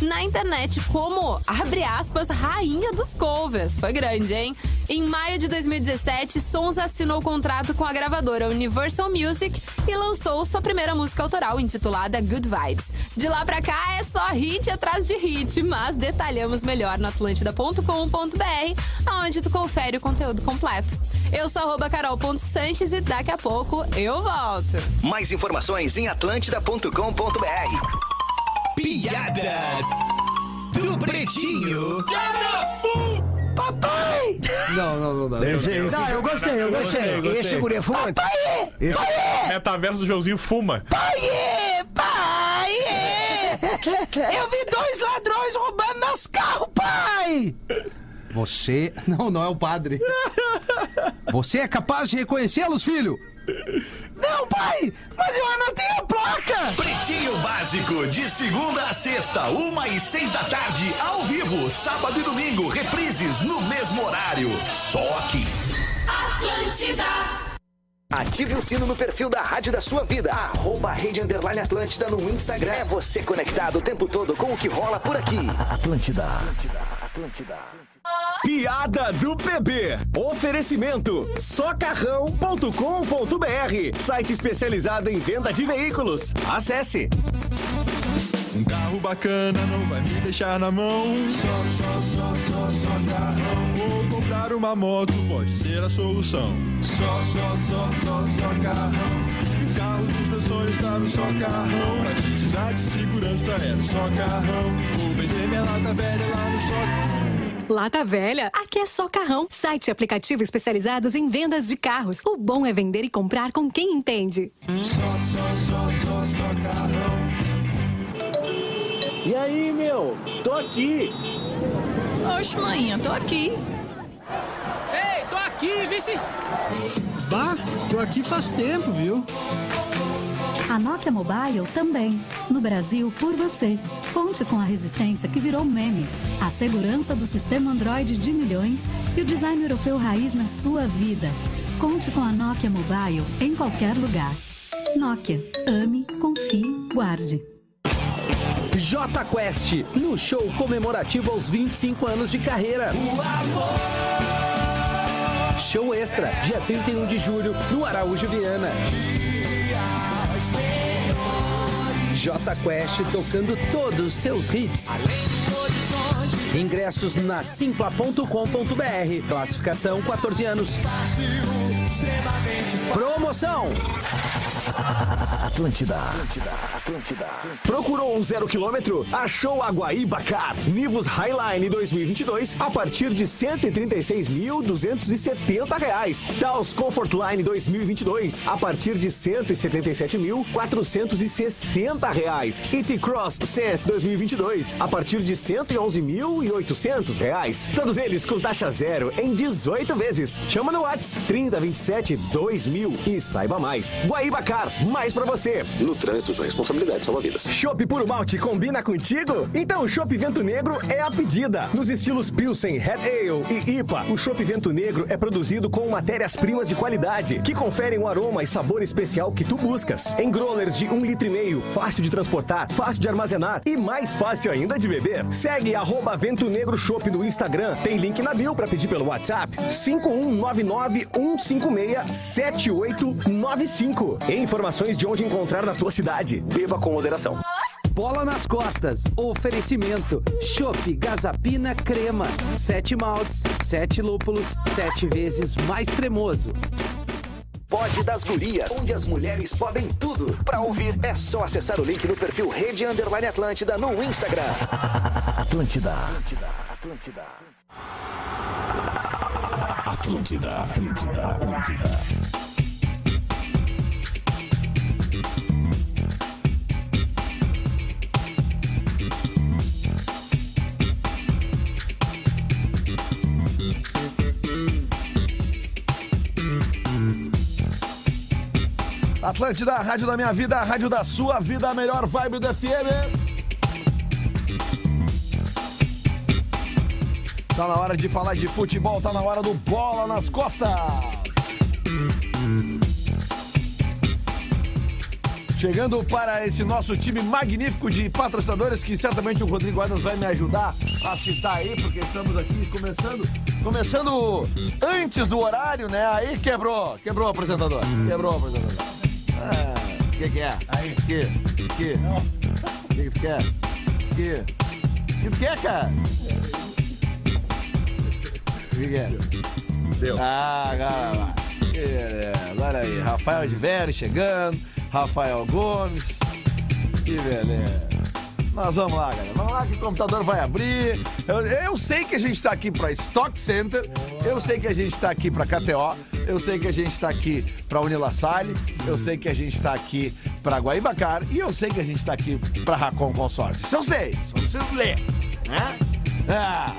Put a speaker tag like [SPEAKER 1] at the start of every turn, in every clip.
[SPEAKER 1] na internet como, abre aspas, rainha dos covers. Foi grande, hein? Em maio de 2017, Sons assinou contrato com a gravadora Universal Music e lançou sua primeira música autoral intitulada Good Vibes. De lá pra cá é só hit atrás de hit, mas detalhamos melhor no atlântida.com.br, onde tu confere o conteúdo completo. Eu sou arroba carol.sanches e daqui a pouco eu volto.
[SPEAKER 2] Mais informações em atlântida.com.br.
[SPEAKER 3] Piada do Pretinho.
[SPEAKER 4] Papai!
[SPEAKER 5] Não, não, não dá.
[SPEAKER 4] Não, eu gostei, eu gostei.
[SPEAKER 6] Esse guri é fumante.
[SPEAKER 4] Tá Pai!
[SPEAKER 6] Esse-
[SPEAKER 3] Metaverso do Joãozinho fuma.
[SPEAKER 4] Pai! Pai! Eu vi dois ladrões roubando nosso carro, pai!
[SPEAKER 5] Você. Não, não é o padre. Você é capaz de reconhecê-los, filho?
[SPEAKER 4] Não, pai! Mas eu anotei a placa!
[SPEAKER 3] Pretinho Básico, de segunda a sexta, uma e seis da tarde, ao vivo, sábado e domingo, reprises no mesmo horário. Só aqui.
[SPEAKER 2] Ative o sino no perfil da Rádio da Sua Vida. Arroba Rede Underline Atlântida no Instagram. É você conectado o tempo todo com o que rola por aqui.
[SPEAKER 7] Piada do PB. Oferecimento socarrão.com.br. Site especializado em venda de veículos. Acesse.
[SPEAKER 8] Um carro bacana não vai me deixar na mão. Só, só, só, só, só carrão. Vou comprar uma moto, pode ser a solução. Só, só, só, só, só carrão. O carro dos meus sonhos tá no só carrão. Praticidade, segurança é no só carrão. Vou vender minha lata velha lá no só
[SPEAKER 9] Lata Velha, aqui é só carrão. Site e aplicativo especializados em vendas de carros. O bom é vender e comprar com quem entende.
[SPEAKER 7] E aí, meu? Tô aqui.
[SPEAKER 4] Oxe, manhã, tô aqui.
[SPEAKER 10] Ei, tô aqui, vice!
[SPEAKER 11] Bah, tô aqui faz tempo, viu?
[SPEAKER 9] A Nokia Mobile também. No Brasil, por você. Conte com a resistência que virou meme, a segurança do sistema Android de milhões e o design europeu raiz na sua vida. Conte com a Nokia Mobile em qualquer lugar. Nokia. Ame, confie, guarde.
[SPEAKER 4] J Quest, no show comemorativo aos 25 anos de carreira. Show extra, dia 31 de julho, no Araújo Viana. J Quest tocando todos os seus hits. Ingressos na simpla.com.br. Classificação 14 anos. Promoção!
[SPEAKER 7] Procurou um zero quilômetro? Achou a Guaíba Car. Nivus Highline 2022 a partir de R$ 136.270. reais. Taos Comfort Line 2022 a partir de R$ 177.460. reais. E T-Cross CS 2022 a partir de R$ 111.800. reais. Todos eles com taxa zero em 18 vezes. Chama no Whats 3027 2000 e saiba mais. Guaíba Car, mais pra você.
[SPEAKER 2] No trânsito, sua responsabilidade salva vidas.
[SPEAKER 7] Chopp Puro Malte combina contigo? Então o Chopp Vento Negro é a pedida. Nos estilos Pilsen, Red Ale e IPA, o Chopp Vento Negro é produzido com matérias-primas de qualidade, que conferem o um aroma e sabor especial que tu buscas. Em growlers de 1,5 litro, e meio, fácil de transportar, fácil de armazenar e mais fácil ainda de beber. Segue arroba Vento Negro Chopp no Instagram. Tem link na bio pra pedir pelo WhatsApp. 5199-156-7895. E informações de onde encontrar na tua cidade. Beba com moderação.
[SPEAKER 4] Bola nas costas. Oferecimento: Chopp Gazapina Crema. Sete maltes, sete lúpulos, sete vezes mais cremoso.
[SPEAKER 2] Pode das Gurias, onde as mulheres podem tudo. Pra ouvir, é só acessar o link no perfil Rede Underline Atlântida no Instagram.
[SPEAKER 8] Atlântida, a rádio da minha vida, a rádio da sua vida, a melhor vibe do FM. Tá na hora de falar de futebol, tá na hora do bola nas costas.
[SPEAKER 12] Chegando para esse nosso time magnífico de patrocinadores, que certamente o Rodrigo Adams vai me ajudar a citar aí, porque estamos aqui começando. Começando antes do horário, né? Aí quebrou, quebrou o apresentador. Quebrou o apresentador. Ah, O que, que é? Aí. Que? Que? O que, que tu quer? Que? O que tu quer, cara? O que, que é? Deu. Ah, agora lá. Beleza, Olha aí, Rafael de Velho chegando, Rafael Gomes. Que beleza. Nós vamos lá, galera. Vamos lá que o computador vai abrir. Eu, eu sei que a gente está aqui para Stock Center, eu sei que a gente está aqui para KTO, eu sei que a gente está aqui para Unilassale, eu sei que a gente está aqui para Guaibacar e eu sei que a gente está aqui para Racon Consórcio. Isso eu sei, só preciso ler, né? Ah.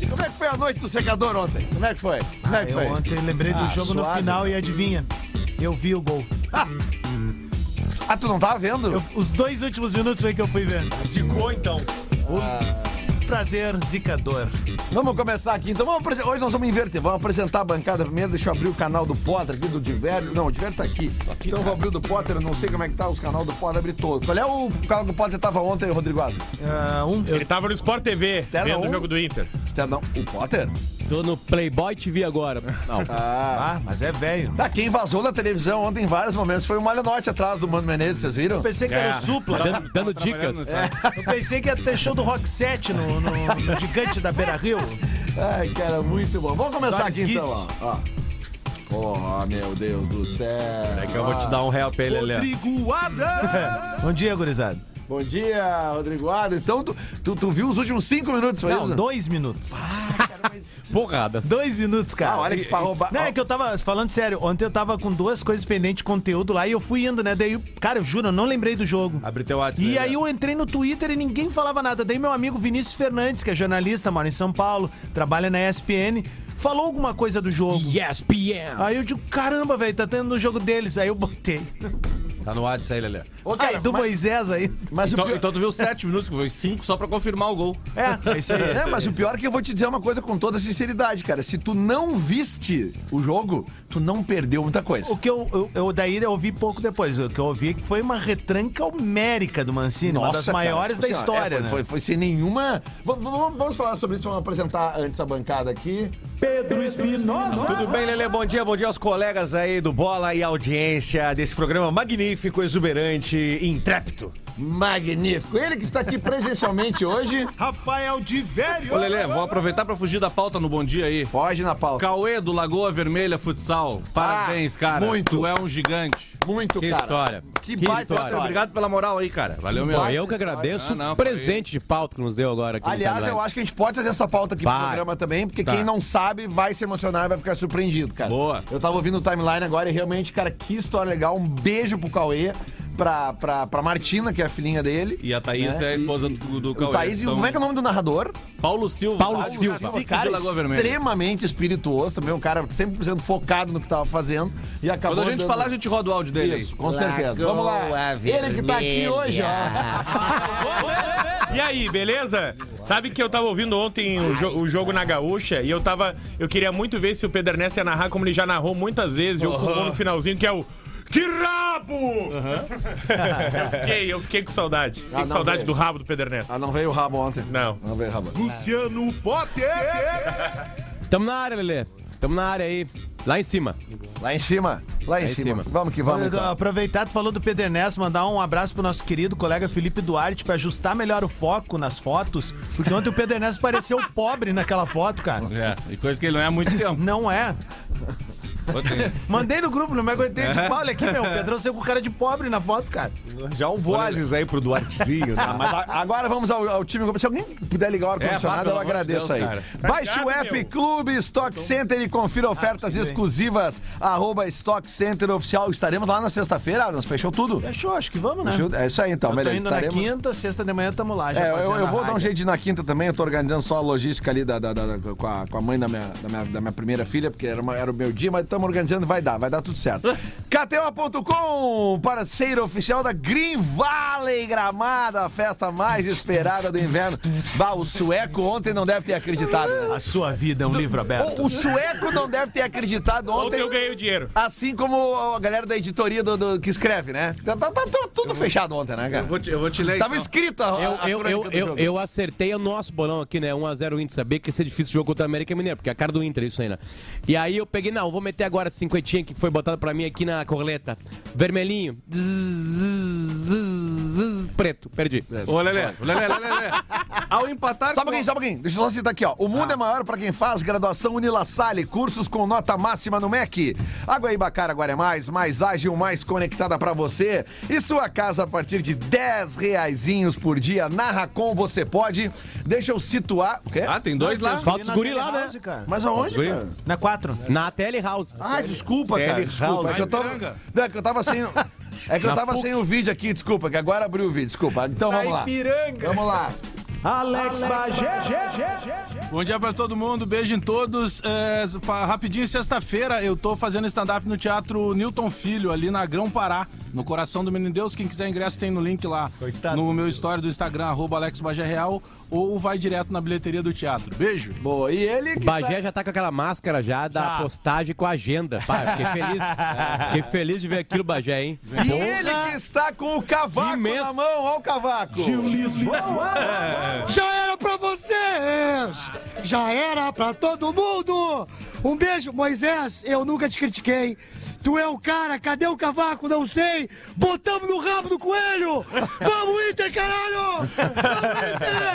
[SPEAKER 12] E como é que foi a noite do secador ontem? Como é que foi? Como
[SPEAKER 13] Né,
[SPEAKER 12] é que
[SPEAKER 14] Ah, Eu
[SPEAKER 12] foi?
[SPEAKER 14] ontem lembrei do
[SPEAKER 12] Ah,
[SPEAKER 14] jogo no
[SPEAKER 12] suave.
[SPEAKER 14] final e adivinha? Eu vi o gol.
[SPEAKER 12] Ah, tu não tava vendo?
[SPEAKER 14] os dois últimos minutos foi que eu fui
[SPEAKER 12] Ah.
[SPEAKER 14] ver. Zicou então. Prazer, zicador.
[SPEAKER 12] Vamos começar aqui, então vamos apresen- hoje nós vamos inverter, vamos apresentar a bancada primeiro, deixa eu abrir o canal do Potter aqui, do Diverio, não, o Diverio tá aqui, então eu vou abrir o do Potter, eu não sei como é que tá os canal do Potter, abrir todo. Qual é o canal que o Potter tava ontem, Rodrigo Adams?
[SPEAKER 15] Ele tava no Sport TV, vendo
[SPEAKER 12] Ah, um?
[SPEAKER 15] o jogo do Inter.
[SPEAKER 12] Externo, o Potter?
[SPEAKER 13] Tô no Playboy TV agora. Não.
[SPEAKER 12] Ah,
[SPEAKER 14] mas é velho.
[SPEAKER 12] Ah, quem vazou na televisão ontem em vários momentos foi o Malenote atrás do Mano Menezes, vocês viram? Eu
[SPEAKER 14] pensei que era
[SPEAKER 12] É.
[SPEAKER 14] o
[SPEAKER 12] Tá
[SPEAKER 14] Supla. É.
[SPEAKER 13] Dando- dando dicas.
[SPEAKER 12] né?
[SPEAKER 14] Eu pensei que ia ter show do Rock 7 no, no- no gigante da Beira Rio.
[SPEAKER 12] Ai, cara, muito bom. Vamos começar
[SPEAKER 14] Vários
[SPEAKER 12] aqui então,
[SPEAKER 14] guis.
[SPEAKER 12] ó. ó. Oh, meu Deus do céu.
[SPEAKER 14] É
[SPEAKER 12] que
[SPEAKER 14] eu vou te dar um real pra ele, Lelé.
[SPEAKER 12] Rodrigo Adams!
[SPEAKER 14] Bom dia, gurizada.
[SPEAKER 12] Bom dia, Rodrigo Ado. Então, tu, tu, tu viu os últimos cinco minutos, foi
[SPEAKER 14] Não,
[SPEAKER 12] isso?
[SPEAKER 14] dois minutos.
[SPEAKER 13] Porradas.
[SPEAKER 14] Dois minutos, cara.
[SPEAKER 12] Ah, olha que pra roubar-
[SPEAKER 14] Não, é que eu tava falando sério. Ontem eu tava com duas coisas pendentes de conteúdo lá e eu fui indo, né? Daí, cara, eu juro, eu não lembrei do jogo.
[SPEAKER 15] Abre teu WhatsApp.
[SPEAKER 14] E aí eu entrei no Twitter e ninguém falava nada. Daí meu amigo Vinícius Fernandes, que é jornalista, mora em São Paulo, trabalha na ESPN, falou alguma coisa do jogo.
[SPEAKER 13] ESPN.
[SPEAKER 14] Aí eu digo, caramba, velho, tá tendo no jogo deles. Aí eu botei.
[SPEAKER 15] Tá no WhatsApp aí, Lelé.
[SPEAKER 14] Ô, cara, do Moisés aí.
[SPEAKER 12] Mas
[SPEAKER 15] então, então tu viu sete minutos, que foi cinco só pra confirmar o gol.
[SPEAKER 14] É, é isso aí.
[SPEAKER 12] É, mas o pior é que eu vou te dizer uma coisa com toda sinceridade, cara. Se tu não viste o jogo, tu não perdeu muita coisa.
[SPEAKER 14] O que eu, eu, eu- daí eu ouvi pouco depois. O que eu ouvi que foi uma retranca homérica do Mancini, uma das
[SPEAKER 12] cara,
[SPEAKER 14] maiores
[SPEAKER 12] tipo
[SPEAKER 14] da
[SPEAKER 12] assim, ó,
[SPEAKER 14] história,
[SPEAKER 12] é, foi,
[SPEAKER 14] né?
[SPEAKER 12] foi, foi sem nenhuma. V- v- Vamos, vamos falar sobre isso, vamos apresentar antes a bancada aqui.
[SPEAKER 7] Pedro Espinosa. Tudo bem, Lele? Bom dia, bom dia aos colegas aí do Bola e audiência desse programa magnífico, exuberante e intrépido.
[SPEAKER 12] Magnífico. Ele que está aqui presencialmente hoje.
[SPEAKER 14] Rafael de Velho.
[SPEAKER 15] Ô, Lelê, vou aproveitar pra fugir da pauta no Bom Dia aí.
[SPEAKER 12] Foge na pauta. Ah,
[SPEAKER 15] Cauê do Lagoa Vermelha Futsal. Parabéns, cara.
[SPEAKER 12] muito.
[SPEAKER 15] Tu é um gigante.
[SPEAKER 12] Muito,
[SPEAKER 15] que
[SPEAKER 13] cara.
[SPEAKER 15] História.
[SPEAKER 13] Que baita história.
[SPEAKER 15] Obrigado pela moral aí, cara. Valeu, meu.
[SPEAKER 13] Não, eu que agradeço
[SPEAKER 15] Ah, não,
[SPEAKER 13] o presente de pauta que nos deu agora. Aqui
[SPEAKER 12] Aliás, eu acho que a gente pode fazer essa pauta aqui
[SPEAKER 13] Vai.
[SPEAKER 12] pro programa também, porque
[SPEAKER 13] Tá.
[SPEAKER 12] quem não sabe vai se emocionar e vai ficar surpreendido, cara. Boa. Eu tava ouvindo o timeline agora e realmente, cara, que história legal. Um beijo pro Cauê, pra, pra, pra Martina, que é a filhinha dele.
[SPEAKER 15] E a Thaís é,
[SPEAKER 12] né?
[SPEAKER 15] a esposa do, do
[SPEAKER 12] O
[SPEAKER 15] Cauê.
[SPEAKER 12] Thaís, e
[SPEAKER 15] então-
[SPEAKER 12] como é que é o nome do narrador?
[SPEAKER 15] Paulo Silva.
[SPEAKER 12] Paulo Silva.
[SPEAKER 15] Zica
[SPEAKER 12] Cara,
[SPEAKER 15] de Lagoa Vermelha.
[SPEAKER 12] extremamente espirituoso também, um cara 100% focado no que tava fazendo e acabou
[SPEAKER 15] Quando a gente
[SPEAKER 12] dando-
[SPEAKER 15] falar, a gente roda o áudio dele. aí.
[SPEAKER 12] Isso, com certeza. Vamos lá. Ele que tá aqui hoje, ó.
[SPEAKER 15] E aí, beleza? Sabe que eu tava ouvindo ontem o, jo- o jogo na Gaúcha e eu tava. Eu queria muito ver se o Pedernessa ia narrar como ele já narrou muitas vezes, jogo com o gol no finalzinho, que é o. Que rabo! eu, fiquei, eu fiquei com saudade. Fiquei
[SPEAKER 12] Ah,
[SPEAKER 15] com
[SPEAKER 12] não,
[SPEAKER 15] saudade
[SPEAKER 12] veio.
[SPEAKER 15] do rabo do Pedernessa.
[SPEAKER 12] Ah, não veio o rabo ontem.
[SPEAKER 15] Não.
[SPEAKER 12] Não veio o rabo.
[SPEAKER 15] Luciano Potter!
[SPEAKER 13] Tamo na área, Lelê. Tamo na área aí. Lá em cima.
[SPEAKER 12] Lá em cima. Lá em cima. Vamos que vamos, então.
[SPEAKER 14] Aproveitar, tu falou do Pedernés, mandar um abraço pro nosso querido colega Felipe Duarte pra ajustar melhor o foco nas fotos, porque ontem o Pedernés pareceu pobre naquela foto, cara.
[SPEAKER 15] É, e coisa que ele não é há muito tempo.
[SPEAKER 14] Não é. Mandei no grupo, não me aguentei. Tipo, olha aqui, meu, o Pedrão saiu com cara de pobre na foto, cara.
[SPEAKER 12] é
[SPEAKER 7] Já um Vozes aí pro Duartezinho. né?
[SPEAKER 12] Ah, mas a- agora vamos ao, ao time. Se alguém puder ligar o
[SPEAKER 7] É, pá,
[SPEAKER 12] ar-condicionado,
[SPEAKER 7] pelo
[SPEAKER 12] eu
[SPEAKER 7] amor de
[SPEAKER 12] agradeço aí.
[SPEAKER 7] Deus, cara.
[SPEAKER 12] Baixe o app Clube
[SPEAKER 7] Então-
[SPEAKER 12] Stock Center e
[SPEAKER 7] Ah,
[SPEAKER 12] confira ofertas exclusivas. Arroba Stock Center Oficial. Estaremos lá na sexta-feira, Adams. Fechou tudo?
[SPEAKER 14] Fechou, acho que vamos, né?
[SPEAKER 12] Fechou? É isso aí então,
[SPEAKER 14] Eu tô
[SPEAKER 12] beleza.
[SPEAKER 14] indo
[SPEAKER 12] Estaremos...
[SPEAKER 14] na quinta, sexta de manhã tamo lá. já
[SPEAKER 12] É, eu,
[SPEAKER 14] fazendo
[SPEAKER 12] eu
[SPEAKER 14] a
[SPEAKER 12] vou dar um
[SPEAKER 14] rádio.
[SPEAKER 12] jeito de ir na quinta também, eu tô organizando só a logística ali da, da- da- da- com, a, com a mãe da minha, da minha- da minha primeira filha, porque era, uma- era o meu dia, mas então estamos organizando, vai dar, vai dar tudo certo. KTO.com, parceiro oficial da Green Valley Gramado, a festa mais esperada do inverno. Bah, o sueco ontem não deve ter acreditado. né?
[SPEAKER 16] A sua vida é um livro aberto.
[SPEAKER 12] O, o sueco não deve ter acreditado ontem.
[SPEAKER 14] Ontem eu ganhei o dinheiro.
[SPEAKER 12] Assim como a galera da editoria do, do- que escreve, né? Tá, tá- tá- tá tudo fechado ontem, né, cara?
[SPEAKER 13] Eu vou te- eu vou te ler,
[SPEAKER 12] Tava
[SPEAKER 13] então.
[SPEAKER 12] escrito a,
[SPEAKER 13] Eu,
[SPEAKER 12] a
[SPEAKER 13] eu,
[SPEAKER 12] crônica
[SPEAKER 13] eu,
[SPEAKER 12] do
[SPEAKER 13] eu,
[SPEAKER 12] jogo.
[SPEAKER 13] eu acertei o nosso bolão aqui, né? 1x0 o Inter. Sabia que ia ser difícil o jogo contra o América Mineiro, porque é a cara do Inter isso aí, né? E aí eu peguei, não, vou meter agora a cinquentinha que foi botada pra mim aqui na corleta. Vermelhinho. Zzz, zzz, zzz, preto. Perdi. Um
[SPEAKER 14] Ô, Lelê, Lelê, Lelê, Lelê.
[SPEAKER 12] Ao empatar. Só um pouquinho, só um pouquinho. Deixa eu só citar aqui, ó. O
[SPEAKER 14] Ah.
[SPEAKER 12] mundo é maior pra quem faz graduação Unila Salle, cursos com nota máxima no MEC. Água Ibacara agora é mais, mais ágil, mais conectada pra você. E sua casa a partir de 10 reaisinhos por dia. Na Racon você pode. Deixa eu situar. O quê?
[SPEAKER 14] Ah, tem dois lá.
[SPEAKER 13] Falta os guri lá, né?
[SPEAKER 12] Mas aonde, cara?
[SPEAKER 14] É
[SPEAKER 16] Na 4.
[SPEAKER 13] Na Tele House.
[SPEAKER 12] Ah, desculpa, cara. Desculpa. É que eu tava, não, é que eu tava sem. É que eu
[SPEAKER 13] Na
[SPEAKER 12] tava
[SPEAKER 13] PUC.
[SPEAKER 12] sem o vídeo aqui, desculpa, que agora abriu o vídeo, desculpa. Então vamos lá. Vamos lá.
[SPEAKER 16] Alex,
[SPEAKER 15] Bom dia pra todo mundo, beijo em todos. É, fa- rapidinho, sexta-feira eu tô fazendo stand-up no Teatro Newton Filho, ali na Grão Pará, no coração do Menino Deus. Quem quiser ingresso tem no link lá no meu story do Instagram, arroba Alex Bagé Real, ou vai direto na bilheteria do teatro. Beijo.
[SPEAKER 12] Boa, e ele
[SPEAKER 13] O Bagé já tá com aquela máscara já da postagem com a agenda. Pai, fiquei feliz. fiquei feliz de ver aquilo, Bagé, hein?
[SPEAKER 12] E ele que está com o cavaco na mão, olha o cavaco.
[SPEAKER 17] Já era pra vocês! Já era pra todo mundo! Um beijo, Moisés, eu nunca te critiquei. Tu é o cara, cadê o cavaco? Não sei! Botamos no rabo do coelho! Vamos, Inter, caralho!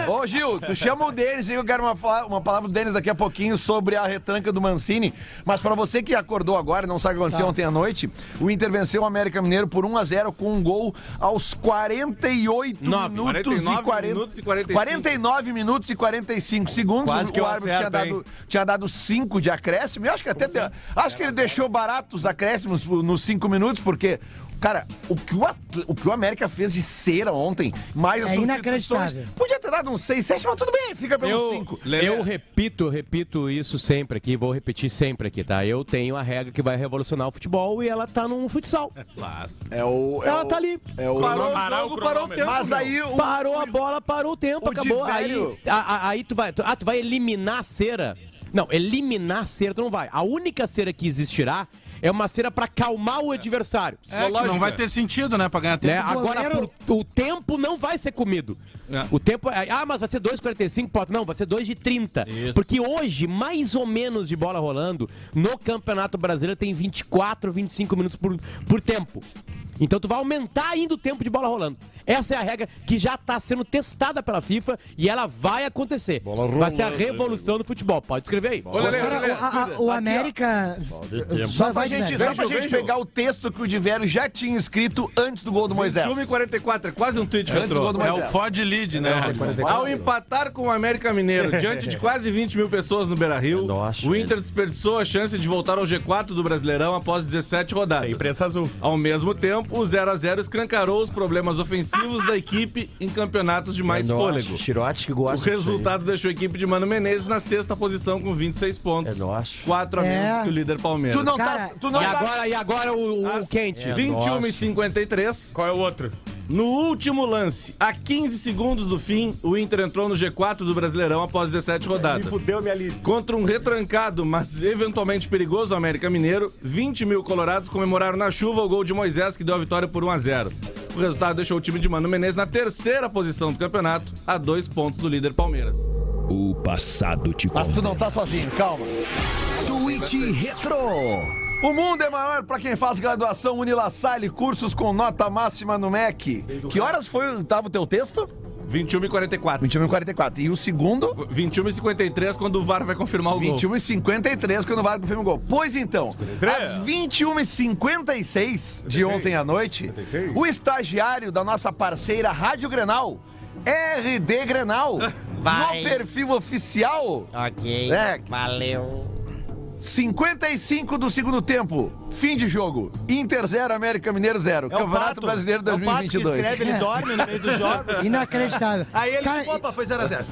[SPEAKER 12] Ô Gil, tu chama o Denis aí, eu quero uma, fala- uma palavra do Denis daqui a pouquinho sobre a retranca do Mancini. Mas pra você que acordou agora e não sabe o que
[SPEAKER 17] Tá.
[SPEAKER 12] aconteceu ontem à noite, o Inter venceu o América Mineiro por 1 a 0 com um gol aos 48
[SPEAKER 14] Nove.
[SPEAKER 12] minutos,
[SPEAKER 14] 49
[SPEAKER 12] e 40,
[SPEAKER 14] minutos e 45.
[SPEAKER 12] 49 minutos e 45 segundos.
[SPEAKER 16] Quase que
[SPEAKER 12] o
[SPEAKER 16] eu
[SPEAKER 12] árbitro
[SPEAKER 16] acerto,
[SPEAKER 12] tinha,
[SPEAKER 16] hein?
[SPEAKER 12] dado, tinha dado 5 de acréscimo. Eu acho que até deu-
[SPEAKER 15] assim?
[SPEAKER 12] acho que ele deixou barato os acréscimos nos 5 minutos, porque Cara, o que o, atle- o que o América fez de cera ontem, mais
[SPEAKER 17] É
[SPEAKER 12] as substituições,
[SPEAKER 17] inacreditável.
[SPEAKER 12] Podia ter dado um 6, 7, mas tudo bem, fica pelo
[SPEAKER 13] Eu,
[SPEAKER 12] 5.
[SPEAKER 13] eu repito, repito isso sempre aqui, vou repetir sempre aqui, tá? Eu tenho a regra que vai revolucionar o futebol e ela tá num futsal.
[SPEAKER 14] Claro.
[SPEAKER 12] É o.
[SPEAKER 13] Ela tá ali.
[SPEAKER 12] É o
[SPEAKER 14] Parou o Parar o jogo, parou o cronômetro. tempo,
[SPEAKER 12] Mas
[SPEAKER 14] meu.
[SPEAKER 12] aí o.
[SPEAKER 13] Parou a bola, parou o tempo,
[SPEAKER 12] o
[SPEAKER 13] acabou. Aí,
[SPEAKER 12] Diverio-
[SPEAKER 13] a- a- aí tu vai. tu- ah, tu vai eliminar a cera. Não, eliminar a cera tu não vai. A única cera que existirá é uma cera pra calmar o adversário.
[SPEAKER 15] É, que não vai ter sentido, né, pra ganhar tempo.
[SPEAKER 17] É,
[SPEAKER 13] Né? Agora, por- o tempo não vai ser comido. O tempo. é- Ah, mas vai ser 2,45, pode. Não, vai ser 2 de 30. Porque hoje, mais ou menos de bola rolando, no Campeonato Brasileiro tem 24, 25 minutos por, por tempo. Então tu vai aumentar ainda o tempo de bola rolando. Essa é a regra que já está sendo testada pela FIFA e ela vai acontecer. vai ser a
[SPEAKER 18] rolando,
[SPEAKER 13] revolução do futebol. Pode escrever aí.
[SPEAKER 17] Cara, o- a- a- o América.
[SPEAKER 12] Só pra
[SPEAKER 17] vai né? de
[SPEAKER 12] gente,
[SPEAKER 17] merda.
[SPEAKER 12] só pra gente pegar o texto que o Diverio já tinha escrito antes do gol do Moisés.
[SPEAKER 15] 21 e 44, é quase um tweet
[SPEAKER 12] Antes do
[SPEAKER 15] retrô.
[SPEAKER 12] gol do
[SPEAKER 15] É o
[SPEAKER 12] Moisés.
[SPEAKER 15] Ford Lead, né?
[SPEAKER 12] É, 44.
[SPEAKER 15] Ao empatar com o América Mineiro, diante de quase 20 mil pessoas no Beira-Rio, o Inter desperdiçou a chance de voltar ao G4 do Brasileirão após 17 rodadas. Sem
[SPEAKER 14] prensa azul.
[SPEAKER 15] Ao mesmo tempo, o 0x0 escancarou os problemas ofensivos da equipe em campeonatos de mais
[SPEAKER 7] Nossa,
[SPEAKER 15] fôlego.
[SPEAKER 7] Chirote que
[SPEAKER 15] O
[SPEAKER 7] gosta disso aí.
[SPEAKER 15] resultado deixou a equipe de Mano Menezes na sexta posição com 26 pontos. É nosso. 4 a menos
[SPEAKER 17] É.
[SPEAKER 15] que o líder Palmeiras.
[SPEAKER 12] Tu não tá. Tu não
[SPEAKER 13] e,
[SPEAKER 12] tá-
[SPEAKER 13] agora, e agora o, o quente.
[SPEAKER 15] 21 É, e 53.
[SPEAKER 14] Qual é o outro?
[SPEAKER 15] No último lance, a 15 segundos do fim, o Inter entrou no G4 do Brasileirão após 17 rodadas.
[SPEAKER 19] Me fudeu minha lista.
[SPEAKER 15] Contra um retrancado, mas eventualmente perigoso América Mineiro, 20 mil colorados comemoraram na chuva o gol de Moisés, que deu a vitória por 1 a 0 O resultado deixou o time de Mano Menezes na terceira posição do campeonato, a dois pontos do líder Palmeiras.
[SPEAKER 2] O passado te
[SPEAKER 12] Mas tu não tá sozinho, calma. Twitch Retro. O mundo é maior pra quem faz graduação Unila Salle, cursos com nota máxima no MEC. Que horas foi tava o teu texto?
[SPEAKER 15] 21 e 44.
[SPEAKER 12] 21 e 44. E o segundo?
[SPEAKER 15] 21 e 53, quando o VAR vai confirmar o gol.
[SPEAKER 12] 21 e 53 quando o VAR confirma o gol. Pois então, às 21 e 56 de ontem à noite, o estagiário da nossa parceira Rádio Grenal, RD Grenal,
[SPEAKER 18] Vai.
[SPEAKER 12] no perfil oficial,
[SPEAKER 18] Ok.
[SPEAKER 12] É.
[SPEAKER 18] Valeu.
[SPEAKER 12] 55 do segundo tempo. Fim de jogo. Inter 0, América Mineiro
[SPEAKER 14] É
[SPEAKER 12] 0.
[SPEAKER 14] o
[SPEAKER 12] Campeonato
[SPEAKER 14] Pato.
[SPEAKER 12] Brasileiro
[SPEAKER 14] É o Pato
[SPEAKER 12] 2022.
[SPEAKER 14] que escreve, ele dorme no meio dos jogos.
[SPEAKER 17] Inacreditável.
[SPEAKER 14] Aí ele,
[SPEAKER 17] Cara,
[SPEAKER 14] opa, foi 0x0.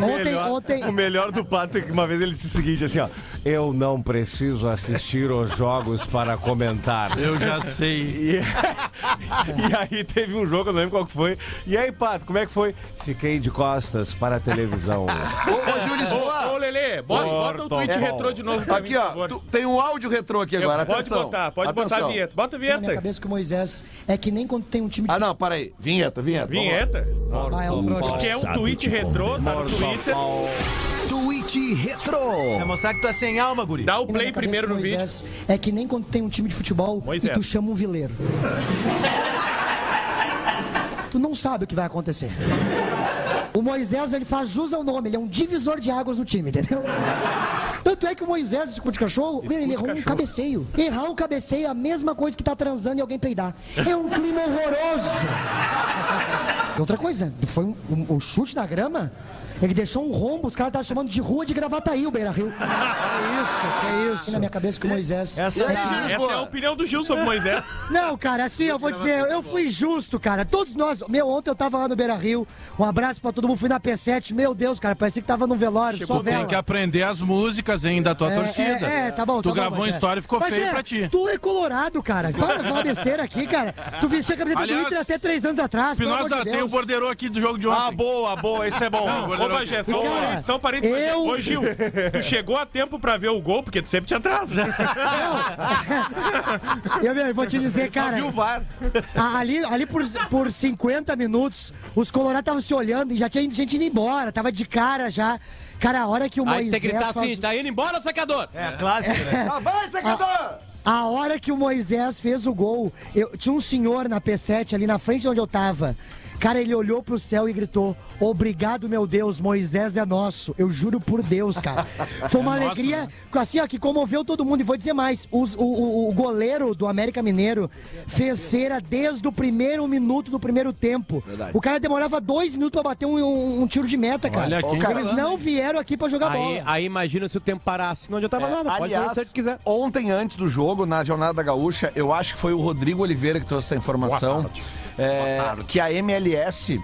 [SPEAKER 17] Ontem- ontem-
[SPEAKER 7] o é melhor do Pato é que uma vez ele disse o seguinte, assim, ó. Eu não preciso assistir os jogos para comentar.
[SPEAKER 16] Eu já sei.
[SPEAKER 7] E, e aí teve um jogo, eu não lembro qual que foi. E aí, Pato, como é que foi? Fiquei de costas para a televisão.
[SPEAKER 12] Ô, Júlio
[SPEAKER 3] Ô, ô, Lelê, bota, bota o tweet
[SPEAKER 12] Porto.
[SPEAKER 3] retrô de novo pra
[SPEAKER 12] Aqui,
[SPEAKER 3] mim,
[SPEAKER 12] ó,
[SPEAKER 3] por favor.
[SPEAKER 12] tu- tem um áudio retrô aqui
[SPEAKER 3] Eu-
[SPEAKER 12] agora,
[SPEAKER 3] pode
[SPEAKER 12] atenção.
[SPEAKER 3] botar, pode botar a
[SPEAKER 12] Atenção.
[SPEAKER 3] vinheta. Bota a
[SPEAKER 15] Na minha cabeça que o Moisés é que nem quando tem um time de
[SPEAKER 12] Ah, não, peraí. Vinheta, vinheta.
[SPEAKER 3] Vinheta?
[SPEAKER 15] Ah, é um trouxa.
[SPEAKER 3] Que é um tweet retrô, tá no Twitter.
[SPEAKER 12] Tweet retrô.
[SPEAKER 14] Vai mostrar que tu é sem alma, guri.
[SPEAKER 3] Dá o
[SPEAKER 15] Na minha
[SPEAKER 3] play
[SPEAKER 15] cabeça,
[SPEAKER 3] primeiro no vídeo.
[SPEAKER 15] Moisés É que nem quando tem um time de futebol
[SPEAKER 3] Moisés.
[SPEAKER 15] e tu chama um vileiro. tu não sabe o que vai acontecer. O Moisés, ele faz jus ao nome, ele é um divisor de águas no time, entendeu? Tanto é que o Moisés, escute cachorro, ele errou um cabeceio. Errar um cabeceio é a mesma coisa que tá transando e alguém peidar. É um clima horroroso. E Outra coisa, foi um, um- um chute na grama, ele deixou um rombo, os caras estavam chamando de rua de Gravataí, o Beira Rio. Que isso, que isso. Na minha cabeça que o Moisés...
[SPEAKER 3] Essa,
[SPEAKER 15] é,
[SPEAKER 3] é a opinião do Gil sobre Moisés.
[SPEAKER 17] Não, cara, assim, eu vou dizer,
[SPEAKER 16] tá
[SPEAKER 17] eu fui justo, cara. Todos nós. Meu, ontem eu tava lá no Beira Rio. Um abraço pra todo mundo. Fui na P7. Meu Deus, cara, parecia que tava num velório. só
[SPEAKER 16] Tu tem
[SPEAKER 17] vela.
[SPEAKER 16] que aprender as músicas, hein, da tua
[SPEAKER 17] É,
[SPEAKER 16] torcida.
[SPEAKER 17] É, é, tá bom.
[SPEAKER 16] Tu
[SPEAKER 17] tá bom,
[SPEAKER 16] gravou uma
[SPEAKER 17] Bagé.
[SPEAKER 16] história e ficou
[SPEAKER 17] Bagé,
[SPEAKER 16] feio pra ti.
[SPEAKER 17] Tu é colorado, cara. Para de falar besteira aqui, cara. Tu vestia a camiseta
[SPEAKER 16] Aliás,
[SPEAKER 17] do Inter até três anos atrás. pelo amor
[SPEAKER 16] Espinosa
[SPEAKER 17] de
[SPEAKER 16] tem o
[SPEAKER 17] Deus.
[SPEAKER 16] borderô aqui do jogo de ontem.
[SPEAKER 7] Ah, boa, boa, isso é bom.
[SPEAKER 3] Não, ô, Bagé, só, um-
[SPEAKER 17] Cara,
[SPEAKER 3] só um parênteses. Bagé.
[SPEAKER 17] eu-
[SPEAKER 3] Ô, Gil, tu chegou a tempo pra ver o gol, porque tu sempre te atrasa.
[SPEAKER 17] Eu, meu, eu vou te dizer, cara.
[SPEAKER 7] viu o VAR.
[SPEAKER 17] a- Ali, ali por, por 50 minutos, os colorados estavam se olhando e já tinha gente indo embora, tava de cara já. Cara, a hora que o
[SPEAKER 13] Aí tem
[SPEAKER 17] Moisés.
[SPEAKER 13] que gritar
[SPEAKER 17] faz-
[SPEAKER 13] assim, tá indo embora, sacador? É,
[SPEAKER 14] clássico,
[SPEAKER 12] né? Vai, secador!
[SPEAKER 17] A hora que o Moisés fez o gol, eu tinha um senhor na P7 ali na frente de onde eu tava. Cara, ele olhou pro céu e gritou: Obrigado, meu Deus, Moisés é nosso. Eu juro por Deus, cara. Foi uma
[SPEAKER 2] É nosso,
[SPEAKER 17] alegria,
[SPEAKER 2] né?
[SPEAKER 17] assim, ó, que comoveu todo mundo. E vou dizer mais: os- o, o- o goleiro do América Mineiro fez cera desde o primeiro minuto do primeiro tempo.
[SPEAKER 12] Verdade.
[SPEAKER 17] O cara demorava dois minutos pra bater um, um- um tiro de meta, cara.
[SPEAKER 13] Olha quem
[SPEAKER 17] Eles
[SPEAKER 13] falando,
[SPEAKER 17] não vieram aqui pra jogar
[SPEAKER 13] Aí,
[SPEAKER 17] bola.
[SPEAKER 13] aí imagina se o tempo parasse, não adiantava
[SPEAKER 12] É,
[SPEAKER 13] nada. Pode fazer o que quiser.
[SPEAKER 12] Ontem, antes do jogo, na Jornada da Gaúcha, eu acho que foi o Rodrigo Oliveira que trouxe essa informação. é, que a MLS.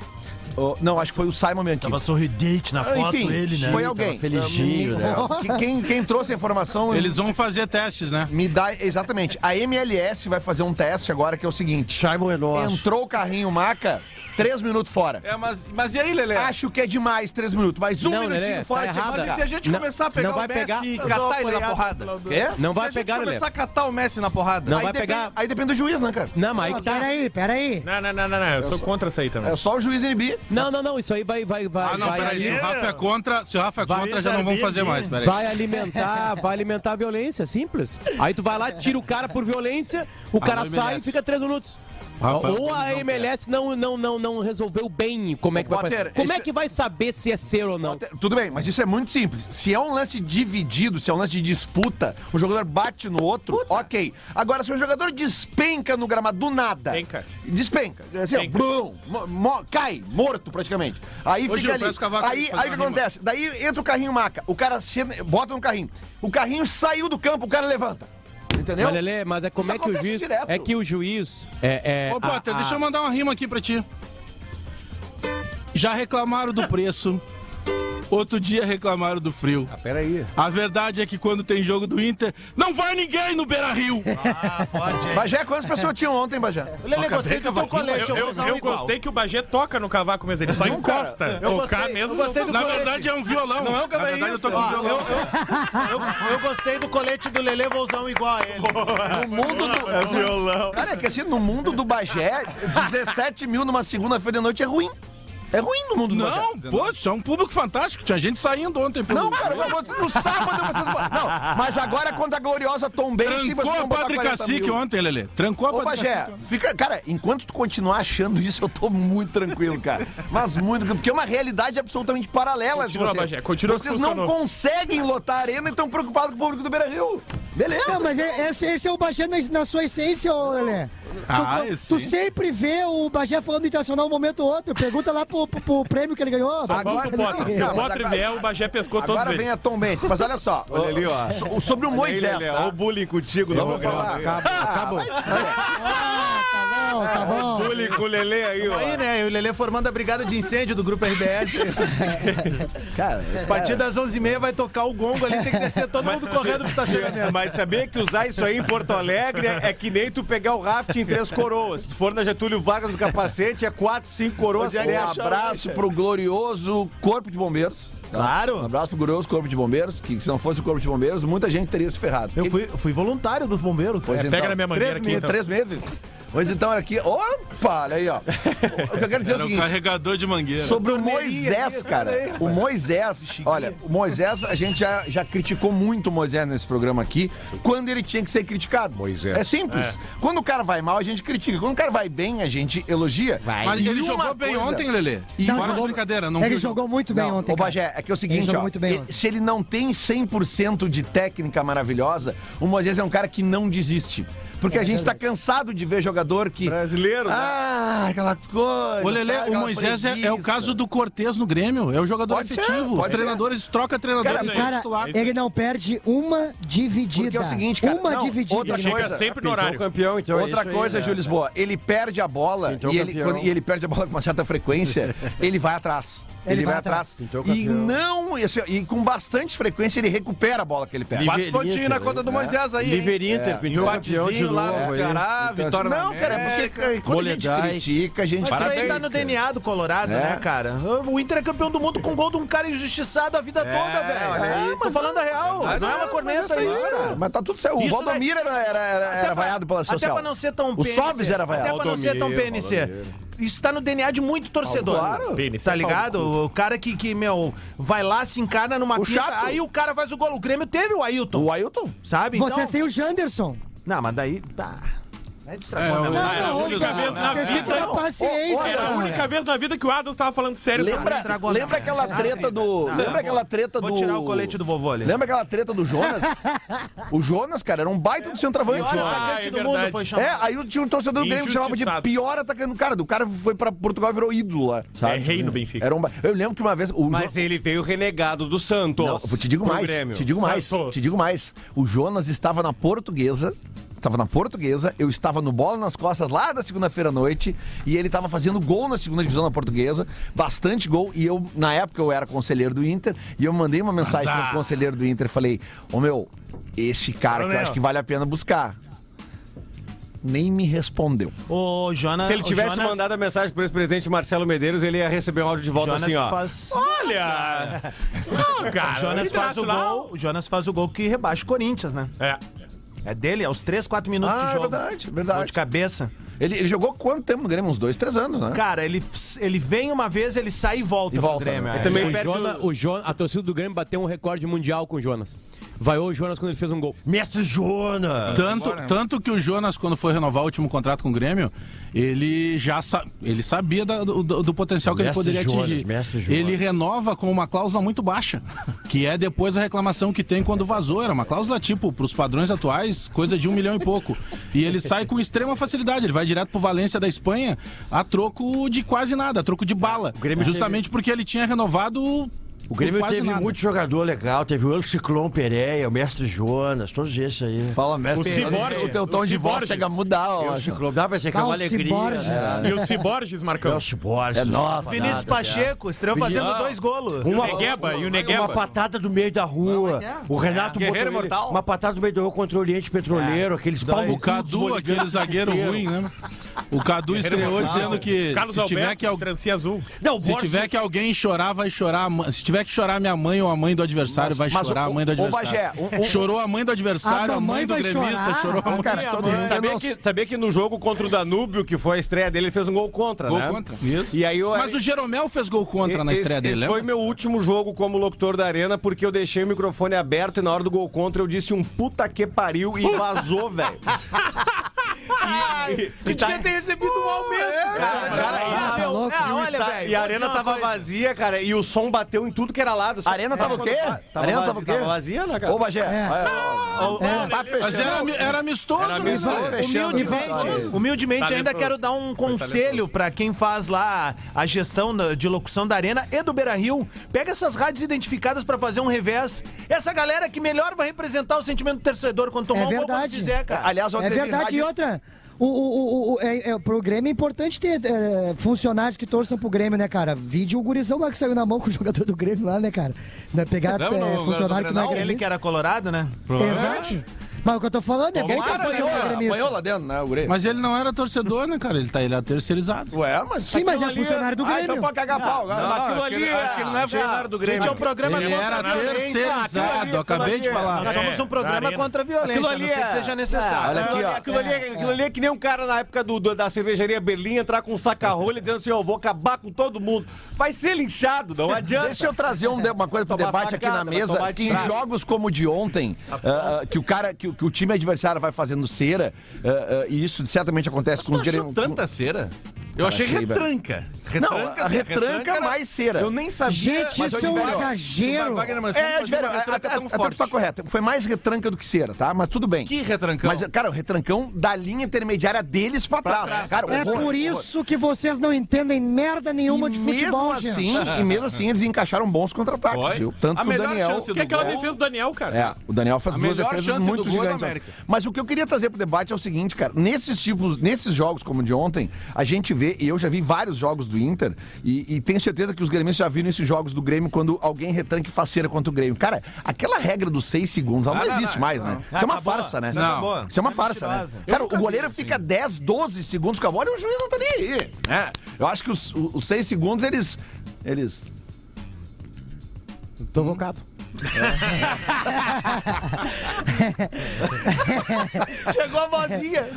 [SPEAKER 12] oh, não, acho que foi o Simon Bianchi.
[SPEAKER 14] Tava sorridente na foto,
[SPEAKER 12] Enfim,
[SPEAKER 14] ele, né?
[SPEAKER 12] Foi
[SPEAKER 14] Ele
[SPEAKER 12] alguém.
[SPEAKER 14] tava felizinho, né?
[SPEAKER 12] Que- Quem, quem trouxe a informação.
[SPEAKER 16] Eles vão fazer testes, né?
[SPEAKER 12] Me dá. Exatamente. A MLS vai fazer um teste agora que é o seguinte: Simon é nosso. Entrou o carrinho maca, três minutos fora.
[SPEAKER 16] É, mas, mas e aí, Lelê?
[SPEAKER 12] Acho que é demais três minutos, mas um
[SPEAKER 13] Não,
[SPEAKER 12] minutinho
[SPEAKER 13] Lelê,
[SPEAKER 12] fora
[SPEAKER 13] tá
[SPEAKER 12] de
[SPEAKER 13] errado,
[SPEAKER 12] Mas e se
[SPEAKER 13] cara.
[SPEAKER 12] a gente
[SPEAKER 13] Não-
[SPEAKER 12] começar a pegar
[SPEAKER 13] não
[SPEAKER 12] o
[SPEAKER 13] vai
[SPEAKER 12] Messi
[SPEAKER 13] pegar-
[SPEAKER 12] e
[SPEAKER 13] Eu dou uma
[SPEAKER 12] catar ele na
[SPEAKER 13] olhada
[SPEAKER 12] porrada?
[SPEAKER 13] pela-
[SPEAKER 12] Quê?
[SPEAKER 13] Não
[SPEAKER 12] Se
[SPEAKER 13] vai
[SPEAKER 12] a gente
[SPEAKER 13] pegar, Lelê.
[SPEAKER 12] começar a catar o Messi na porrada?
[SPEAKER 13] Não
[SPEAKER 12] aí
[SPEAKER 13] vai
[SPEAKER 12] depende-
[SPEAKER 13] pegar.
[SPEAKER 12] Aí depende do juiz, né, cara?
[SPEAKER 13] Não, mas aí que tá.
[SPEAKER 17] Peraí, peraí.
[SPEAKER 3] Não, não, não, não, não. Eu sou contra isso aí também.
[SPEAKER 12] É só o juiz inibir.
[SPEAKER 13] Não, não, não. Isso aí vai. vai, vai
[SPEAKER 16] Ah, não,
[SPEAKER 13] vai
[SPEAKER 16] peraí. Se o
[SPEAKER 13] ali-
[SPEAKER 16] Rafa é contra, se o Rafa é contra, já não vão fazer mais, peraí.
[SPEAKER 13] Vai alimentar, vai alimentar a violência, simples. Aí tu vai lá, tira o cara por violência, o
[SPEAKER 16] Ah,
[SPEAKER 13] cara
[SPEAKER 16] não,
[SPEAKER 13] sai e
[SPEAKER 16] MLS.
[SPEAKER 13] fica três minutos.
[SPEAKER 16] Rafa,
[SPEAKER 13] Ou a MLS não, não, não, não resolveu bem como é que vai fazer.
[SPEAKER 12] Potter,
[SPEAKER 13] Como é
[SPEAKER 12] esse-
[SPEAKER 13] que vai saber se é ser ou não?
[SPEAKER 12] Tudo bem, mas isso é muito simples. Se é um lance dividido, se é um lance de disputa, um jogador bate no outro, ok. Agora, se um jogador despenca no gramado do nada. Despenca. Despenca. Assim, ó,
[SPEAKER 3] Despenca.
[SPEAKER 12] blum, mo- mo- cai, morto praticamente. Aí
[SPEAKER 16] Ô, Gil,
[SPEAKER 12] fica ali.
[SPEAKER 16] parece o cavaco
[SPEAKER 12] Aí
[SPEAKER 16] aí
[SPEAKER 12] aí o
[SPEAKER 16] faz
[SPEAKER 12] que
[SPEAKER 16] uma rima.
[SPEAKER 12] acontece? Daí entra o carrinho maca. O cara se- bota no carrinho. O carrinho saiu do campo, o cara levanta. Entendeu?
[SPEAKER 13] Mas, Lelê, mas é como
[SPEAKER 12] Isso
[SPEAKER 13] é que o
[SPEAKER 12] acontece
[SPEAKER 13] juiz.
[SPEAKER 12] direto.
[SPEAKER 13] É que o juiz. É, é,
[SPEAKER 16] Ô, Potter,
[SPEAKER 13] a- a-
[SPEAKER 16] deixa eu mandar uma rima aqui pra ti. Já reclamaram do preço. Outro dia reclamaram do frio. Ah,
[SPEAKER 7] peraí.
[SPEAKER 16] A verdade é que quando tem jogo do Inter, não vai ninguém no Beira Rio.
[SPEAKER 12] Ah. Bagé, quantas pessoas tinham ontem, Bagé?
[SPEAKER 3] Toca bem, cavaquinho. É. Eu, eu,
[SPEAKER 17] um
[SPEAKER 3] eu gostei que o Bagé toca no cavaco mesmo, ele só
[SPEAKER 12] Não, cara,
[SPEAKER 3] encosta.
[SPEAKER 12] eu
[SPEAKER 3] Tocar
[SPEAKER 12] gostei,
[SPEAKER 3] mesmo.
[SPEAKER 12] eu gostei do
[SPEAKER 3] Na
[SPEAKER 12] colete.
[SPEAKER 3] verdade é um violão.
[SPEAKER 12] Não é um
[SPEAKER 3] Na
[SPEAKER 12] cavaquinho,
[SPEAKER 3] verdade eu tô
[SPEAKER 12] isso.
[SPEAKER 3] com
[SPEAKER 12] Ah,
[SPEAKER 3] violão.
[SPEAKER 14] Ah, Eu, eu gostei do colete do Lele, vou usar um igual a ele.
[SPEAKER 12] No mundo do.
[SPEAKER 14] É violão.
[SPEAKER 12] Cara, é que assim, no mundo do Bagé, 17 mil numa segunda-feira de noite é ruim. É ruim no mundo do Bagé.
[SPEAKER 16] Não, pô, isso é um público fantástico. Tinha gente saindo ontem. pelo-
[SPEAKER 12] Não, cara, mas você- no sábado vocês. Não, mas agora é contra a gloriosa Tom Benz,
[SPEAKER 16] Trancou a Padre Cacique ontem, Lelê. Trancou a
[SPEAKER 12] Ô,
[SPEAKER 16] Padre
[SPEAKER 12] Bagé,
[SPEAKER 16] Cacique.
[SPEAKER 12] fica, cara, enquanto tu continuar achando isso, eu tô muito tranquilo, cara. Mas muito, porque é uma realidade absolutamente paralela.
[SPEAKER 3] Continua,
[SPEAKER 12] de vocês.
[SPEAKER 3] Bagé, continua que
[SPEAKER 12] Vocês não
[SPEAKER 3] funcionou.
[SPEAKER 12] conseguem lotar a arena e estão preocupados com o público do Beira Rio. Beleza?
[SPEAKER 17] é Não, mas é- esse, esse é o Bagé na, na sua essência, ô Lelé.
[SPEAKER 16] Ah,
[SPEAKER 17] tu,
[SPEAKER 16] sim.
[SPEAKER 17] tu sempre vê o Bagé falando do Internacional um momento ou outro. Pergunta lá pro, pro- pro prêmio que ele ganhou.
[SPEAKER 3] Só falta o Potter. Se o Potter vier, o Bagé pescou todos
[SPEAKER 15] Agora vem
[SPEAKER 3] eles.
[SPEAKER 15] a Tom Benz, mas olha só.
[SPEAKER 3] Olha ali, ó.
[SPEAKER 15] so- Sobre o
[SPEAKER 3] Olha aí,
[SPEAKER 15] Moisés.
[SPEAKER 3] Lelé,
[SPEAKER 15] tá?
[SPEAKER 3] olha o bullying contigo no
[SPEAKER 15] Vamos
[SPEAKER 3] programa.
[SPEAKER 15] falar.
[SPEAKER 3] Acabou, acabou.
[SPEAKER 17] tá bom, tá bom.
[SPEAKER 3] Bullying com o Lelê aí, ó.
[SPEAKER 14] Aí, né? E o Lelê formando a brigada de incêndio do grupo RBS.
[SPEAKER 12] Cara,
[SPEAKER 14] a partir das 11h30 vai tocar o gongo ali, tem que descer todo mundo correndo pro estacionamento.
[SPEAKER 7] Mas saber que usar isso aí em Porto Alegre é que nem tu pegar o rafting em Três Coroas. Se tu for na Getúlio Vargas no capacete, é quatro, cinco coroas.
[SPEAKER 12] Um abraço pro glorioso Corpo de Bombeiros. tá?
[SPEAKER 14] Claro.
[SPEAKER 12] Um abraço pro glorioso Corpo de Bombeiros, que se não fosse o Corpo de Bombeiros, muita gente teria se ferrado. Eu
[SPEAKER 14] fui, voluntário dos bombeiros.
[SPEAKER 12] Pois então, três meses, Três meses. Pois então, olha aqui. Opa, olha aí, ó. O que eu quero dizer é o
[SPEAKER 16] Era um
[SPEAKER 12] seguinte.
[SPEAKER 16] carregador de mangueira.
[SPEAKER 12] Sobre o Moisés, cara. O Moisés, olha, o Moisés, a gente já, já criticou muito o Moisés nesse programa aqui, quando ele tinha que ser criticado. Moisés. É simples.
[SPEAKER 15] É.
[SPEAKER 12] Quando o cara vai mal, a gente critica. Quando o cara vai bem, a gente elogia.
[SPEAKER 16] Mas
[SPEAKER 12] E
[SPEAKER 16] ele
[SPEAKER 12] uma
[SPEAKER 16] jogou bem
[SPEAKER 12] coisa-
[SPEAKER 16] ontem, Lelê.
[SPEAKER 12] E
[SPEAKER 16] Fora
[SPEAKER 12] não,
[SPEAKER 16] de
[SPEAKER 12] jogou-
[SPEAKER 16] brincadeira, não viu-
[SPEAKER 12] Não, Ô, Bagé, é que é o seguinte, ó, ele- se ele não tem 100% de técnica maravilhosa, o Moisés é um cara que não desiste. Porque
[SPEAKER 15] É
[SPEAKER 12] a gente tá cansado de ver jogador que. Brasileiro, Ah, aquela coisa.
[SPEAKER 16] O né? Lelê,
[SPEAKER 12] sabe,
[SPEAKER 16] o
[SPEAKER 12] aquela
[SPEAKER 16] Moisés é, é o
[SPEAKER 12] preguiça.
[SPEAKER 16] caso do Cortez no Grêmio. É o jogador
[SPEAKER 12] Pode ser,
[SPEAKER 16] efetivo. Os
[SPEAKER 12] pode ser.
[SPEAKER 16] treinadores trocam treinadores.
[SPEAKER 17] Cara, o cara, ele não perde uma dividida.
[SPEAKER 12] Porque é o seguinte, cara.
[SPEAKER 17] Uma
[SPEAKER 12] não,
[SPEAKER 17] dividida.
[SPEAKER 12] Outra coisa,
[SPEAKER 15] então
[SPEAKER 16] então é
[SPEAKER 12] outra
[SPEAKER 16] né?
[SPEAKER 12] coisa, Júlio Lisboa, ele perde a bola
[SPEAKER 15] é. Pintou
[SPEAKER 12] e ele,
[SPEAKER 15] campeão.
[SPEAKER 12] quando- e ele perde a bola com uma certa frequência, ele vai atrás. Ele, vai, atrás.
[SPEAKER 15] Pintou
[SPEAKER 12] E
[SPEAKER 15] campeão.
[SPEAKER 12] não, esse- e com bastante frequência ele recupera a bola que ele perde.
[SPEAKER 15] Liver- Quatro pontinhos na conta do Moisés aí, hein?
[SPEAKER 12] É,
[SPEAKER 14] É.
[SPEAKER 15] Liverinter, pintou
[SPEAKER 14] um
[SPEAKER 12] Empatezinho
[SPEAKER 15] campeão de
[SPEAKER 12] lá no
[SPEAKER 15] novo aí.
[SPEAKER 12] Ceará,
[SPEAKER 15] Então,
[SPEAKER 12] vitória
[SPEAKER 15] assim,
[SPEAKER 12] na
[SPEAKER 15] não, cara,
[SPEAKER 12] América,
[SPEAKER 15] porque,
[SPEAKER 12] É, quando a gente
[SPEAKER 15] Moledais.
[SPEAKER 12] critica, a gente
[SPEAKER 14] Mas isso aí tá no DNA do Colorado,
[SPEAKER 12] É.
[SPEAKER 14] né, cara? O Inter é campeão do mundo com gol de um cara injustiçado a vida toda, velho.
[SPEAKER 12] É, olha aí.
[SPEAKER 14] É, mas falando a real,
[SPEAKER 12] Mas
[SPEAKER 14] não é uma corneta
[SPEAKER 12] mas é
[SPEAKER 14] isso,
[SPEAKER 12] isso,
[SPEAKER 14] cara.
[SPEAKER 12] Mas tá tudo certo. O
[SPEAKER 14] Isso
[SPEAKER 12] Valdomiro
[SPEAKER 14] não é-
[SPEAKER 12] era, era, era,
[SPEAKER 14] Até
[SPEAKER 12] era
[SPEAKER 14] pra-
[SPEAKER 12] vaiado pela social.
[SPEAKER 14] Até pra não ser tão
[SPEAKER 12] O Sobs era vaiado.
[SPEAKER 14] Até pra não ser tão PNC. Isso tá no DNA de muito torcedor.
[SPEAKER 12] Claro. PNC,
[SPEAKER 14] Tá
[SPEAKER 12] pau no
[SPEAKER 14] ligado? O cara que, que, meu, vai lá, se encarna numa
[SPEAKER 12] O
[SPEAKER 14] pista,
[SPEAKER 12] chato.
[SPEAKER 14] aí o cara faz o gol. O Grêmio teve o Ailton.
[SPEAKER 12] O Ailton.
[SPEAKER 14] Sabe? Então-
[SPEAKER 17] Vocês têm o Janderson.
[SPEAKER 14] Não, mas daí tá. Aí
[SPEAKER 3] É,
[SPEAKER 14] destragou a minha
[SPEAKER 3] o- era a
[SPEAKER 14] memória.
[SPEAKER 3] única vez na vida.
[SPEAKER 17] a paciência,
[SPEAKER 3] Era né? a
[SPEAKER 17] cara.
[SPEAKER 3] única vez na vida que o Adams tava falando sério.
[SPEAKER 12] Lembra, lembra aquela treta do. lembra aquela treta do.
[SPEAKER 14] Vou tirar o colete do vovô ali.
[SPEAKER 12] Lembra aquela treta do Jonas? o Jonas, cara, era um baita do centroavante.
[SPEAKER 14] Pior atacante Ah, é do mundo verdade. foi chamado.
[SPEAKER 12] É, aí tinha um torcedor do Grêmio que chamava de
[SPEAKER 14] Injustiçado.
[SPEAKER 12] pior atacante do cara. Do cara foi pra Portugal e virou ídolo lá. Sabe?
[SPEAKER 7] É rei no Benfica.
[SPEAKER 12] Era um ba- Eu lembro que uma vez. O
[SPEAKER 7] Mas ele veio renegado do Santos.
[SPEAKER 12] Não, vou te digo
[SPEAKER 7] pro
[SPEAKER 12] mais.
[SPEAKER 7] Grêmio.
[SPEAKER 12] Te digo mais.
[SPEAKER 7] Santos.
[SPEAKER 12] Te digo mais. O Jonas estava na portuguesa. Estava na portuguesa, eu estava no bola nas costas lá na segunda-feira à noite e ele estava fazendo gol na segunda divisão da portuguesa, bastante gol. E eu, na época, eu era conselheiro do Inter e eu mandei uma mensagem
[SPEAKER 15] Azar.
[SPEAKER 12] pro conselheiro do Inter e falei: Ô meu, esse cara
[SPEAKER 15] Ô,
[SPEAKER 12] que eu
[SPEAKER 15] meu.
[SPEAKER 12] acho que vale a pena buscar. Nem me respondeu.
[SPEAKER 14] Ô, Jonas.
[SPEAKER 7] Se ele
[SPEAKER 14] o
[SPEAKER 7] tivesse
[SPEAKER 14] Jonas-
[SPEAKER 7] mandado a mensagem para o ex-presidente Marcelo Medeiros, ele ia receber um áudio de volta
[SPEAKER 14] Jonas
[SPEAKER 7] assim, ó.
[SPEAKER 14] faz-
[SPEAKER 7] Olha! Não, é
[SPEAKER 14] o Jonas faz o gol, o Jonas faz o gol que rebaixa o Corinthians, né?
[SPEAKER 3] É.
[SPEAKER 14] É dele, aos 3, 4 minutos
[SPEAKER 12] Ah,
[SPEAKER 14] de
[SPEAKER 12] é
[SPEAKER 14] jogo.
[SPEAKER 12] verdade, verdade.
[SPEAKER 14] Gol de cabeça.
[SPEAKER 12] Ele, ele jogou quanto tempo no Grêmio? Uns dois, três anos, né?
[SPEAKER 14] Cara, ele, ele vem uma vez, ele sai e volta, né? pro
[SPEAKER 12] né?
[SPEAKER 14] Grêmio.
[SPEAKER 13] É,
[SPEAKER 14] aí.
[SPEAKER 13] o Jona- o Jona- a torcida do Grêmio bateu um recorde mundial com o Jonas. Vaiou o Jonas quando ele fez um gol.
[SPEAKER 14] Mestre
[SPEAKER 13] Tá
[SPEAKER 14] Jonas!
[SPEAKER 16] Tanto, tanto que o Jonas, quando foi renovar o último contrato com o Grêmio, ele já sa- ele sabia da- do, do- do potencial que
[SPEAKER 7] Mestre
[SPEAKER 16] ele poderia
[SPEAKER 7] Jonas,
[SPEAKER 16] atingir.
[SPEAKER 7] mestre Jonas.
[SPEAKER 16] Ele renova com uma cláusula muito baixa, que é depois a reclamação que tem quando vazou. Era uma cláusula tipo, para os padrões atuais, coisa de um milhão e pouco. E ele sai com extrema facilidade. Ele vai direto para Valência da Espanha a troco de quase nada, a troco de bala. justamente porque ele tinha renovado.
[SPEAKER 15] O Grêmio teve
[SPEAKER 16] muito
[SPEAKER 15] muito jogador legal, teve o El Ciclão Pereira, o Mestre Jonas, todos esses aí.
[SPEAKER 12] Fala, mestre. O teu tom de voz chega a mudar, ó.
[SPEAKER 15] O Ciclone, dá pra dizer que é
[SPEAKER 12] Ah, o
[SPEAKER 15] uma alegria.
[SPEAKER 12] Ciborges.
[SPEAKER 15] né?
[SPEAKER 3] E o Ciborges, Marcão?
[SPEAKER 15] É o Ciborges.
[SPEAKER 3] É nossa.
[SPEAKER 15] Vinícius
[SPEAKER 14] Pacheco, estreou fazendo dois golos.
[SPEAKER 3] E o Negueba, e o Negueba.
[SPEAKER 15] Uma patada do meio da rua. O Renato botou
[SPEAKER 3] Guerreiro
[SPEAKER 15] ele-
[SPEAKER 3] mortal.
[SPEAKER 15] Uma patada do meio da rua contra o Oriente Petroleiro, aqueles pau no
[SPEAKER 16] O Cadu, aquele zagueiro ruim, né? O Cadu estreou dizendo que
[SPEAKER 3] Carlos
[SPEAKER 16] se tiver
[SPEAKER 3] Alberto,
[SPEAKER 16] que alguém.
[SPEAKER 3] Trancia Azul.
[SPEAKER 16] se tiver que alguém chorar, vai chorar. a mãe- Se tiver que chorar minha mãe ou a mãe do adversário,
[SPEAKER 12] Mas-
[SPEAKER 16] vai
[SPEAKER 12] mas
[SPEAKER 16] chorar
[SPEAKER 12] o-
[SPEAKER 16] a mãe do
[SPEAKER 12] o
[SPEAKER 16] adversário.
[SPEAKER 12] Bagé, o- o-
[SPEAKER 16] Chorou a mãe do adversário, a, mãe do gremista, chorou a mãe
[SPEAKER 7] Cara,
[SPEAKER 16] do
[SPEAKER 7] todo mundo- sabia, que, sabia que no jogo contra o Danúbio, que foi a estreia dele, ele fez um gol contra,
[SPEAKER 16] Gol
[SPEAKER 7] né?
[SPEAKER 16] contra, isso.
[SPEAKER 7] E aí, eu-
[SPEAKER 16] Mas o Jeromel fez gol contra na
[SPEAKER 7] Esse-
[SPEAKER 16] estreia dele,
[SPEAKER 7] esse
[SPEAKER 16] lembra?
[SPEAKER 7] foi meu último jogo como locutor da arena, porque eu deixei o microfone
[SPEAKER 16] Tá
[SPEAKER 7] aberto e na hora do gol contra eu disse um puta que pariu e vazou, velho.
[SPEAKER 14] E, tu devia ter recebido um aumento,
[SPEAKER 3] É,
[SPEAKER 14] cara. Cara, e,
[SPEAKER 20] tá
[SPEAKER 14] meu,
[SPEAKER 20] louco.
[SPEAKER 14] ah,
[SPEAKER 20] E o
[SPEAKER 14] olha,
[SPEAKER 20] esta-
[SPEAKER 14] velho,
[SPEAKER 20] e a
[SPEAKER 14] vou dizer
[SPEAKER 20] arena
[SPEAKER 14] uma
[SPEAKER 20] tava
[SPEAKER 14] coisa.
[SPEAKER 20] vazia,
[SPEAKER 14] cara, e o som bateu em tudo que era lado.
[SPEAKER 20] A arena tava o quê?
[SPEAKER 14] A
[SPEAKER 20] Arena
[SPEAKER 14] arena
[SPEAKER 20] tava
[SPEAKER 14] tava
[SPEAKER 20] o quê?
[SPEAKER 14] vazia, né, cara?
[SPEAKER 20] Ô, Bagé,
[SPEAKER 12] É.
[SPEAKER 16] É.
[SPEAKER 12] Ah,
[SPEAKER 16] Mas era, ami- era amistoso,
[SPEAKER 14] Tá Era amistoso.
[SPEAKER 16] né? velho?
[SPEAKER 14] Humildemente,
[SPEAKER 16] Tá
[SPEAKER 14] humildemente ainda quero dar um conselho pra quem faz lá a gestão na- de locução da Arena e do Beira Rio. Pega essas rádios identificadas pra fazer um revés. Essa galera que melhor vai representar o sentimento do torcedor quando tomar
[SPEAKER 17] É
[SPEAKER 14] um gol quando
[SPEAKER 17] verdade.
[SPEAKER 14] quiser, cara.
[SPEAKER 17] É verdade. E outra. O, o, o, o, é, é, pro Grêmio é importante ter é, funcionários que torçam pro Grêmio, né, cara? Vide o gurizão lá que saiu na mão com o jogador do Grêmio lá, né, cara? Não é pegar
[SPEAKER 14] Não,
[SPEAKER 17] é,
[SPEAKER 14] não,
[SPEAKER 17] funcionário que não é
[SPEAKER 14] Grenal,
[SPEAKER 17] gremista.
[SPEAKER 14] Ele que era colorado, né?
[SPEAKER 17] Exato. Mas o que eu tô falando é bom que apanhou, apanhou lá
[SPEAKER 14] dentro, né, o
[SPEAKER 16] Mas ele não era torcedor, né, cara? Ele, tá, ele era terceirizado.
[SPEAKER 14] Ué, mas.
[SPEAKER 17] Sim, mas é funcionário do
[SPEAKER 14] Ah,
[SPEAKER 17] Grêmio.
[SPEAKER 14] então Não, aquilo ali é- Gente, é um programa
[SPEAKER 16] ele
[SPEAKER 14] contra
[SPEAKER 16] era
[SPEAKER 14] a violência.
[SPEAKER 16] terceirizado,
[SPEAKER 14] Aquilo ali-
[SPEAKER 16] acabei
[SPEAKER 14] aquilo ali
[SPEAKER 16] de
[SPEAKER 14] é-
[SPEAKER 16] falar.
[SPEAKER 14] Nós somos um programa contra a violência,
[SPEAKER 16] Aquilo
[SPEAKER 14] a não
[SPEAKER 12] é
[SPEAKER 14] ser que seja necessário.
[SPEAKER 16] olha
[SPEAKER 14] aqui,
[SPEAKER 16] ó.
[SPEAKER 14] Aquilo ali é-
[SPEAKER 7] Aquilo ali é que nem um cara na época do, do- da cervejaria Berlim entrar com um saca-rolha dizendo assim: ó, vou acabar com todo mundo. Vai ser linchado, não adianta.
[SPEAKER 12] Deixa eu trazer um de- uma coisa pro
[SPEAKER 7] Tomar
[SPEAKER 12] debate aqui
[SPEAKER 7] facada,
[SPEAKER 12] na
[SPEAKER 7] vai
[SPEAKER 12] mesa.
[SPEAKER 7] tomar
[SPEAKER 12] Que em
[SPEAKER 7] tiro.
[SPEAKER 12] jogos como o de ontem,
[SPEAKER 14] Tá
[SPEAKER 12] ah, ah, que o cara, que, o- que o time adversário vai fazendo cera, ah, ah, e isso certamente acontece com os grêmios.
[SPEAKER 14] tanta cera?
[SPEAKER 12] Eu achei retranca. Não, a retranca é
[SPEAKER 14] era-
[SPEAKER 12] mais cera.
[SPEAKER 14] Eu nem sabia.
[SPEAKER 17] Gente,
[SPEAKER 14] mas
[SPEAKER 17] isso
[SPEAKER 14] eu
[SPEAKER 17] é um
[SPEAKER 14] digo, ó,
[SPEAKER 17] exagero.
[SPEAKER 14] Wagner Mancini
[SPEAKER 12] É,
[SPEAKER 14] fazia
[SPEAKER 12] velho,
[SPEAKER 14] uma
[SPEAKER 12] a- a-
[SPEAKER 14] retranca
[SPEAKER 12] a-
[SPEAKER 14] tão
[SPEAKER 12] até
[SPEAKER 14] forte.
[SPEAKER 12] tu tá correto. Foi mais retranca do que cera, tá? Mas tudo bem.
[SPEAKER 14] Que retrancão?
[SPEAKER 12] Mas, cara, o retrancão da linha intermediária deles pra trás. Cara,
[SPEAKER 17] É
[SPEAKER 12] horror,
[SPEAKER 17] por
[SPEAKER 12] horror.
[SPEAKER 17] isso que vocês não entendem merda nenhuma de futebol, né?
[SPEAKER 12] mesmo assim,
[SPEAKER 17] gente.
[SPEAKER 12] E mesmo assim, eles encaixaram bons contra-ataques, viu? Tanto
[SPEAKER 3] a
[SPEAKER 12] que o
[SPEAKER 3] melhor
[SPEAKER 12] Daniel...
[SPEAKER 3] chance do que é aquela defesa do Daniel, cara.
[SPEAKER 12] É, o Daniel faz
[SPEAKER 3] A
[SPEAKER 12] duas
[SPEAKER 3] melhor
[SPEAKER 12] defesas
[SPEAKER 3] chance do
[SPEAKER 12] muito
[SPEAKER 3] gol é do
[SPEAKER 12] gigantes.
[SPEAKER 3] América.
[SPEAKER 12] Mas o que eu queria trazer pro debate é o seguinte, cara. Nesses tipos, nesses jogos como o de ontem, a gente vê, e eu já vi vários jogos do Inter, e, e tenho certeza que os gremistas já viram esses jogos do Grêmio quando alguém retranca e faz cera contra o Grêmio. Cara, aquela regra dos seis segundos, ela não,
[SPEAKER 14] Ah, não,
[SPEAKER 12] existe
[SPEAKER 14] não,
[SPEAKER 12] mais,
[SPEAKER 14] não.
[SPEAKER 12] né? Isso é uma
[SPEAKER 14] Acabou.
[SPEAKER 12] farsa, né?
[SPEAKER 14] Isso acabou.
[SPEAKER 12] Isso é uma
[SPEAKER 14] Isso é
[SPEAKER 12] farsa, né?
[SPEAKER 14] mentirosa.
[SPEAKER 12] Cara, o goleiro fica 10, 12 segundos com a bola e o juiz não tá nem aí. né? Eu acho que os, os- os seis segundos, eles... eles...
[SPEAKER 21] Tô invocado.
[SPEAKER 14] Chegou a vozinha.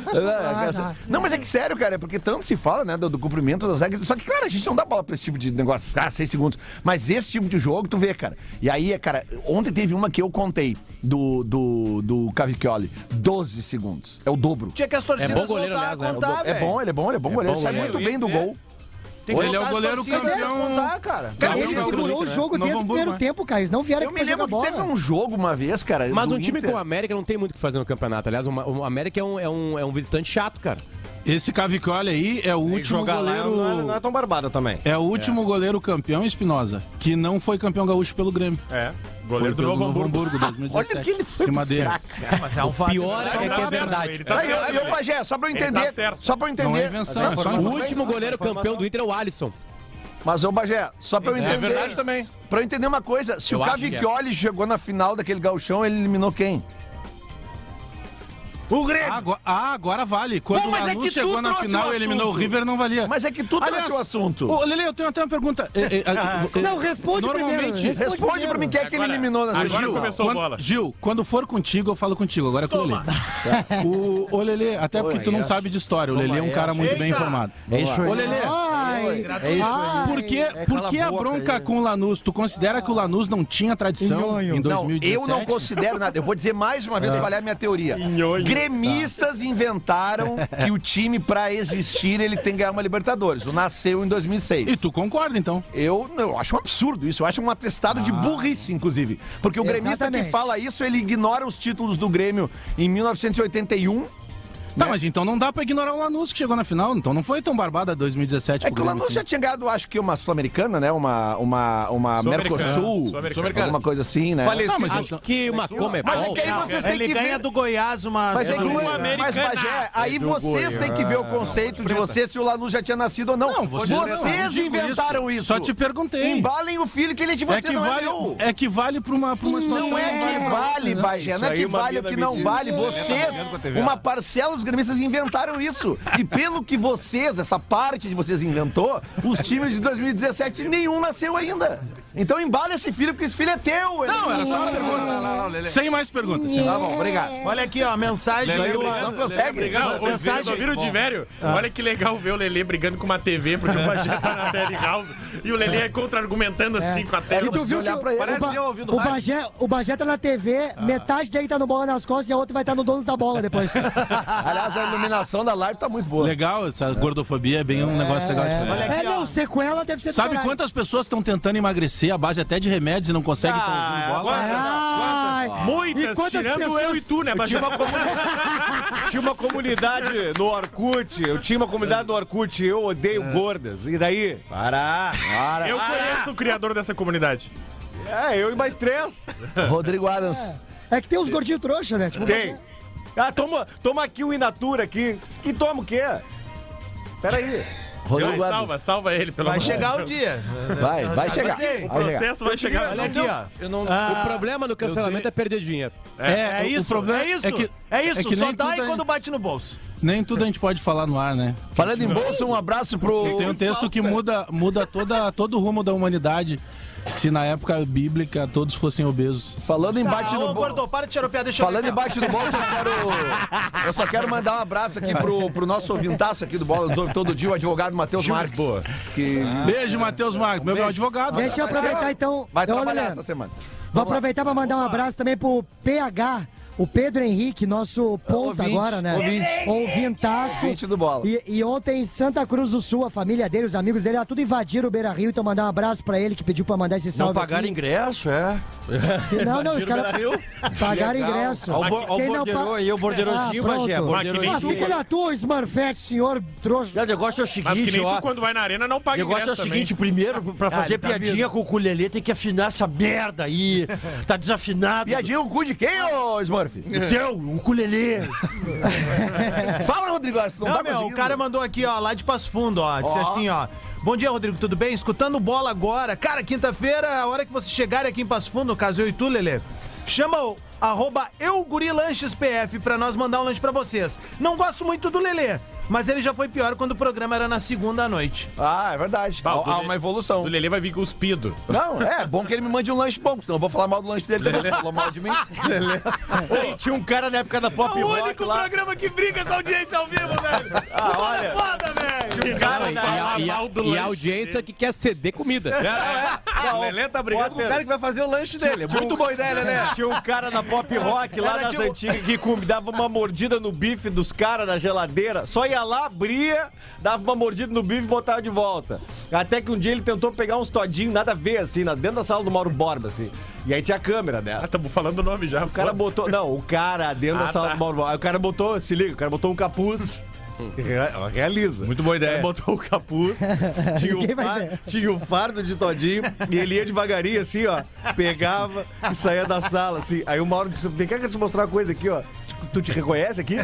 [SPEAKER 12] Não, mas é que sério, cara, é porque tanto se fala, né, do, do cumprimento das regras. Só que, cara, a gente não dá bola pra esse tipo de negócio, ah, seis segundos. Mas esse tipo de jogo, tu vê, cara. E aí, é, cara, ontem teve uma que eu contei do, do, do Cavicchioli: 12 segundos. É o dobro.
[SPEAKER 14] Tinha que as torcidas
[SPEAKER 12] É bom goleiro,
[SPEAKER 14] voltar
[SPEAKER 12] aliás, né?
[SPEAKER 14] a contar,
[SPEAKER 12] É bom, ele é bom, ele é bom goleiro. é Sai muito bem do gol.
[SPEAKER 14] Ele é o goleiro campeão. Contar, cara.
[SPEAKER 12] Cara,
[SPEAKER 17] Ele
[SPEAKER 12] Não,
[SPEAKER 17] segurou
[SPEAKER 12] não,
[SPEAKER 17] o jogo
[SPEAKER 12] né? não,
[SPEAKER 17] desde o
[SPEAKER 12] não,
[SPEAKER 17] primeiro
[SPEAKER 12] não.
[SPEAKER 17] tempo, cara. Eles não vieram
[SPEAKER 12] Eu
[SPEAKER 17] aqui
[SPEAKER 12] me
[SPEAKER 17] pra
[SPEAKER 12] lembro
[SPEAKER 17] jogar
[SPEAKER 12] que teve
[SPEAKER 17] bola.
[SPEAKER 12] um jogo uma vez, cara.
[SPEAKER 13] Mas
[SPEAKER 12] do
[SPEAKER 13] um time
[SPEAKER 12] Inter.
[SPEAKER 13] como o América não tem muito o que fazer no campeonato. Aliás, uma- o América é um, é, um, é um visitante chato, cara.
[SPEAKER 16] Esse Cavicoli aí é o último
[SPEAKER 13] jogar lá
[SPEAKER 16] goleiro.
[SPEAKER 13] não é- não é
[SPEAKER 14] tão barbada também.
[SPEAKER 16] É o último goleiro campeão, Espinosa, que não foi campeão gaúcho pelo Grêmio.
[SPEAKER 3] É.
[SPEAKER 16] Goleiro do Novo Hamburgo, 2017.
[SPEAKER 12] Olha que ele foi
[SPEAKER 16] Cima deles.
[SPEAKER 12] buscar, cara.
[SPEAKER 14] Mas é um fato.
[SPEAKER 13] Pior é que é verdade.
[SPEAKER 12] Ele tá Aí, certo, eu- eu, ele- Bagé, só pra eu ele entender, tá certo. só pra eu entender. Não é invenção, é só
[SPEAKER 13] o
[SPEAKER 12] informação.
[SPEAKER 13] último goleiro
[SPEAKER 12] Informação.
[SPEAKER 13] campeão do Inter é o Alisson.
[SPEAKER 12] Mas, ô Bagé, só pra eu
[SPEAKER 13] É
[SPEAKER 12] entender.
[SPEAKER 13] verdade também.
[SPEAKER 12] Pra eu entender uma coisa, se
[SPEAKER 13] Eu
[SPEAKER 12] o
[SPEAKER 13] acho que é.
[SPEAKER 12] Cavicchioli chegou na final daquele gauchão, ele eliminou quem?
[SPEAKER 14] O Grêmio!
[SPEAKER 16] Agora, ah, agora vale. Quando
[SPEAKER 12] Bom,
[SPEAKER 16] o
[SPEAKER 12] mas é
[SPEAKER 16] Lanús
[SPEAKER 12] que tu
[SPEAKER 16] chegou na
[SPEAKER 12] trouxe o
[SPEAKER 16] final e eliminou o
[SPEAKER 12] assunto.
[SPEAKER 16] River, não valia.
[SPEAKER 12] Mas é que tu trouxe o assunto.
[SPEAKER 16] Ô, Lele, eu tenho até uma pergunta. É, é,
[SPEAKER 12] Ah,
[SPEAKER 16] é,
[SPEAKER 17] Não, responde
[SPEAKER 16] normalmente,
[SPEAKER 17] primeiro, responde Responde primeiro. pra mim quem é que ele eliminou na
[SPEAKER 16] Ô,
[SPEAKER 17] semifinal.
[SPEAKER 16] Gil,
[SPEAKER 17] começou a
[SPEAKER 16] quando-
[SPEAKER 17] bola.
[SPEAKER 16] Gil, quando for contigo, eu falo contigo. Agora é com o Lele. O, ô, Lele, até porque tu não
[SPEAKER 12] essa.
[SPEAKER 16] sabe de história. O Lele é um
[SPEAKER 12] Toma
[SPEAKER 16] cara muito bem
[SPEAKER 12] essa.
[SPEAKER 16] informado.
[SPEAKER 12] É isso aí.
[SPEAKER 16] Ô, Lele,
[SPEAKER 17] Ai,
[SPEAKER 12] É isso aí.
[SPEAKER 16] por que, por que a bronca
[SPEAKER 12] né?
[SPEAKER 16] com o Lanús? Tu considera que o Lanús não tinha tradição em
[SPEAKER 12] Não,
[SPEAKER 16] 2017?
[SPEAKER 12] eu não considero nada. Eu vou dizer mais uma vez
[SPEAKER 16] Ah. tá.
[SPEAKER 12] qual é a minha teoria.
[SPEAKER 16] Inhonho.
[SPEAKER 12] Gremistas inventaram que o time, pra existir, ele tem que ganhar uma Libertadores. O nasceu em 2006. E
[SPEAKER 16] tu concorda, então? Ah.
[SPEAKER 12] Eu, eu acho um absurdo isso. Eu acho um atestado de burrice, inclusive. Porque o gremista
[SPEAKER 16] Exatamente.
[SPEAKER 12] que fala isso, ele ignora os títulos do Grêmio em 1981.
[SPEAKER 16] Tá, mas então não dá pra ignorar o Lanús que chegou na final. Então não foi tão barbada 2017.
[SPEAKER 12] É que o Lanús já tinha ganhado, acho que uma Sul-Americana, né? Uma, uma, uma
[SPEAKER 16] Sul-Americana.
[SPEAKER 12] Mercosul,
[SPEAKER 16] Sul-Americana. Ah,
[SPEAKER 12] alguma coisa assim, né?
[SPEAKER 14] Falecido.
[SPEAKER 12] Não, mas
[SPEAKER 14] Acho
[SPEAKER 12] eu-
[SPEAKER 14] que uma Comebol.
[SPEAKER 12] Mas é que aí vocês têm
[SPEAKER 14] Ele
[SPEAKER 12] que
[SPEAKER 14] ganha
[SPEAKER 12] ver...
[SPEAKER 14] do Goiás uma...
[SPEAKER 12] Mas, é que,
[SPEAKER 14] Sul-Americana.
[SPEAKER 12] mas Bagé, aí
[SPEAKER 14] É do
[SPEAKER 12] vocês têm que ver o
[SPEAKER 14] Goiás.
[SPEAKER 12] conceito de vocês se o Lanús já tinha nascido ou não.
[SPEAKER 16] Não,
[SPEAKER 12] vocês
[SPEAKER 16] vocês não, eu não digo
[SPEAKER 12] inventaram
[SPEAKER 16] isso.
[SPEAKER 12] isso.
[SPEAKER 16] Só te perguntei.
[SPEAKER 12] Embalem o filho que ele é de
[SPEAKER 16] É
[SPEAKER 12] vocês,
[SPEAKER 16] que,
[SPEAKER 12] não
[SPEAKER 16] vale,
[SPEAKER 12] é meu.
[SPEAKER 16] é que vale pra uma, pra uma situação. né?
[SPEAKER 12] Não é que vale, Bagé, não é que vale o que não vale. Vocês, uma parcela dos gremistas inventaram isso. E pelo que vocês, essa parte de vocês inventou, os times de 2017, nenhum nasceu ainda. Então embala esse filho, porque esse filho é teu.
[SPEAKER 16] Não, era só uma pergunta. Sem mais perguntas.
[SPEAKER 12] Tá bom, obrigado.
[SPEAKER 14] Olha aqui, ó, a mensagem
[SPEAKER 3] Lelê
[SPEAKER 14] do...
[SPEAKER 3] brigando-
[SPEAKER 14] Não Ah. consegue?
[SPEAKER 3] Lelê brigando- Ô, vocês ouviram de velho?
[SPEAKER 12] Ah.
[SPEAKER 3] Olha que legal ver o Lelê brigando com uma TV, porque o Bagé tá na Tele House e o Lelê é contra-argumentando assim com a tela.
[SPEAKER 17] E tu viu que o, o, Ba- o
[SPEAKER 3] rádio.
[SPEAKER 17] tá Bagé, o Bagé tá na TV, metade dele tá no bola nas costas e a outra vai estar no dono da bola depois.
[SPEAKER 12] Aliás, a iluminação da live tá muito boa.
[SPEAKER 16] Legal, essa gordofobia é bem um negócio legal de fazer.
[SPEAKER 17] É, não, sequela deve ser do
[SPEAKER 16] Sabe
[SPEAKER 17] caralho.
[SPEAKER 16] quantas pessoas estão tentando emagrecer à base até de remédios e não conseguem
[SPEAKER 17] Ah,
[SPEAKER 16] pãozinho e bola?
[SPEAKER 17] agora- Ai,
[SPEAKER 3] Muitas, tirando eu e tu, né,
[SPEAKER 7] Eu
[SPEAKER 3] Bajé?
[SPEAKER 7] tinha, uma comu- tinha uma comunidade no Orkut, eu tinha uma comunidade no Orkut, eu odeio gordas. E daí? É. Para, para.
[SPEAKER 3] Eu conheço o criador dessa comunidade.
[SPEAKER 7] É, eu e mais três.
[SPEAKER 12] Rodrigo Adams.
[SPEAKER 17] É que tem uns gordinhos trouxa, né? Tipo,
[SPEAKER 7] Tem. Ah, toma, toma aqui o Inatura aqui. Que toma o quê? Peraí.
[SPEAKER 12] Rodrigo
[SPEAKER 3] Vai, salva, salva ele, pelo
[SPEAKER 7] Vai
[SPEAKER 3] amor de
[SPEAKER 7] chegar
[SPEAKER 13] um
[SPEAKER 3] Deus.
[SPEAKER 7] o dia.
[SPEAKER 12] Vai, vai
[SPEAKER 3] Eu
[SPEAKER 13] assim,
[SPEAKER 12] chegar.
[SPEAKER 3] sei, O
[SPEAKER 12] Vai chegar.
[SPEAKER 3] processo vai chegar.
[SPEAKER 14] Olha aqui, ó.
[SPEAKER 13] Eu não-
[SPEAKER 14] Ah,
[SPEAKER 13] o problema do cancelamento é perder dinheiro.
[SPEAKER 16] É, é isso, é isso, é isso, só dá e quando
[SPEAKER 14] bate no bolso.
[SPEAKER 16] Nem tudo a gente pode falar no ar, né?
[SPEAKER 12] Falando em bolsa, um abraço pro.
[SPEAKER 16] Tem um texto que muda, muda toda, todo o rumo da humanidade. Se na época bíblica todos fossem obesos.
[SPEAKER 12] Falando em
[SPEAKER 16] Tá,
[SPEAKER 12] bate no bolso.
[SPEAKER 14] Gordô, para de tirar o pé, deixa eu
[SPEAKER 12] Falando
[SPEAKER 14] ver.
[SPEAKER 12] em bate no bolso, eu quero. Eu só quero mandar um abraço aqui pro, pro nosso ouvintaço aqui do Bola do- Todo Dia, o advogado Matheus Marques. Boa. Que...
[SPEAKER 16] Beijo, Matheus Marques, meu advogado.
[SPEAKER 17] Deixa eu aproveitar então.
[SPEAKER 12] Vai
[SPEAKER 17] Então, olha,
[SPEAKER 12] trabalhar
[SPEAKER 17] Leandro,
[SPEAKER 12] essa semana.
[SPEAKER 17] Vou aproveitar pra mandar um abraço também pro PH. O Pedro Henrique, nosso ponta
[SPEAKER 12] Ouvinte,
[SPEAKER 17] agora, né?
[SPEAKER 12] ouvinte.
[SPEAKER 17] Ouvintaço.
[SPEAKER 12] Ouvinte do bola.
[SPEAKER 17] E, e ontem em Santa Cruz do Sul, a família dele, os amigos dele, ah, tudo invadiram o Beira Rio. Então mandar um abraço pra ele que pediu pra mandar esse
[SPEAKER 12] Não
[SPEAKER 17] salve.
[SPEAKER 12] pagar
[SPEAKER 17] aqui.
[SPEAKER 12] ingresso, é.
[SPEAKER 17] Não, não, os caras pagaram
[SPEAKER 12] Legal.
[SPEAKER 17] ingresso.
[SPEAKER 7] Ó o bo- ó o borderô aí, o borderôzinho, Bagé, borderôzinho.
[SPEAKER 17] Ah, fica na tua, Smurfette, senhor trouxa.
[SPEAKER 7] O negócio é o
[SPEAKER 3] Mas que
[SPEAKER 7] seguinte,
[SPEAKER 3] nem tu,
[SPEAKER 7] ó.
[SPEAKER 3] quando vai na arena, não
[SPEAKER 7] O
[SPEAKER 3] paga
[SPEAKER 7] negócio é o
[SPEAKER 3] ingresso também.
[SPEAKER 7] seguinte, primeiro, pra
[SPEAKER 3] Ah,
[SPEAKER 7] fazer
[SPEAKER 3] ele tá
[SPEAKER 7] piadinha
[SPEAKER 3] vindo.
[SPEAKER 7] com o ukulele, tem que afinar essa merda aí. Tá desafinado.
[SPEAKER 12] Piadinha com o cu de quem, ô Smurf?
[SPEAKER 7] O teu, o ukulele.
[SPEAKER 12] Fala, Rodrigo, não,
[SPEAKER 14] não
[SPEAKER 12] tá
[SPEAKER 14] meu, o
[SPEAKER 12] conseguindo.
[SPEAKER 14] cara mandou aqui, ó, lá de Passo Fundo, ó. Disse
[SPEAKER 12] Ó.
[SPEAKER 14] assim, ó. Bom dia, Rodrigo, tudo bem? Escutando bola agora. Cara, quinta-feira, é a hora que vocês chegarem aqui em Passo Fundo, no caso eu e tu, Lelê, chama o arroba eugurilanchespf pra nós mandar um lanche pra vocês. Não gosto muito do Lelê, mas ele já foi pior quando o programa era na segunda à noite.
[SPEAKER 12] Ah, é verdade. Há, há uma evolução.
[SPEAKER 3] O Lelê vai vir cuspido.
[SPEAKER 12] Não, é bom que ele me mande um lanche bom, porque senão eu vou falar mal do lanche dele também. Ele falou mal de mim.
[SPEAKER 7] Ei, tinha um cara na época da Pop
[SPEAKER 14] É o
[SPEAKER 7] Rock
[SPEAKER 14] único
[SPEAKER 7] lá.
[SPEAKER 14] programa que briga com a audiência ao vivo, velho. é
[SPEAKER 7] Ah, olha.
[SPEAKER 14] Foda, velho.
[SPEAKER 13] Não, e,
[SPEAKER 16] tá
[SPEAKER 13] a- e a- e a audiência que quer ceder comida.
[SPEAKER 7] O Lelê tá brigando com o cara que vai fazer o lanche dele. Muito boa ideia, Lelê. Tinha um cara na Pop Rock lá
[SPEAKER 14] Era
[SPEAKER 7] nas
[SPEAKER 14] tipo-
[SPEAKER 7] antigas que com- dava uma mordida no bife dos caras na geladeira. Só ia lá, abria, dava uma mordida no bife e botava de volta. Até que um dia ele tentou pegar uns todinhos, nada a ver, assim, na- dentro da sala do Mauro Borba, assim. E aí tinha a câmera, né? Ah,
[SPEAKER 3] tamo falando o nome já.
[SPEAKER 7] O cara botou. Não, o cara dentro
[SPEAKER 3] Ah,
[SPEAKER 7] da sala
[SPEAKER 3] tá.
[SPEAKER 7] do Mauro Borba. Aí O cara botou, se liga, o cara botou um capuz. Re- Realiza. Muito boa ideia. Botou o capuz, tinha o,
[SPEAKER 17] Ninguém vai
[SPEAKER 7] far-
[SPEAKER 17] ver.
[SPEAKER 7] tinha o fardo de todinho, e ele ia devagarinho assim, ó. Pegava e saía da sala, assim. Aí o Mauro disse: Vem cá que eu te mostrar uma coisa aqui, ó. Tu te reconhece aqui?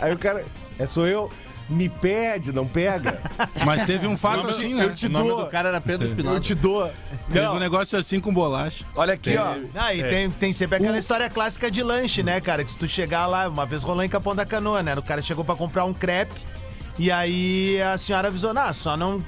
[SPEAKER 7] Aí o cara, é sou eu. Me pede, não pega.
[SPEAKER 16] Mas teve um fato
[SPEAKER 7] Eu te-
[SPEAKER 16] assim, né?
[SPEAKER 7] Eu te
[SPEAKER 16] O nome
[SPEAKER 7] dou.
[SPEAKER 16] do cara era Pedro Espinosa.
[SPEAKER 7] Eu te dou.
[SPEAKER 16] Teve um negócio assim com bolacha.
[SPEAKER 12] Olha aqui, ó.
[SPEAKER 14] Ah,
[SPEAKER 16] É.
[SPEAKER 14] e tem, tem sempre aquela história clássica de lanche, né, cara? Que se tu chegar lá, uma vez rolou em Capão da Canoa, né? O cara chegou pra comprar um crepe e aí a senhora avisou, não, só não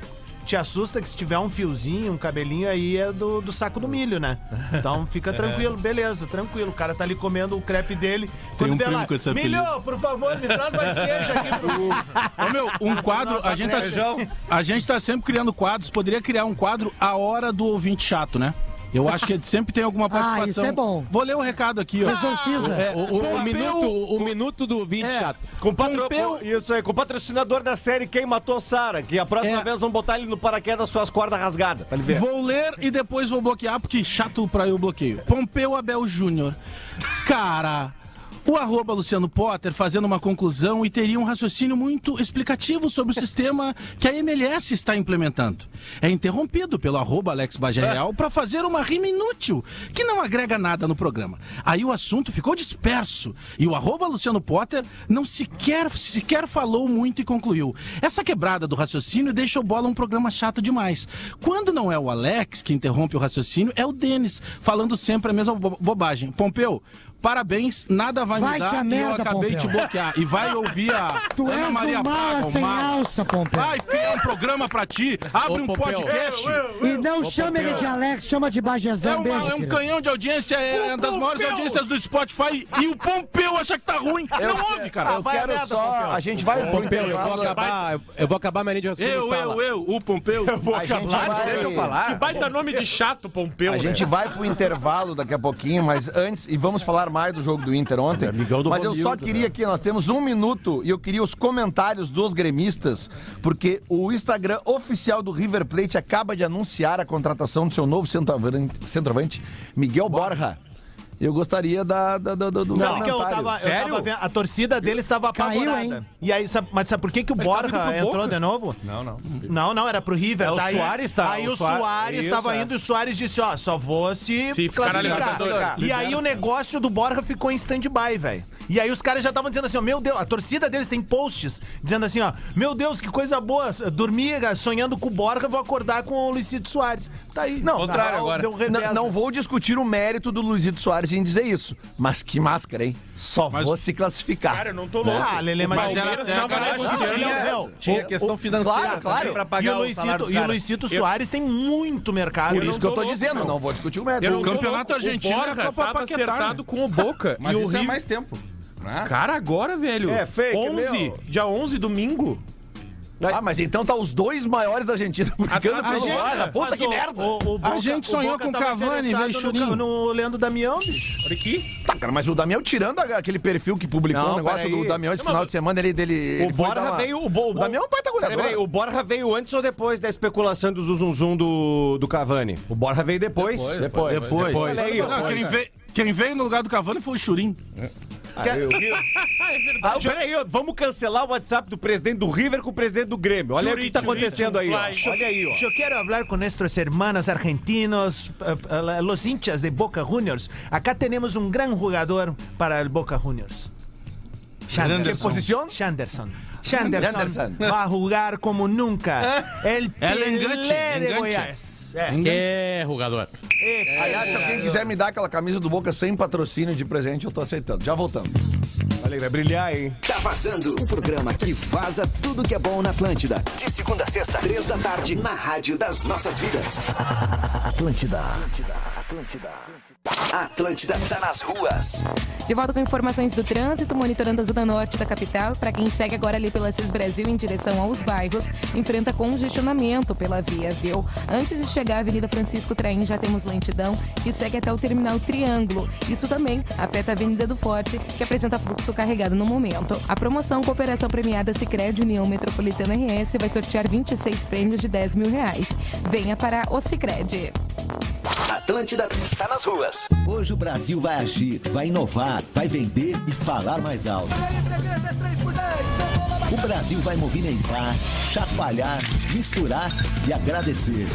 [SPEAKER 14] te assusta que se tiver um fiozinho, um cabelinho aí é do, do saco do milho, né? Então
[SPEAKER 16] É.
[SPEAKER 14] fica tranquilo, beleza, tranquilo. O cara tá ali comendo o crepe dele. Quando
[SPEAKER 16] um
[SPEAKER 14] der
[SPEAKER 16] primo
[SPEAKER 14] lá,
[SPEAKER 16] com esse apelido.
[SPEAKER 14] milho, por favor, me traz mais queijo aqui pro...
[SPEAKER 16] Ô, meu, um quadro.
[SPEAKER 14] Nossa,
[SPEAKER 16] a, gente tá, se-
[SPEAKER 14] feijão.
[SPEAKER 16] a gente tá sempre criando quadros. Poderia criar um quadro A Hora do Ouvinte Chato, né? Eu acho que sempre tem alguma participação.
[SPEAKER 17] Ah, isso é bom.
[SPEAKER 16] Vou ler um recado aqui, ó.
[SPEAKER 17] Exorciza.
[SPEAKER 16] É,
[SPEAKER 13] O, o- o
[SPEAKER 16] Pompeu-
[SPEAKER 13] minuto, o minuto do vídeo chato.
[SPEAKER 7] É, Com patro... com- Isso aí, com o patrocinador da série Quem Matou Sara, que a próxima vez vão botar ele no paraquedas com as cordas rasgadas. Pra ele ver.
[SPEAKER 16] Vou ler e depois vou bloquear, porque chato pra eu bloqueio. Pompeu Abel Júnior. Cara. O arroba Luciano Potter fazendo uma conclusão e teria um raciocínio muito explicativo sobre o sistema que a MLS está implementando. É interrompido pelo arroba Alex Bagé Real para fazer uma rima inútil, que não agrega nada no programa. Aí o assunto ficou disperso e o arroba Luciano Potter não sequer, sequer falou muito e concluiu. Essa quebrada do raciocínio deixa o Bola um programa chato demais. Quando não é o Alex que interrompe o raciocínio, é o Denis, falando sempre a mesma bo- bobagem. Pompeu, parabéns, nada vai,
[SPEAKER 17] Vai te a
[SPEAKER 16] mudar e eu
[SPEAKER 17] merda,
[SPEAKER 16] acabei de
[SPEAKER 17] Pompeu.
[SPEAKER 16] te bloquear. E vai ouvir a
[SPEAKER 17] Tu
[SPEAKER 16] Ana
[SPEAKER 17] és
[SPEAKER 16] Maria
[SPEAKER 17] um mala
[SPEAKER 16] Braga, o
[SPEAKER 17] sem
[SPEAKER 16] Mala.
[SPEAKER 17] alça, Pompeu.
[SPEAKER 16] Vai criar um programa pra ti, abre
[SPEAKER 13] Ô,
[SPEAKER 16] um
[SPEAKER 13] Pompeu.
[SPEAKER 16] podcast.
[SPEAKER 17] E não chama ele de Alex, chama de
[SPEAKER 16] É,
[SPEAKER 17] Bajezão.
[SPEAKER 16] uma-
[SPEAKER 17] beijo,
[SPEAKER 16] é um
[SPEAKER 17] querido.
[SPEAKER 16] canhão de audiência, é uma das maiores audiências do Spotify e o Pompeu acha que tá ruim.
[SPEAKER 12] Eu-
[SPEAKER 16] não ouve, cara.
[SPEAKER 12] eu quero só- a gente vai pro
[SPEAKER 13] Pompeu, eu vou
[SPEAKER 12] intervalo.
[SPEAKER 13] acabar, eu vou acabar minha linha de raciocínio,
[SPEAKER 16] Eu,
[SPEAKER 13] Sala.
[SPEAKER 16] eu, eu, o Pompeu. Eu
[SPEAKER 12] A gente vai-
[SPEAKER 3] Que baita nome de chato, Pompeu. né?
[SPEAKER 12] A gente vai pro intervalo daqui a pouquinho, mas antes, e vamos falar mais do jogo do Inter
[SPEAKER 22] É,
[SPEAKER 12] ontem.
[SPEAKER 23] do
[SPEAKER 12] mas eu
[SPEAKER 23] Romildo,
[SPEAKER 12] só
[SPEAKER 22] né?
[SPEAKER 12] queria aqui, nós temos um minuto e eu queria os comentários dos gremistas, porque o Instagram oficial do River Plate acaba de anunciar a contratação do seu novo centroavante, centroavante, Miguel Borja. Eu gostaria da, da, da, do.
[SPEAKER 22] Sabe que eu tava, eu tava vendo, a torcida dele estava
[SPEAKER 12] Caiu,
[SPEAKER 22] apavorada.
[SPEAKER 12] hein?
[SPEAKER 22] e aí, sabe- mas sabe por que, que o
[SPEAKER 12] Mas tá
[SPEAKER 22] Borja
[SPEAKER 12] vindo pro
[SPEAKER 22] entrou
[SPEAKER 12] Boca?
[SPEAKER 22] de novo?
[SPEAKER 16] Não, não.
[SPEAKER 22] Não, não, era pro River.
[SPEAKER 16] É, o
[SPEAKER 22] Daí-
[SPEAKER 16] Suárez tá-
[SPEAKER 22] Aí
[SPEAKER 16] o
[SPEAKER 22] o
[SPEAKER 16] Suárez-
[SPEAKER 22] Soares
[SPEAKER 16] Isso,
[SPEAKER 22] estava
[SPEAKER 16] é.
[SPEAKER 22] indo e o Soares disse, ó, só vou se,
[SPEAKER 16] Se ficar na
[SPEAKER 22] classificar.
[SPEAKER 16] Libertadores.
[SPEAKER 22] E aí o negócio do Borja ficou em stand-by, velho. E aí os caras já estavam dizendo assim, ó, meu Deus, a torcida deles tem posts dizendo assim, ó, meu Deus, que coisa boa, dormir sonhando com o Borja, vou acordar com o Luizito Soares. Tá aí. Não,
[SPEAKER 12] Contrário
[SPEAKER 22] na real,
[SPEAKER 12] agora.
[SPEAKER 14] um
[SPEAKER 22] deu revés,
[SPEAKER 12] Não, não vou discutir o mérito do Luizito Soares em dizer isso. Mas que máscara, hein? Só vou se classificar.
[SPEAKER 3] Cara, eu não tô
[SPEAKER 12] Né?
[SPEAKER 3] louco.
[SPEAKER 12] Ah, Lelê,
[SPEAKER 3] O
[SPEAKER 12] mas-
[SPEAKER 3] Palmeiras
[SPEAKER 12] mas era-
[SPEAKER 3] não vai
[SPEAKER 12] era-
[SPEAKER 3] negociar,
[SPEAKER 14] né?
[SPEAKER 12] tinha-
[SPEAKER 3] não.
[SPEAKER 12] tinha
[SPEAKER 3] O-
[SPEAKER 12] questão
[SPEAKER 3] o-
[SPEAKER 12] financeira também pra pagar
[SPEAKER 22] e
[SPEAKER 12] o
[SPEAKER 22] o
[SPEAKER 12] salário
[SPEAKER 22] Luicito,
[SPEAKER 12] do
[SPEAKER 22] e o
[SPEAKER 12] cara.
[SPEAKER 22] Luicito
[SPEAKER 12] Eu-
[SPEAKER 22] Soares tem muito mercado.
[SPEAKER 12] Por isso que eu tô dizendo, não vou discutir o é mérito.
[SPEAKER 3] Eu não tô louco, o Borja tava
[SPEAKER 12] né?
[SPEAKER 3] acertado com o Boca.
[SPEAKER 16] Mas
[SPEAKER 3] e
[SPEAKER 16] isso
[SPEAKER 3] o
[SPEAKER 16] é
[SPEAKER 3] River-
[SPEAKER 16] mais tempo. né?
[SPEAKER 3] Cara, agora, velho.
[SPEAKER 16] É, fake,
[SPEAKER 3] 11,
[SPEAKER 16] meu.
[SPEAKER 3] dia 11, domingo.
[SPEAKER 12] Ah, mas então tá os dois maiores da Argentina brigando
[SPEAKER 3] a
[SPEAKER 12] pelo
[SPEAKER 3] gente-
[SPEAKER 12] Borja. Puta
[SPEAKER 22] Mas
[SPEAKER 12] que
[SPEAKER 22] o-
[SPEAKER 12] merda.
[SPEAKER 22] o- o Boca- o Boca tava interessado no ca- No Leandro Damião, bicho.
[SPEAKER 3] Olha aqui.
[SPEAKER 12] Tá, cara, mas o Damião tirando a- aquele perfil que publicou
[SPEAKER 7] Não,
[SPEAKER 12] o negócio
[SPEAKER 7] peraí.
[SPEAKER 12] do Damião esse
[SPEAKER 7] Não,
[SPEAKER 12] final
[SPEAKER 7] mas-
[SPEAKER 12] de semana, ele... dele
[SPEAKER 7] O Borja veio. O, Bo-
[SPEAKER 12] o Damião é um baita goleador.
[SPEAKER 7] Peraí, o Borja veio antes ou depois da especulação do zuzunzum do, do Cavani? O Borja veio depois.
[SPEAKER 16] Depois. Depois.
[SPEAKER 7] Olha aí, ó.
[SPEAKER 16] Não, quem, veio, quem veio no lugar do Cavani foi o Churim.
[SPEAKER 7] Ah, eu- Ah, peraí, ó, vamos cancelar o WhatsApp do presidente do River com o presidente do Grêmio. Olha aí o que tá acontecendo aí, ó. Olha aí, ó.
[SPEAKER 22] Eu quero falar com nossos hermanos argentinos, eh, eh, los hinchas de Boca Juniors. Acá temos um grande jogador para o Boca Juniors.
[SPEAKER 12] Que posición?
[SPEAKER 22] Shanderson. Shanderson,
[SPEAKER 12] Shanderson.
[SPEAKER 22] vai jogar como nunca. El
[SPEAKER 12] Ela enganche,
[SPEAKER 22] Pelé de
[SPEAKER 12] enganche.
[SPEAKER 22] Goiás.
[SPEAKER 13] É, jogador.
[SPEAKER 12] Aliás, se alguém quiser me dar aquela camisa do Boca sem patrocínio de presente, eu tô aceitando. Já voltamos.
[SPEAKER 7] Olha aí, vai brilhar, hein?
[SPEAKER 2] Tá vazando. Um programa que vaza tudo que é bom na Atlântida. De segunda a sexta, três da tarde, na Rádio das Nossas Vidas. Atlântida. Atlântida. Atlântida. Atlântida tá nas ruas.
[SPEAKER 24] De volta com informações do trânsito, monitorando a zona norte da capital. Para quem segue agora ali pela CIS Brasil em direção aos bairros, enfrenta congestionamento pela via, viu? Antes de chegar à Avenida Francisco Traim, já temos lentidão que segue até o terminal Triângulo. Isso também afeta a Avenida do Forte, que apresenta fluxo carregado no momento. A promoção Cooperação Premiada Sicredi União Metropolitana RS vai sortear 26 prêmios de 10 mil reais. Venha para o Sicredi.
[SPEAKER 2] Atlântida tá nas ruas.
[SPEAKER 25] Hoje o Brasil vai agir, vai inovar, vai vender e falar mais alto. O Brasil vai movimentar, chacoalhar, misturar e agradecer.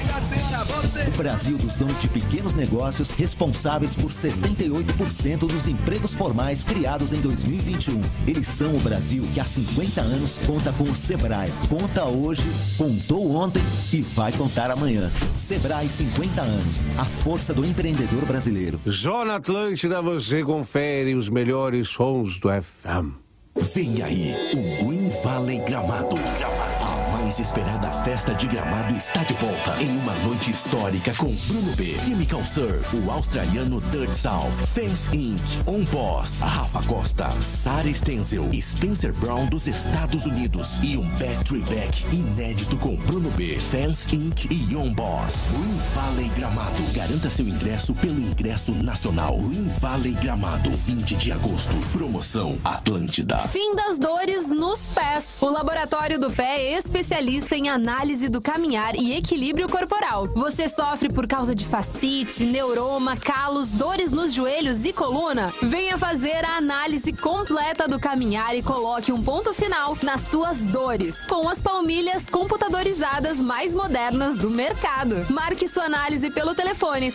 [SPEAKER 25] O Brasil dos donos de pequenos negócios, responsáveis por 78% dos empregos formais criados em 2021. Eles são o Brasil que há 50 anos conta com o Sebrae. Conta hoje, contou ontem e vai contar amanhã. Sebrae 50 anos, a força do empreendedor brasileiro.
[SPEAKER 26] Zona Atlântida, você confere os melhores sons do FM.
[SPEAKER 27] Vem aí, o Green Valley Gramado. Gramado. A mais esperada festa de gramado está de volta em uma noite histórica com Bruno B, Chemical Surf, o australiano Dirt South, Fence Inc., On Boss, Rafa Costa, Sarah Stenzel, Spencer Brown dos Estados Unidos e um back to back inédito com Bruno B, Fence Inc. e On Boss. Green Valley Gramado. Garanta seu ingresso pelo ingresso nacional. Green Valley Gramado, 20 de agosto. Promoção Atlântida.
[SPEAKER 1] Fim das dores nos pés. O Laboratório do Pé é especialista em análise do caminhar e equilíbrio corporal. Você sofre por causa de facite, neuroma, calos, dores nos joelhos e coluna? Venha fazer a análise completa do caminhar e coloque um ponto final nas suas dores, com as palmilhas computadorizadas mais modernas do mercado. Marque sua análise pelo telefone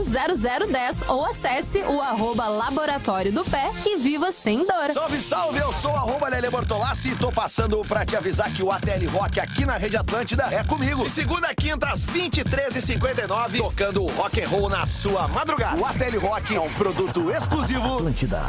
[SPEAKER 1] 3381-0010 ou acesse o arroba Laboratório do Pé e viva sem dor.
[SPEAKER 12] Salve, salve! Eu sou arroba Lele Bortolassi e tô passando pra te avisar que o ATL Rock aqui na Rede Atlântida é comigo. De segunda a quinta, às 23h59, tocando o rock and roll na sua madrugada. O ATL Rock é um produto exclusivo.
[SPEAKER 25] Atlântida.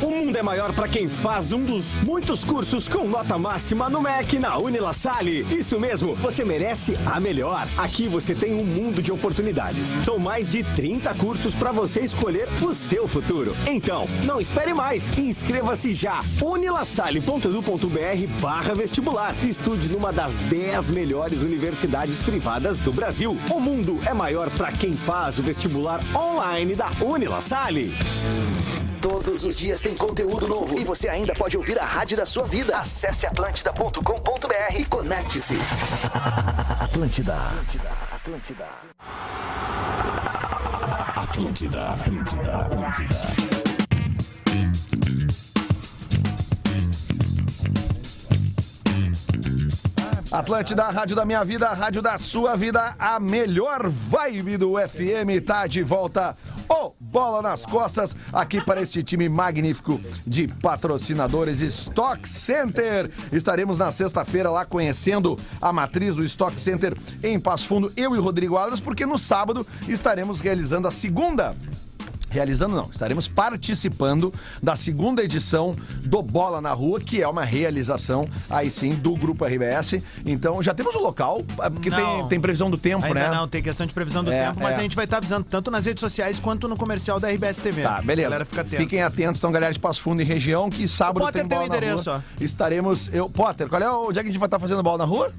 [SPEAKER 28] O mundo é maior para quem faz um dos muitos cursos com nota máxima no MEC na Unila Salle. Isso mesmo, você merece a melhor. Aqui você tem um mundo de oportunidades. São mais de 30 cursos para você escolher o seu futuro. Então, não espere mais e inscreva-se já. unilasalle.edu.br barra vestibular. Estude numa das 10 melhores universidades privadas do Brasil. O mundo é maior para quem faz o vestibular online da Unila Salle.
[SPEAKER 2] Todos os dias tem conteúdo novo e você ainda pode ouvir a rádio da sua vida. Acesse atlântida.com.br e conecte-se.
[SPEAKER 25] Atlântida.
[SPEAKER 2] Atlântida, Atlântida.
[SPEAKER 29] Atlântida, Atlântida, Atlântida.
[SPEAKER 12] Atlântida, a rádio da minha vida, a rádio da sua vida, a melhor vibe do FM tá de volta. Oh, bola nas costas aqui para este time magnífico de patrocinadores Stock Center. Estaremos na sexta-feira lá conhecendo a matriz do Stock Center em Passo Fundo, eu e Rodrigo Alas, porque no sábado estaremos realizando a segunda Realizando não, estaremos participando da segunda edição do Bola na Rua, que é uma realização, aí sim, do Grupo RBS. Então, já temos o local, porque tem,
[SPEAKER 14] Não.
[SPEAKER 12] tem previsão do tempo,
[SPEAKER 14] Ainda
[SPEAKER 12] né?
[SPEAKER 14] Não, tem questão de previsão do
[SPEAKER 12] É,
[SPEAKER 14] tempo, mas
[SPEAKER 12] é.
[SPEAKER 14] a gente vai estar avisando tanto nas redes sociais quanto no comercial da RBS TV.
[SPEAKER 12] Tá, beleza.
[SPEAKER 14] A galera fica atenta.
[SPEAKER 12] Fiquem atentos, então, galera de Passo Fundo e região, que sábado
[SPEAKER 14] O Potter
[SPEAKER 12] tem
[SPEAKER 14] tem o
[SPEAKER 12] bola na
[SPEAKER 14] endereço,
[SPEAKER 12] rua. Estaremos... Eu... Potter, qual é o... Onde é que a gente vai estar fazendo bola na rua?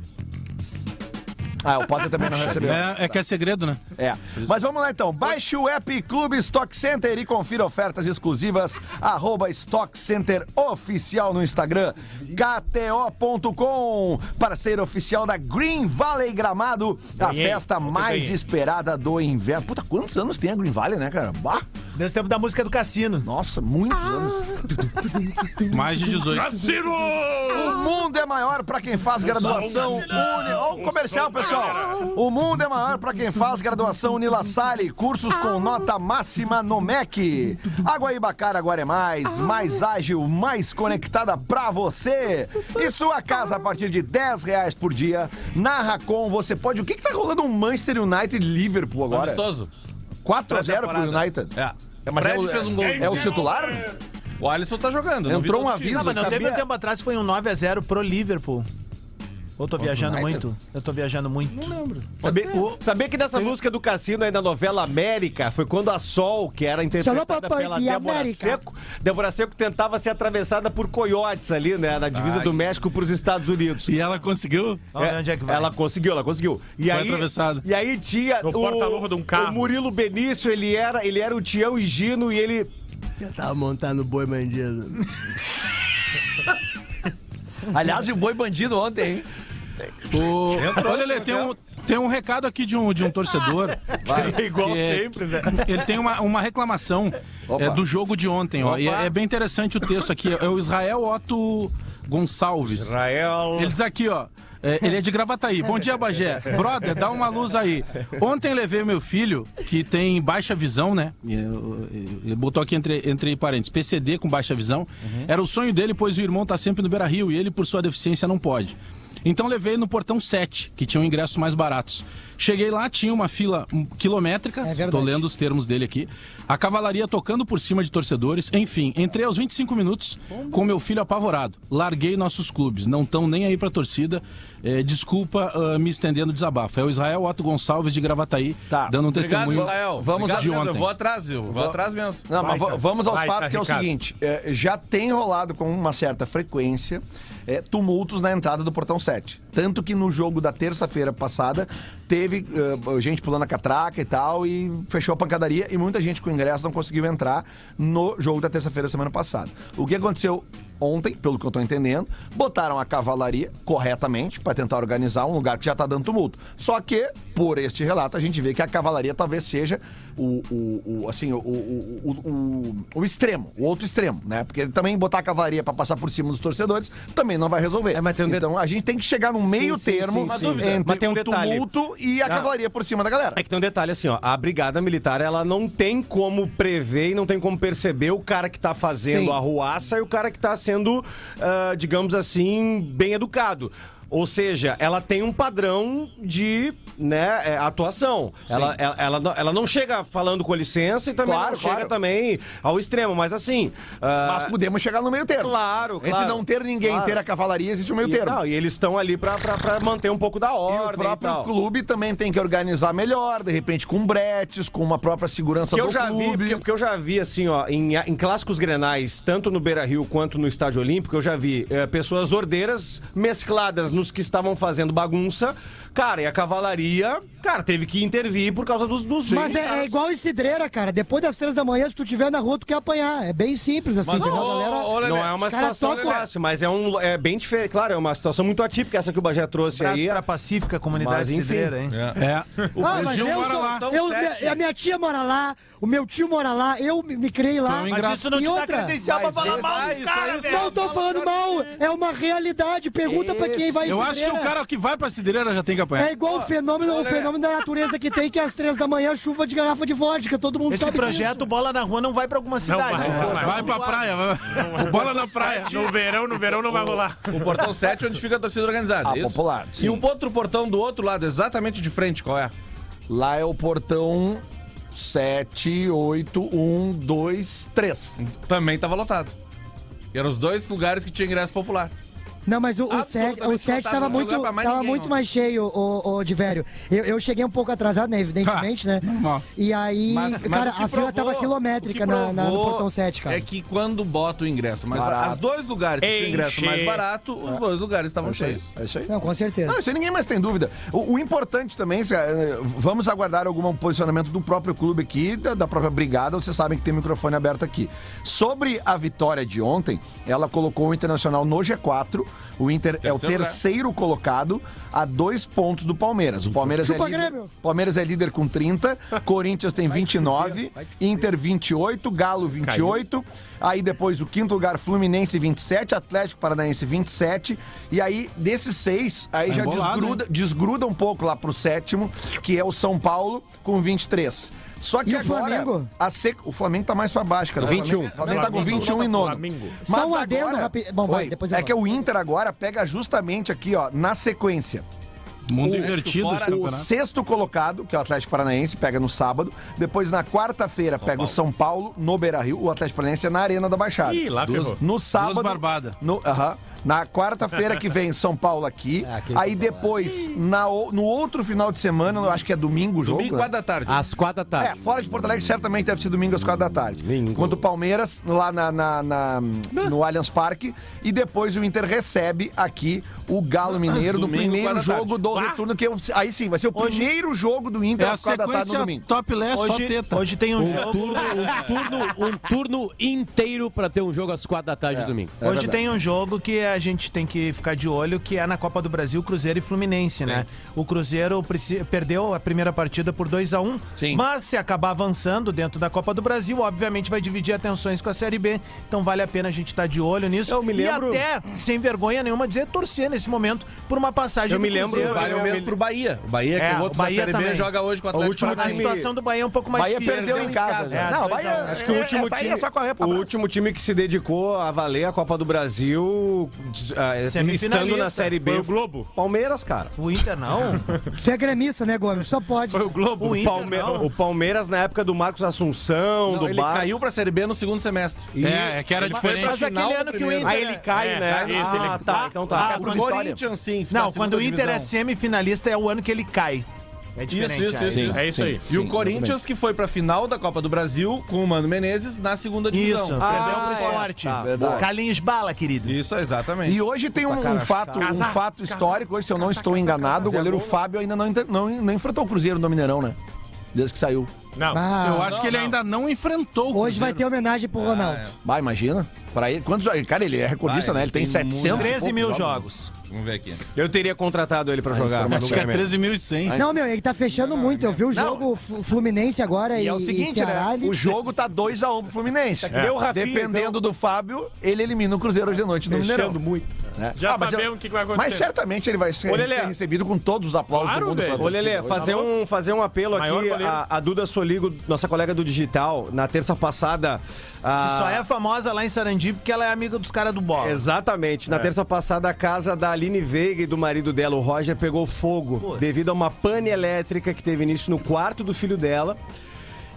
[SPEAKER 12] Ah, o Potter também não recebeu.
[SPEAKER 16] É, é que é segredo, né?
[SPEAKER 12] É. Mas vamos lá então. Baixe o app Clube Stock Center e confira ofertas exclusivas. Arroba Stock Center Oficial no Instagram. KTO.com, parceiro oficial da Green Valley Gramado, a
[SPEAKER 14] Ganhei.
[SPEAKER 12] festa
[SPEAKER 14] Ontem
[SPEAKER 12] mais
[SPEAKER 14] ganhei.
[SPEAKER 12] esperada do inverno. Puta, quantos anos tem a Green Valley, né, cara? Bah!
[SPEAKER 14] Desde o tempo da música do Cassino.
[SPEAKER 12] Nossa, muitos anos.
[SPEAKER 16] Mais de 18.
[SPEAKER 12] Cassino! O mundo é maior pra quem faz graduação. Uni... Ó, o comercial, pessoal. O mundo é maior pra quem faz graduação Nila Sale. Cursos com nota máxima no MEC. Água Ibacara agora é mais, mais ágil, mais conectada pra você. E sua casa a partir de 10 reais por dia. Na Racon você pode. O que que tá rolando um Manchester United e Liverpool agora?
[SPEAKER 16] Amistoso.
[SPEAKER 12] 4x0 pro United.
[SPEAKER 16] É.
[SPEAKER 12] É, mas
[SPEAKER 16] Fred
[SPEAKER 12] é o-
[SPEAKER 16] fez um gol.
[SPEAKER 12] é o titular?
[SPEAKER 16] O Alisson tá jogando. não vi
[SPEAKER 12] Entrou um
[SPEAKER 16] todo o time.
[SPEAKER 12] aviso,
[SPEAKER 14] Não, mas não teve
[SPEAKER 12] Cabia-
[SPEAKER 14] um tempo atrás, foi um 9x0 pro Liverpool. Ou tô viajando
[SPEAKER 12] United?
[SPEAKER 14] muito? Eu tô viajando muito. Não lembro.
[SPEAKER 7] Saber, saber que dessa música do Cassino aí da novela América foi quando a Sol, que era interpretada
[SPEAKER 17] Solou, papai,
[SPEAKER 7] pela
[SPEAKER 17] e
[SPEAKER 7] Débora
[SPEAKER 17] América?
[SPEAKER 7] Seco, Débora Seco tentava ser atravessada por coiotes ali, né, na divisa
[SPEAKER 16] Ai.
[SPEAKER 7] do México para os Estados Unidos.
[SPEAKER 16] E ela conseguiu?
[SPEAKER 7] Vamos ver onde é que vai. Ela conseguiu, ela conseguiu. E
[SPEAKER 16] Foi
[SPEAKER 7] aí,
[SPEAKER 16] atravessada.
[SPEAKER 7] E aí tinha
[SPEAKER 16] No porta-luva de um carro.
[SPEAKER 7] o Murilo Benício, ele era, ele era o Tião e Gino e ele
[SPEAKER 4] Eu tava montando boi bandido.
[SPEAKER 12] Aliás, e o boi bandido ontem, hein?
[SPEAKER 16] O- Olha, Lê, tem um, tem um recado aqui de um, de um torcedor.
[SPEAKER 7] Vai. É igual sempre,
[SPEAKER 16] né?
[SPEAKER 7] né?
[SPEAKER 16] Ele tem uma, uma reclamação
[SPEAKER 12] Opa.
[SPEAKER 16] é, do jogo de ontem, ó. E
[SPEAKER 12] Opa.
[SPEAKER 16] é, é bem interessante o texto aqui. É o Israel Otto Gonçalves.
[SPEAKER 7] Israel.
[SPEAKER 16] Ele diz aqui, ó. é, ele é de Gravataí. Bom dia, Bagé. Brother, dá uma luz aí. Ontem levei meu filho, que tem baixa visão, né? E eu- eu- Ele botou aqui entre, entre parênteses, PCD com baixa visão.
[SPEAKER 7] Uhum.
[SPEAKER 16] Era o sonho dele, pois o irmão tá sempre no Beira Rio e ele, por sua deficiência, não pode. Então levei no portão 7, que tinham ingressos mais baratos. Cheguei lá, tinha uma fila hum,
[SPEAKER 17] É
[SPEAKER 16] quilométrica. Tô lendo os termos dele aqui. A cavalaria tocando por cima de torcedores. Enfim, entrei aos 25 minutos com meu filho apavorado. Larguei nossos clubes, não estão nem aí pra torcida. É, desculpa ah, me estendendo o desabafo. É o Israel Otto Gonçalves de Gravataí, dando um testemunho
[SPEAKER 12] Vamos
[SPEAKER 16] de ontem.
[SPEAKER 12] atrás,
[SPEAKER 16] viu?
[SPEAKER 12] eu
[SPEAKER 16] Vou atrás mesmo.
[SPEAKER 12] Não, mas
[SPEAKER 16] Vai,
[SPEAKER 12] va-
[SPEAKER 16] tá.
[SPEAKER 12] vamos aos
[SPEAKER 16] Vai,
[SPEAKER 12] fatos
[SPEAKER 16] tá,
[SPEAKER 12] que é o
[SPEAKER 16] Ricardo.
[SPEAKER 12] seguinte: é, já tem rolado com uma certa frequência é, tumultos na entrada do portão 7. Tanto que no jogo da terça-feira passada teve eh, gente pulando a catraca e tal, e fechou a pancadaria, e muita gente com ingresso não conseguiu entrar no jogo da terça-feira semana passada. O que aconteceu? Ontem, pelo que eu tô entendendo, botaram a cavalaria corretamente para tentar organizar um lugar que já tá dando tumulto. Só que, por este relato, a gente vê que a cavalaria talvez seja o, o- o- assim, o, o- o- o- o extremo, o outro extremo, né? Porque também botar a cavalaria para passar por cima dos torcedores também não vai resolver.
[SPEAKER 7] É,
[SPEAKER 12] Então a gente tem que chegar num meio
[SPEAKER 7] um Sim, sim,
[SPEAKER 12] termo
[SPEAKER 7] sim, sim.
[SPEAKER 12] entre
[SPEAKER 7] Mas tem um
[SPEAKER 12] o
[SPEAKER 7] detalhe.
[SPEAKER 12] tumulto e a
[SPEAKER 7] Ah.
[SPEAKER 12] cavalaria por cima da galera.
[SPEAKER 7] É que tem um detalhe assim, ó. A brigada militar, ela não tem como prever e não tem como perceber o cara que tá fazendo
[SPEAKER 12] Sim.
[SPEAKER 7] a ruaça e o cara que tá sendo, ah, digamos assim, bem educado. Ou seja, ela tem um padrão de né, é, atuação. Ela, ela, ela, não- ela não chega falando com licença e também
[SPEAKER 12] Claro,
[SPEAKER 7] não
[SPEAKER 12] claro.
[SPEAKER 7] chega também ao extremo, mas assim.
[SPEAKER 12] Mas podemos chegar no meio termo.
[SPEAKER 7] Claro,
[SPEAKER 12] Entre
[SPEAKER 7] claro.
[SPEAKER 12] não ter ninguém e ter a cavalaria, existe um meio
[SPEAKER 7] E-
[SPEAKER 12] termo.
[SPEAKER 7] não, e eles estão ali pra, pra, pra manter um pouco da ordem.
[SPEAKER 12] O próprio
[SPEAKER 7] e tal.
[SPEAKER 12] clube também tem que organizar melhor, de repente com bretes, com uma própria segurança
[SPEAKER 7] que
[SPEAKER 12] do
[SPEAKER 7] eu já
[SPEAKER 12] clube.
[SPEAKER 7] vi, porque, porque eu já vi assim, ó, em, em clássicos grenais, tanto no Beira-Rio quanto no Estádio Olímpico, eu já vi eh, pessoas ordeiras mescladas nos que estavam fazendo bagunça. Cara, e a cavalaria, cara, teve que intervir por causa dos dos
[SPEAKER 17] Mas é, é igual em cidreira, cara. Depois das três da manhã, se tu tiver na rua, tu quer apanhar. É bem simples, assim,
[SPEAKER 7] Mas,
[SPEAKER 17] entendeu?
[SPEAKER 7] ô,
[SPEAKER 17] A galera-
[SPEAKER 7] ô, Lelé, né? não é uma
[SPEAKER 17] os caras
[SPEAKER 7] situação
[SPEAKER 17] tocam-
[SPEAKER 7] fácil, mas é um é bem diferente. Claro, é uma situação muito atípica essa que o Bagé trouxe
[SPEAKER 14] Abraço
[SPEAKER 7] aí.
[SPEAKER 14] pra Pacífica, comunidade
[SPEAKER 7] Mas, enfim.
[SPEAKER 14] cidreira, hein?
[SPEAKER 12] É.
[SPEAKER 14] O
[SPEAKER 17] Ah, mas
[SPEAKER 14] Gil
[SPEAKER 17] eu
[SPEAKER 14] mora
[SPEAKER 17] sou-
[SPEAKER 14] lá.
[SPEAKER 17] eu- minha- a minha tia mora lá, o meu tio mora lá, eu me, me criei lá.
[SPEAKER 14] Então, Mas engra- isso não
[SPEAKER 17] E
[SPEAKER 14] te dá
[SPEAKER 17] outra-
[SPEAKER 14] credencial pra Mas falar esse- mal dos ah, isso caras, aí velho.
[SPEAKER 17] Não tô falando mal, é uma realidade. Pergunta pra quem vai em
[SPEAKER 16] Eu acho que o
[SPEAKER 17] Cidreira.
[SPEAKER 16] cara que vai pra cidreira já tem que apanhar.
[SPEAKER 17] É igual o fenômeno, o fenômeno da natureza que tem, que às três da manhã chuva de garrafa de vodka, todo mundo
[SPEAKER 14] Esse
[SPEAKER 17] sabe
[SPEAKER 14] projeto Bola na Rua não vai pra alguma cidade. né?
[SPEAKER 16] vai, não vai. Vai pra praia, Bola na
[SPEAKER 15] praia.
[SPEAKER 3] No verão, no verão não vai rolar.
[SPEAKER 15] O portão 7 é onde fica a torcida organizada. é
[SPEAKER 12] Ah,
[SPEAKER 15] isso?
[SPEAKER 12] popular,
[SPEAKER 15] E o outro portão do outro lado, exatamente de frente, qual é?
[SPEAKER 12] Lá é o portão um, 7, 8, 1, 2, 3.
[SPEAKER 15] Também tava lotado. E eram os dois lugares que tinha ingresso popular.
[SPEAKER 17] disso. Não, mas o, o set, o
[SPEAKER 15] Absolutamente
[SPEAKER 17] set
[SPEAKER 15] não
[SPEAKER 17] tava,
[SPEAKER 15] tava no
[SPEAKER 17] muito,
[SPEAKER 15] lugar pra mais
[SPEAKER 17] tava
[SPEAKER 15] ninguém,
[SPEAKER 17] muito
[SPEAKER 15] não.
[SPEAKER 17] mais cheio, o, de velho. Eu, eu cheguei um pouco atrasado, né, evidentemente, né? E aí,
[SPEAKER 15] Mas- mas
[SPEAKER 17] cara,
[SPEAKER 15] o que
[SPEAKER 17] a fila
[SPEAKER 15] provou-
[SPEAKER 17] tava quilométrica
[SPEAKER 15] o que
[SPEAKER 17] É na, na- no
[SPEAKER 15] provou
[SPEAKER 17] portão 7, cara.
[SPEAKER 15] É que quando bota o ingresso mais
[SPEAKER 12] Barato.
[SPEAKER 15] barato, as dois lugares que tinha ingresso mais
[SPEAKER 12] Enche.
[SPEAKER 15] barato, os
[SPEAKER 12] É.
[SPEAKER 15] dois lugares estavam cheios.
[SPEAKER 12] É isso aí.
[SPEAKER 17] Não, com certeza.
[SPEAKER 12] Não, isso aí ninguém mais tem dúvida. O, o importante também, se, eh, vamos aguardar algum posicionamento do próprio clube aqui, da, da própria brigada, vocês sabem que tem microfone aberto aqui. Sobre a vitória de ontem, ela colocou o Internacional no G4, o Inter é o
[SPEAKER 15] Terceiro, né?
[SPEAKER 12] terceiro colocado, a dois pontos do Palmeiras. O Palmeiras é
[SPEAKER 17] Chupa,
[SPEAKER 12] líder,
[SPEAKER 17] Grêmio!
[SPEAKER 12] Palmeiras é líder com 30, Corinthians tem 29, Inter 28, Galo 28, aí depois o quinto lugar Fluminense 27, Atlético Paranaense 27, e aí desses seis, aí
[SPEAKER 16] Tá
[SPEAKER 12] já
[SPEAKER 16] embolado,
[SPEAKER 12] desgruda, desgruda um pouco lá pro sétimo, que é o São Paulo com 23. Só que
[SPEAKER 17] E o
[SPEAKER 12] agora
[SPEAKER 17] Flamengo?
[SPEAKER 12] a sec... o Flamengo tá mais pra baixo, cara. O Flamengo-
[SPEAKER 17] 21.
[SPEAKER 12] O Flamengo tá com
[SPEAKER 17] Não,
[SPEAKER 12] 21 e
[SPEAKER 17] Flamengo.
[SPEAKER 12] nono.
[SPEAKER 17] Flamengo.
[SPEAKER 12] Mas
[SPEAKER 17] Só um
[SPEAKER 12] agora-
[SPEAKER 17] adendo rapi- Bom, vai, depois eu
[SPEAKER 12] é que o Inter agora pega justamente aqui, ó, na sequência.
[SPEAKER 16] Mundo invertido esse
[SPEAKER 12] O
[SPEAKER 16] campeonato.
[SPEAKER 12] sexto colocado, que é o Atlético Paranaense, pega no sábado. Depois, na quarta-feira, pega o São Paulo no Beira-Rio. O Atlético Paranaense é na Arena da Baixada.
[SPEAKER 16] Ih, lá ferrou.
[SPEAKER 12] No
[SPEAKER 16] Duas
[SPEAKER 12] sábado...
[SPEAKER 16] barbadas.
[SPEAKER 12] No, aham. na quarta-feira que vem, São Paulo aqui.
[SPEAKER 16] aquele
[SPEAKER 12] aí depois, na o- no outro final de semana, eu acho que é domingo o jogo.
[SPEAKER 15] Domingo,
[SPEAKER 12] né?
[SPEAKER 15] quatro da tarde.
[SPEAKER 13] Às quatro da
[SPEAKER 12] É, fora de Porto Alegre, certamente deve ser domingo às quatro da tarde. Enquanto o Palmeiras, lá na, na- na- no Allianz Parque. E depois o Inter recebe aqui o Galo Mineiro no
[SPEAKER 15] Domingo,
[SPEAKER 12] primeiro
[SPEAKER 15] quatro da
[SPEAKER 12] jogo do retorno. Que eu- aí sim, vai ser o primeiro jogo do
[SPEAKER 15] é
[SPEAKER 12] Inter às quatro da tarde no domingo.
[SPEAKER 13] hoje, hoje tem um, jogo. Turno, um, turno, um turno inteiro pra ter um jogo às quatro da tarde de domingo.
[SPEAKER 15] É
[SPEAKER 14] Hoje tem um jogo que a gente tem que ficar de olho, que é na Copa do Brasil, Cruzeiro e Fluminense, né? O Cruzeiro preci- perdeu a primeira partida por 2 a 1 mas se acabar avançando dentro da Copa do Brasil, obviamente vai dividir atenções com a Série B, então vale a pena a gente estar de olho nisso. Eu me
[SPEAKER 15] lembro-
[SPEAKER 14] E até, sem vergonha nenhuma, dizer torcer nesse momento por uma passagem
[SPEAKER 15] Eu
[SPEAKER 14] do
[SPEAKER 15] me lembro,
[SPEAKER 14] Cruzeiro.
[SPEAKER 15] vale o mesmo pro Bahia. O Bahia, que é o outro da Série B, joga hoje com o Atlético
[SPEAKER 14] A
[SPEAKER 15] Paranaense.
[SPEAKER 14] situação do Bahia é um pouco mais
[SPEAKER 15] Bahia perdeu em casa, né? Não,
[SPEAKER 14] dois a
[SPEAKER 15] Bahia-
[SPEAKER 14] um.
[SPEAKER 7] Acho que o último,
[SPEAKER 14] essa aí
[SPEAKER 7] time,
[SPEAKER 14] é só correr pra
[SPEAKER 7] o
[SPEAKER 14] abraço.
[SPEAKER 7] último time que se dedicou a valer a Copa do Brasil, des- ah, estando na Série B,
[SPEAKER 14] Foi o Globo.
[SPEAKER 7] Palmeiras, cara.
[SPEAKER 14] O Inter não?
[SPEAKER 17] Tu é gremista, né, Gomes? Só pode. Foi
[SPEAKER 7] o Globo. O, Palme- o Palmeiras na época do Marcos Assunção, do
[SPEAKER 15] ele
[SPEAKER 7] Bar.
[SPEAKER 15] caiu pra Série B no segundo semestre.
[SPEAKER 7] É, é que era diferente.
[SPEAKER 15] Mas aquele ano que o Inter...
[SPEAKER 14] é.
[SPEAKER 7] Aí ele cai,
[SPEAKER 12] É,
[SPEAKER 7] né? Ah, tá, então tá.
[SPEAKER 14] Ah,
[SPEAKER 7] Por
[SPEAKER 14] quando o
[SPEAKER 7] vitória.
[SPEAKER 14] Corinthians, sim.
[SPEAKER 15] fica
[SPEAKER 14] Não,
[SPEAKER 15] na
[SPEAKER 14] quando o
[SPEAKER 15] segunda
[SPEAKER 14] Inter é
[SPEAKER 15] divisão.
[SPEAKER 14] semifinalista é o ano que ele cai. É diferente.
[SPEAKER 15] isso, isso,
[SPEAKER 14] é.
[SPEAKER 15] isso, isso. E o Corinthians que foi pra final da Copa do Brasil com o Mano Menezes na segunda divisão.
[SPEAKER 14] Isso, perdeu pro Sport.
[SPEAKER 15] Tá,
[SPEAKER 12] verdade.
[SPEAKER 14] Calinhos Bala, querido.
[SPEAKER 15] Isso, exatamente.
[SPEAKER 12] E hoje tem um, um fato, um fato histórico, hoje, se eu não estou enganado, o goleiro Fábio ainda não, inter- não, não enfrentou o Cruzeiro no Mineirão, né? Desde que saiu.
[SPEAKER 3] Não.
[SPEAKER 14] Ah,
[SPEAKER 12] eu acho que ele ainda
[SPEAKER 16] não enfrentou
[SPEAKER 17] Hoje vai ter homenagem pro Ronaldo.
[SPEAKER 12] Bah, imagina. Pra ele, quantos, cara, ele é recordista,
[SPEAKER 15] Vai,
[SPEAKER 12] né? Ele tem,
[SPEAKER 15] tem
[SPEAKER 12] 700
[SPEAKER 15] muito.
[SPEAKER 12] e
[SPEAKER 15] 13 mil
[SPEAKER 12] poucos
[SPEAKER 15] jogos. Vamos ver aqui.
[SPEAKER 7] Eu teria contratado ele pra jogar.
[SPEAKER 12] informação. Acho que é
[SPEAKER 16] 13.100.
[SPEAKER 17] Não, meu, ele tá fechando muito. Eu vi o jogo Flu- Fluminense agora e,
[SPEAKER 12] E é o seguinte,
[SPEAKER 17] Ceará,
[SPEAKER 12] né?
[SPEAKER 17] ele-
[SPEAKER 12] O jogo tá 2x1 pro Fluminense.
[SPEAKER 7] É.
[SPEAKER 17] Tá que nem o Rafinha,
[SPEAKER 12] Dependendo do Fábio, ele elimina o Cruzeiro hoje de noite no
[SPEAKER 17] Fechando
[SPEAKER 12] Mineirão.
[SPEAKER 7] então. muito.
[SPEAKER 12] né?
[SPEAKER 3] Já
[SPEAKER 12] Ah, mas
[SPEAKER 3] sabemos
[SPEAKER 12] eu-
[SPEAKER 3] o que que vai acontecer.
[SPEAKER 12] Mas certamente ele vai ser,
[SPEAKER 7] Ô, Lelê.
[SPEAKER 12] ser recebido com todos os aplausos
[SPEAKER 7] Claro,
[SPEAKER 12] do mundo. Tá
[SPEAKER 7] velho. Ô, Lelê, fazer um, fazer um apelo
[SPEAKER 12] Maior
[SPEAKER 7] aqui
[SPEAKER 12] goleiro.
[SPEAKER 7] a, a Duda Soligo, nossa colega do digital, na terça passada.
[SPEAKER 14] Que
[SPEAKER 7] A...
[SPEAKER 14] só é famosa lá em Sarandi porque ela é amiga dos caras do bola.
[SPEAKER 7] Exatamente. Na
[SPEAKER 14] É.
[SPEAKER 7] terça passada, a casa da Aline Veiga e do marido dela, o Roger, pegou fogo devido a uma pane elétrica que teve início no quarto do filho dela.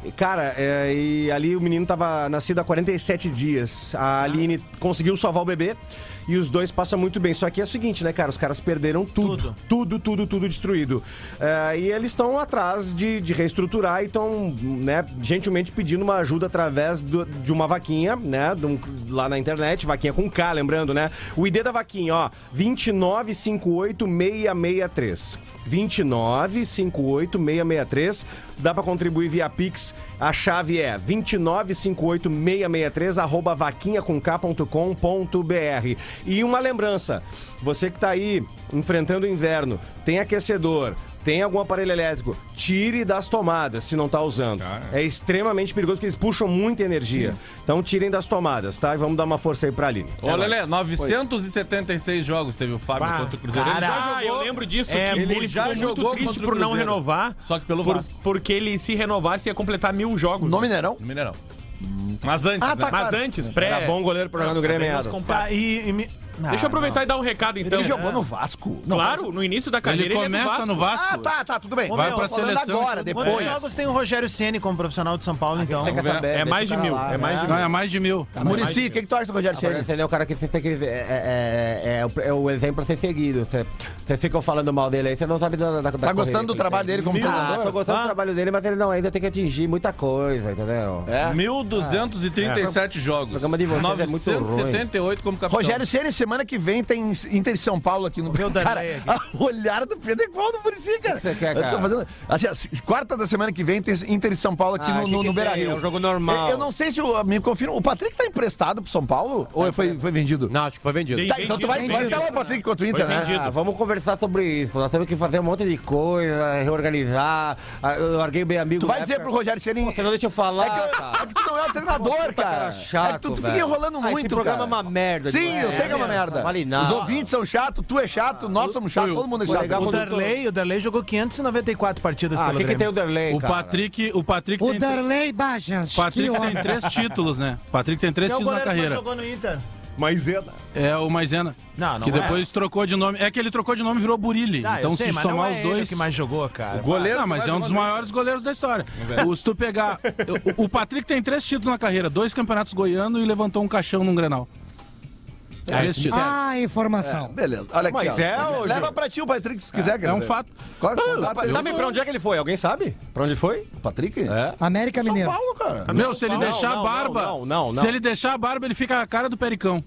[SPEAKER 7] E, Cara, é, e ali o menino tava nascido há 47 dias. A Aline conseguiu salvar o bebê e os dois passam muito bem. Só que é o seguinte, né, cara? Os caras perderam tudo. Tudo, tudo, tudo, destruído. É, e eles estão atrás de, de reestruturar e estão, né, gentilmente pedindo uma ajuda através do- de uma vaquinha, né? de um- lá na internet, vaquinha com K, lembrando, né? O ID da vaquinha, ó, 2958663. 2958663. Dá pra contribuir via Pix. A chave é 2958663 arroba vaquinhacomk.com.br. E uma lembrança, você que tá aí enfrentando o inverno, tem aquecedor, tem algum aparelho elétrico, tire das tomadas se não tá usando. é. extremamente perigoso porque eles puxam muita energia. Então tirem das tomadas, tá? E vamos dar uma força aí pra Aline.
[SPEAKER 15] Ô,
[SPEAKER 7] É
[SPEAKER 15] Lelê,
[SPEAKER 7] nóis.
[SPEAKER 15] 976 jogos teve o Fábio
[SPEAKER 7] Bah,
[SPEAKER 15] contra o Cruzeiro. Ele
[SPEAKER 3] cara,
[SPEAKER 15] já
[SPEAKER 3] ah, eu lembro disso,
[SPEAKER 15] É,
[SPEAKER 3] que
[SPEAKER 15] ele
[SPEAKER 3] ele
[SPEAKER 15] já
[SPEAKER 3] ficou muito
[SPEAKER 15] jogou
[SPEAKER 3] triste
[SPEAKER 15] contra o
[SPEAKER 3] por não
[SPEAKER 15] Cruzeiro.
[SPEAKER 3] renovar.
[SPEAKER 15] Só que pelo
[SPEAKER 3] por-
[SPEAKER 15] Vasco.
[SPEAKER 3] Porque ele se renovasse ia completar mil jogos. No
[SPEAKER 12] Mineirão?
[SPEAKER 15] No Mineirão. Mas antes,
[SPEAKER 3] Ah, tá,
[SPEAKER 15] né?
[SPEAKER 3] claro. Mas antes, pré-
[SPEAKER 15] Era bom goleiro pra jogar no Grêmio.
[SPEAKER 3] Mas
[SPEAKER 15] era.
[SPEAKER 3] compara-
[SPEAKER 15] Tá,
[SPEAKER 14] e- e me-
[SPEAKER 3] Deixa eu aproveitar e dar um recado, então.
[SPEAKER 12] jogou no Vasco.
[SPEAKER 3] claro, no início da carreira ele, é do
[SPEAKER 12] Ah, tá, tá, tudo bem.
[SPEAKER 14] Ô, meu, falando
[SPEAKER 12] agora, depois.
[SPEAKER 14] Quantos jogos tem o Rogério Ceni como profissional de São Paulo, então?
[SPEAKER 12] tem que saber, É deixa mais de pra mil, lá, é mais né? de mil. Não, é mais de mil. Tá, Muricy, mais de mil. o que que tu acha do Rogério Ceni?
[SPEAKER 5] Ele é o cara que você tem que. ver, É, é, é, é o- é o exemplo a ser seguido. Você- Vocês ficam falando mal dele aí, você não sabe da. da
[SPEAKER 12] Tá gostando do trabalho dele como
[SPEAKER 5] ah,
[SPEAKER 12] treinador?
[SPEAKER 5] Tô gostando
[SPEAKER 12] Ah.
[SPEAKER 5] do trabalho dele, mas ele não ainda tem que atingir muita coisa, entendeu?
[SPEAKER 12] É.
[SPEAKER 15] 1.237 jogos.
[SPEAKER 5] O programa de vocês é muito ruim.
[SPEAKER 15] 978 como capitão.
[SPEAKER 12] Rogério Ceni, semana que vem tem Inter de São Paulo aqui no Meu cara, a olhar do Pedro é igual do Muricy, cara.
[SPEAKER 5] você quer,
[SPEAKER 12] Eu tô
[SPEAKER 5] cara?
[SPEAKER 12] fazendo- assim, as- quarta da semana que vem tem Inter de São Paulo aqui
[SPEAKER 5] Ah,
[SPEAKER 12] no,
[SPEAKER 5] que
[SPEAKER 12] no,
[SPEAKER 5] que tem?
[SPEAKER 12] no Beira-Rio.
[SPEAKER 5] É um jogo normal.
[SPEAKER 12] Eu, eu não sei se o, me confirma. O Patrick tá emprestado pro São Paulo ou foi, foi vendido?
[SPEAKER 13] Não, acho que foi vendido.
[SPEAKER 12] Tá, então tu vai, tu vai escalar o Patrick contra o Inter, né?
[SPEAKER 5] Ah, vamos conversar sobre isso. Nós temos que fazer um monte de coisa, reorganizar. Ah, Eu larguei bem amigo.
[SPEAKER 12] Tu vai
[SPEAKER 5] na
[SPEAKER 12] dizer
[SPEAKER 5] época-
[SPEAKER 12] pro Rogério Ceni.
[SPEAKER 5] Você não deixa eu falar.
[SPEAKER 12] É que eu-
[SPEAKER 5] cara. Tá
[SPEAKER 12] é que tu não é o treinador, cara.
[SPEAKER 5] chato,
[SPEAKER 12] é que tu, tu fica
[SPEAKER 5] velho.
[SPEAKER 12] enrolando
[SPEAKER 5] Ah,
[SPEAKER 12] muito,
[SPEAKER 5] esse programa
[SPEAKER 12] cara.
[SPEAKER 5] é uma merda
[SPEAKER 12] Sim,
[SPEAKER 5] demais.
[SPEAKER 12] eu sei que é uma
[SPEAKER 5] É,
[SPEAKER 12] merda.
[SPEAKER 5] vale nada.
[SPEAKER 12] Os ouvintes são chatos, tu é chato, nós somos chatos, todo mundo é chato.
[SPEAKER 14] O Darley, o Darley jogou 594 partidas pelo Grêmio.
[SPEAKER 12] Derlei?
[SPEAKER 16] Ah, O Patrick, o Patrick
[SPEAKER 17] O
[SPEAKER 16] tem,
[SPEAKER 17] Darley Bajas.
[SPEAKER 16] Patrick
[SPEAKER 17] que
[SPEAKER 16] tem
[SPEAKER 17] homem.
[SPEAKER 16] três títulos, né? Patrick tem três
[SPEAKER 14] Que é o
[SPEAKER 16] títulos
[SPEAKER 14] goleiro que
[SPEAKER 16] na carreira. Tá,
[SPEAKER 14] jogou no Inter.
[SPEAKER 7] Maisena.
[SPEAKER 16] É o Maisena.
[SPEAKER 14] Não, não
[SPEAKER 16] que
[SPEAKER 14] é.
[SPEAKER 16] depois trocou de nome. É que ele trocou de nome e virou Burilli.
[SPEAKER 14] Tá, eu
[SPEAKER 16] então,
[SPEAKER 14] sei,
[SPEAKER 16] se
[SPEAKER 14] mas não
[SPEAKER 16] somar
[SPEAKER 14] é
[SPEAKER 16] os
[SPEAKER 14] ele
[SPEAKER 16] dois.
[SPEAKER 14] que mais jogou, cara.
[SPEAKER 16] O goleiro,
[SPEAKER 14] Ah,
[SPEAKER 16] não, mas
[SPEAKER 14] que
[SPEAKER 16] é
[SPEAKER 14] mais
[SPEAKER 16] um dos
[SPEAKER 14] jogou no
[SPEAKER 16] maiores goleiros da história.
[SPEAKER 14] É.
[SPEAKER 16] O- Se tu pegar. o, o Patrick tem três títulos na carreira: dois campeonatos goiano e levantou um caixão num grenal. Três títulos.
[SPEAKER 17] Ah, informação.
[SPEAKER 12] É, beleza. Olha aqui.
[SPEAKER 7] Mas
[SPEAKER 12] ó.
[SPEAKER 7] é, ô,
[SPEAKER 12] Leva
[SPEAKER 7] Ju.
[SPEAKER 12] pra ti o Patrick se tu quiser, cara.
[SPEAKER 7] É um fato.
[SPEAKER 12] Qual é o
[SPEAKER 7] Ah,
[SPEAKER 12] contato?
[SPEAKER 7] tá, mas pra onde é que ele foi? Alguém sabe? Pra onde ele foi?
[SPEAKER 12] Patrick? Ah,
[SPEAKER 7] É.
[SPEAKER 17] América Mineiro.
[SPEAKER 12] cara.
[SPEAKER 16] Meu, se ele
[SPEAKER 7] Não,
[SPEAKER 16] deixar
[SPEAKER 7] não,
[SPEAKER 16] a barba.
[SPEAKER 7] não, não, não, não.
[SPEAKER 16] Se ele deixar a barba, ele fica a cara do Pericão.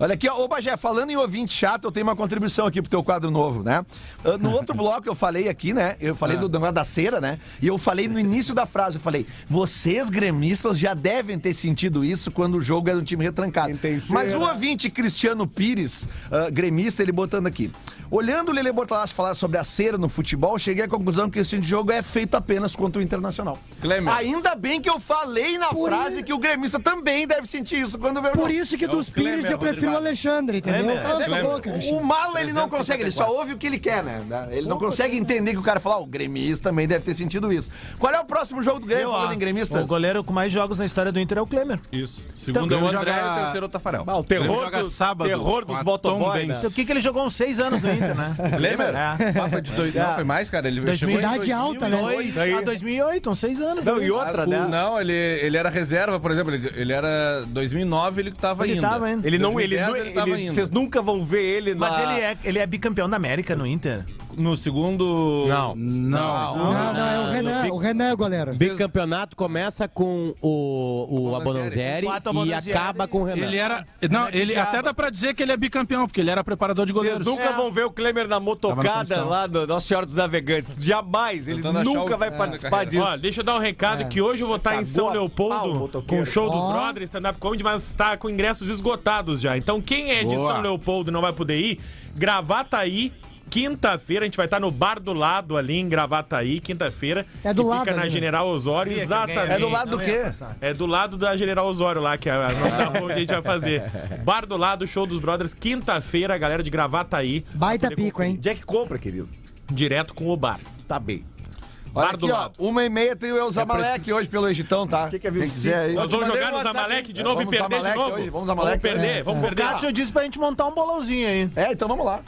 [SPEAKER 12] Olha aqui, ó, ô Bagé, falando em ouvinte chato, eu tenho uma contribuição aqui pro teu quadro novo, né? Ah, No outro bloco eu falei aqui, né? Eu
[SPEAKER 16] Ah.
[SPEAKER 12] falei do negócio da cera, né? E eu falei no início da frase, eu falei, vocês gremistas já devem ter sentido isso quando o jogo é um time retrancado. Mas o ouvinte Cristiano Pires, ah, gremista, ele botando aqui. Olhando o Lele Bortalas falar sobre a cera no futebol, cheguei à conclusão que esse jogo é feito apenas contra o Internacional.
[SPEAKER 15] Klemer.
[SPEAKER 12] Ainda bem que eu falei na frase que o gremista também deve sentir isso quando vê o
[SPEAKER 17] Por isso
[SPEAKER 3] É
[SPEAKER 17] que dos Pires eu prefiro o Alexandre, entendeu?
[SPEAKER 12] Lembra?
[SPEAKER 17] Cala sua
[SPEAKER 12] Lembra?
[SPEAKER 17] boca,
[SPEAKER 12] O
[SPEAKER 17] Alexandre.
[SPEAKER 12] Mala ele não consegue, ele
[SPEAKER 3] tá
[SPEAKER 12] só ouve o que ele quer, né? Ele não consegue entender que o cara fala, "Ah, o gremista também deve ter sentido isso. Qual é o próximo jogo do Grêmio
[SPEAKER 14] Meu,
[SPEAKER 12] falando
[SPEAKER 14] ah,
[SPEAKER 12] em gremistas?
[SPEAKER 14] O goleiro com mais jogos na história do Inter é o Klemer.
[SPEAKER 15] Isso.
[SPEAKER 12] Segundo
[SPEAKER 15] é o André e o terceiro é o Tafarel. Ah, o terror
[SPEAKER 12] Grêmio joga
[SPEAKER 15] dos- terror dos
[SPEAKER 12] com a
[SPEAKER 15] motoboy,
[SPEAKER 12] Tom Benz.
[SPEAKER 14] Então, O que, que ele jogou uns seis anos no Inter, né?
[SPEAKER 15] Lembra?
[SPEAKER 14] É.
[SPEAKER 15] Passa de dois. Não, foi mais, cara. Ele chegou em
[SPEAKER 14] Idade alta, né?
[SPEAKER 15] 2002.
[SPEAKER 14] A 2008, uns seis anos. né?
[SPEAKER 15] Ah, o- Não, ele, ele era reserva, por exemplo. Ele, ele era 2009, ele tava
[SPEAKER 14] Ele
[SPEAKER 15] indo.
[SPEAKER 14] tava ainda.
[SPEAKER 7] Ele não, ele,
[SPEAKER 15] 2010
[SPEAKER 7] nu- ele- vocês
[SPEAKER 15] indo.
[SPEAKER 7] nunca vão ver ele na...
[SPEAKER 14] Mas ele é, ele é bicampeão da América no Inter.
[SPEAKER 15] No segundo.
[SPEAKER 13] Não.
[SPEAKER 15] Não.
[SPEAKER 17] Não, não, é o Renan. O Renan é o goleiro.
[SPEAKER 13] Bicampeonato começa com o, o Abonanzeri
[SPEAKER 14] Quatro
[SPEAKER 13] e
[SPEAKER 14] Abondanzieri.
[SPEAKER 13] acaba com o Renan.
[SPEAKER 16] Ele era. Não,
[SPEAKER 12] é
[SPEAKER 16] ele até dá pra dizer que ele é bicampeão, porque ele era preparador de
[SPEAKER 7] Vocês
[SPEAKER 16] goleiros.
[SPEAKER 7] nunca
[SPEAKER 12] É.
[SPEAKER 7] vão ver o Klemer na
[SPEAKER 16] Tava na
[SPEAKER 7] motocada
[SPEAKER 16] comissão.
[SPEAKER 7] lá do Nossa Senhora dos Navegantes. Jamais. Ele
[SPEAKER 3] Tentando achar
[SPEAKER 7] nunca
[SPEAKER 3] o-
[SPEAKER 7] vai
[SPEAKER 3] é,
[SPEAKER 7] participar
[SPEAKER 3] carreira.
[SPEAKER 7] disso.
[SPEAKER 3] Ó, deixa eu dar um recado que hoje eu vou estar em
[SPEAKER 7] Cagou
[SPEAKER 3] São
[SPEAKER 7] a pau,
[SPEAKER 3] Leopoldo
[SPEAKER 7] motoqueiro.
[SPEAKER 3] com o show dos
[SPEAKER 7] Ó.
[SPEAKER 3] brothers, stand-up comedy, mas está com ingressos esgotados já. Então quem é de
[SPEAKER 7] Boa.
[SPEAKER 3] São Leopoldo e não vai poder ir, Gravataí Quinta-feira a gente vai estar no Bar do Lado ali em Gravataí, quinta-feira.
[SPEAKER 17] É do
[SPEAKER 3] que
[SPEAKER 17] lado
[SPEAKER 3] Fica na
[SPEAKER 17] ali, né?
[SPEAKER 3] General Osório,
[SPEAKER 17] Sabia que alguém ia-
[SPEAKER 3] exatamente.
[SPEAKER 17] É do lado do Não ia quê? passar.
[SPEAKER 3] É do lado da General Osório lá, que é a nome da rua que a gente vai fazer. Bar do Lado, show dos brothers, quinta-feira, galera de Gravataí.
[SPEAKER 17] Baita pico, hein?
[SPEAKER 3] Onde é que compra, querido? Direto com o bar. Tá bem.
[SPEAKER 12] Olha
[SPEAKER 3] Bar do
[SPEAKER 12] aqui, ó,
[SPEAKER 3] lado. É
[SPEAKER 12] uma e meia tem o El Zamalek hoje pelo Egitão, tá? que que é Quem isso? quiser aí.
[SPEAKER 3] Nós vamos jogar no Zamalek de novo
[SPEAKER 12] um Vamos
[SPEAKER 3] e perder de
[SPEAKER 12] Zamalek
[SPEAKER 3] novo?
[SPEAKER 12] hoje,
[SPEAKER 3] vamos
[SPEAKER 12] vamos Zamalek.
[SPEAKER 3] perder,
[SPEAKER 12] É.
[SPEAKER 3] vamos perder.
[SPEAKER 14] Cássio disse pra gente montar um bolãozinho aí.
[SPEAKER 12] É, então vamos lá.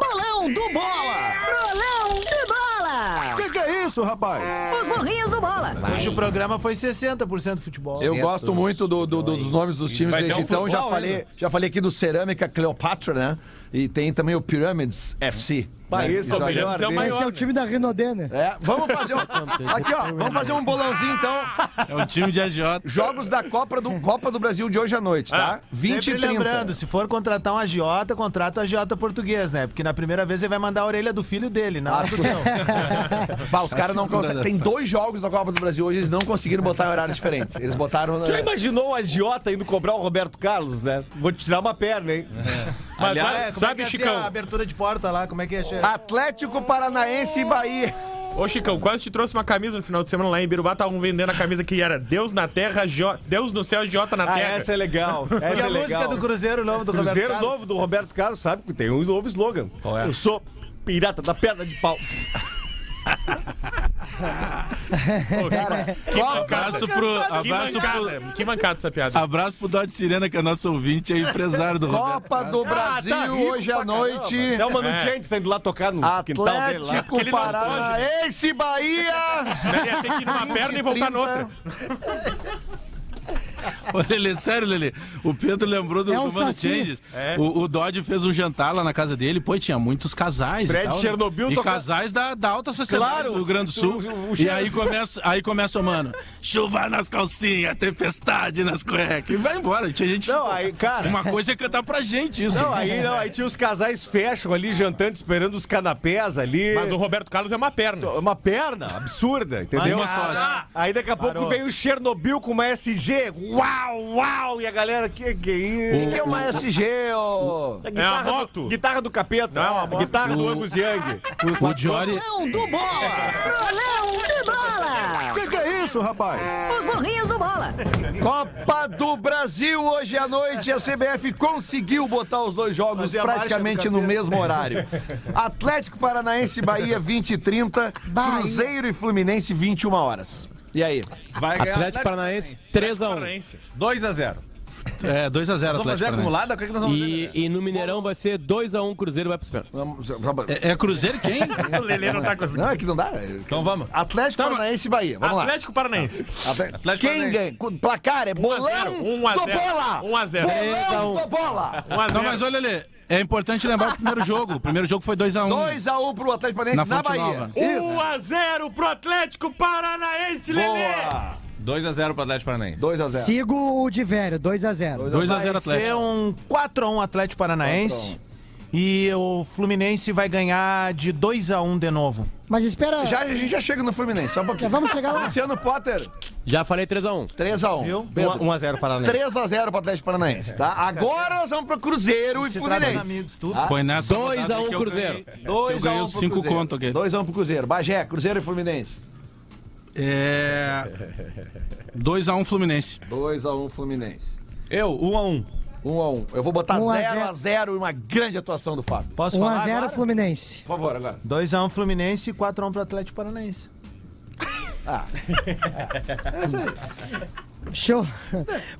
[SPEAKER 8] Bolão do Bola! Bolão do Bola!
[SPEAKER 12] Que que é isso, rapaz?
[SPEAKER 8] Os burrinhos do Bola!
[SPEAKER 14] Hoje o programa foi 60% futebol.
[SPEAKER 12] Eu gosto muito do- do- do- dos nomes dos times do
[SPEAKER 14] Vai ter um
[SPEAKER 12] Egitão. já,
[SPEAKER 14] futebol
[SPEAKER 12] falei,
[SPEAKER 14] ainda.
[SPEAKER 12] já falei aqui do Cerâmica Cleopatra, né? E tem também o Pyramids FC.
[SPEAKER 7] Pá,
[SPEAKER 12] né?
[SPEAKER 7] esse é o
[SPEAKER 12] Isso aí.
[SPEAKER 7] melhor, Esse é o né?
[SPEAKER 17] Esse é o time da Renodê, né?
[SPEAKER 12] É, um. vamos fazer um... Aqui, ó, vamos fazer um bolãozinho, então.
[SPEAKER 16] É um time de agiota.
[SPEAKER 12] Jogos da Copa do, Copa do Brasil de hoje à noite, tá? 20 e
[SPEAKER 14] Ah, Sempre
[SPEAKER 12] 30.
[SPEAKER 14] lembrando, se for contratar um agiota, contrata o agiota português, né? Porque na primeira vez ele vai mandar a orelha do filho dele, na hora do não.
[SPEAKER 12] Bah, os caras não conseguem. Tem dois jogos da Copa do Brasil hoje, eles não conseguiram botar em horários diferentes. Eles botaram... né?
[SPEAKER 7] Já imaginou um agiota indo cobrar o Roberto Carlos, né? Vou te tirar uma perna,
[SPEAKER 14] É.
[SPEAKER 7] hein?
[SPEAKER 14] Mas
[SPEAKER 7] Aliás,
[SPEAKER 14] sabe, como é que ia ser a abertura de porta lá, como é que ia ser?
[SPEAKER 12] Atlético Paranaense e Bahia.
[SPEAKER 3] Ô, Chicão, quase te trouxe uma camisa no final de semana lá em Birubá. Estavam vendendo a camisa que era Deus na Terra, J... Deus no céu, Jota na
[SPEAKER 7] Ah,
[SPEAKER 3] Terra.
[SPEAKER 7] essa é legal. Essa
[SPEAKER 14] e a
[SPEAKER 7] é
[SPEAKER 14] música
[SPEAKER 7] legal.
[SPEAKER 14] do Cruzeiro novo do
[SPEAKER 7] Cruzeiro
[SPEAKER 14] Roberto
[SPEAKER 7] novo do Roberto Carlos, sabe? que Tem um novo slogan.
[SPEAKER 3] é?
[SPEAKER 7] Eu sou pirata da perna de pau.
[SPEAKER 16] Cara,
[SPEAKER 3] Que
[SPEAKER 16] abraço pro.
[SPEAKER 3] que
[SPEAKER 16] Abraço
[SPEAKER 3] mancada,
[SPEAKER 16] pro
[SPEAKER 3] que mancada essa piada.
[SPEAKER 16] Abraço pro Dodge Sirena, que é nosso ouvinte, é empresário do Roberto.
[SPEAKER 12] Copa do
[SPEAKER 14] Ah, tá
[SPEAKER 12] Brasil hoje à noite.
[SPEAKER 7] É o Manu Chentes indo lá tocar no quintal dele lá.
[SPEAKER 12] Atlético
[SPEAKER 25] né?
[SPEAKER 12] Paranaense e Bahia.
[SPEAKER 3] Ia ter que ir numa perna e voltar na outra.
[SPEAKER 16] Ô, Lelê, sério, Lelê. O Pedro lembrou do
[SPEAKER 7] É um
[SPEAKER 16] do Mano
[SPEAKER 7] saci.
[SPEAKER 16] Changes.
[SPEAKER 7] É.
[SPEAKER 16] O, o Dodge fez um jantar lá na casa dele. Pô, tinha muitos casais. e
[SPEAKER 7] Fred
[SPEAKER 16] tal, né?
[SPEAKER 7] Chernobyl
[SPEAKER 16] E
[SPEAKER 7] toca-
[SPEAKER 16] casais da, da alta sociedade
[SPEAKER 7] Claro.
[SPEAKER 16] do Rio Grande do Sul.
[SPEAKER 7] O- o- o
[SPEAKER 16] e aí
[SPEAKER 7] Cher-
[SPEAKER 16] começa, aí começa o mano. Chuva nas calcinhas, tempestade nas cuecas. E vai embora. Tinha gente. Não,
[SPEAKER 7] aí, cara.
[SPEAKER 16] Uma coisa é cantar pra gente isso.
[SPEAKER 7] Não, aí, não, aí tinha os casais fecham ali, jantando, esperando os canapés ali.
[SPEAKER 3] Mas o Roberto Carlos é uma perna.
[SPEAKER 7] É uma perna absurda, entendeu? Ah,
[SPEAKER 16] Uma só, né?
[SPEAKER 7] Aí daqui a pouco
[SPEAKER 16] Parou.
[SPEAKER 7] veio o Chernobyl com uma SG. Uau, uau! E a galera, que que é isso?
[SPEAKER 12] O que é uma SG, ô?
[SPEAKER 7] É guitarra
[SPEAKER 3] É uma é
[SPEAKER 7] do- guitarra do capeta. Guitarra do
[SPEAKER 16] O-
[SPEAKER 7] Angus Young.
[SPEAKER 16] O Jory,
[SPEAKER 8] Bolão do Bola! Bolão do Bola!
[SPEAKER 12] Que que é isso, rapaz?
[SPEAKER 8] Os burrinhos do Bola!
[SPEAKER 12] Copa do Brasil hoje à noite. A CBF conseguiu botar os dois jogos
[SPEAKER 14] Fazer a
[SPEAKER 12] praticamente
[SPEAKER 14] marcha do
[SPEAKER 12] no
[SPEAKER 14] cabelo.
[SPEAKER 12] mesmo horário. Atlético Paranaense e Bahia 20 e 30, Cruzeiro e Fluminense 21 horas. E aí?
[SPEAKER 15] Vai ganhar
[SPEAKER 13] Atlético Paranaense, 3x1.
[SPEAKER 15] 2x0.
[SPEAKER 16] É, 2x0 Atlético
[SPEAKER 15] vamos fazer
[SPEAKER 16] Paranaense.
[SPEAKER 15] acumulada? O que é que nós vamos
[SPEAKER 13] e, e no Mineirão vai ser 2x1 Cruzeiro vai pros pênaltis.
[SPEAKER 16] É, é Cruzeiro quem?
[SPEAKER 3] O Lelê não tá conseguindo.
[SPEAKER 12] Não, é que não dá.
[SPEAKER 15] Então vamos.
[SPEAKER 12] Atlético Paranaense e Bahia. Vamos lá.
[SPEAKER 3] Atlético Paranaense.
[SPEAKER 12] Atle-
[SPEAKER 15] Atlético
[SPEAKER 12] Quem ganha?
[SPEAKER 15] Paranaense.
[SPEAKER 12] Com Placar é bolão
[SPEAKER 3] 0, 1 a
[SPEAKER 12] do
[SPEAKER 3] 0.
[SPEAKER 12] bola.
[SPEAKER 3] 1 a 0.
[SPEAKER 12] Bolão
[SPEAKER 13] um.
[SPEAKER 12] do bola.
[SPEAKER 3] 1 a 0.
[SPEAKER 16] Não, Então, mas olha, Lelê. É importante lembrar o primeiro jogo. O primeiro jogo foi 2x1.
[SPEAKER 12] 2x1 pro Atlético Paranaense na,
[SPEAKER 16] Na Fonte
[SPEAKER 12] Bahia.
[SPEAKER 16] Nova.
[SPEAKER 3] 1 a 0 pro Atlético Paranaense, Lelê.
[SPEAKER 15] 2x0 pro Atlético Paranaense.
[SPEAKER 12] 2x0.
[SPEAKER 17] Sigo o de velho, 2x0.
[SPEAKER 16] 2 a 0
[SPEAKER 14] Vai ser
[SPEAKER 16] Atlético.
[SPEAKER 14] um 4x1 Atlético Paranaense.
[SPEAKER 12] um.
[SPEAKER 14] E o Fluminense vai ganhar de 2x1 de novo.
[SPEAKER 17] Mas espera.
[SPEAKER 12] Já, a gente já chega no Fluminense, só um pouquinho.
[SPEAKER 17] Vamos chegar lá.
[SPEAKER 12] Luciano Potter,
[SPEAKER 13] Já falei 3x1.
[SPEAKER 12] 3x1.
[SPEAKER 7] 1x0 Paranaense.
[SPEAKER 12] 3x0 pro Atlético Paranaense, tá? Agora nós vamos pro Cruzeiro e
[SPEAKER 14] Se
[SPEAKER 12] Fluminense. Tá?
[SPEAKER 14] tratando amigos, tudo.
[SPEAKER 16] Foi nessa
[SPEAKER 13] 2
[SPEAKER 12] um
[SPEAKER 13] a 1 Cruzeiro.
[SPEAKER 12] É, 2
[SPEAKER 16] ganhei os cinco
[SPEAKER 12] um Cruzeiro.
[SPEAKER 16] conto aqui.
[SPEAKER 12] 2x1 pro Cruzeiro. Bagé, Cruzeiro e Fluminense.
[SPEAKER 16] É. 2x1 Fluminense.
[SPEAKER 12] 2x1 Fluminense.
[SPEAKER 15] Eu, 1x1.
[SPEAKER 12] 1x1. Eu vou botar
[SPEAKER 17] Um a
[SPEAKER 12] 0x0 e uma grande atuação do Fábio. Um
[SPEAKER 14] Posso falar?
[SPEAKER 17] 1x0 Fluminense.
[SPEAKER 12] Por favor, agora.
[SPEAKER 14] 2x1 Fluminense e 4x1 pro Atlético Paranaense.
[SPEAKER 12] Ah. É
[SPEAKER 17] Show.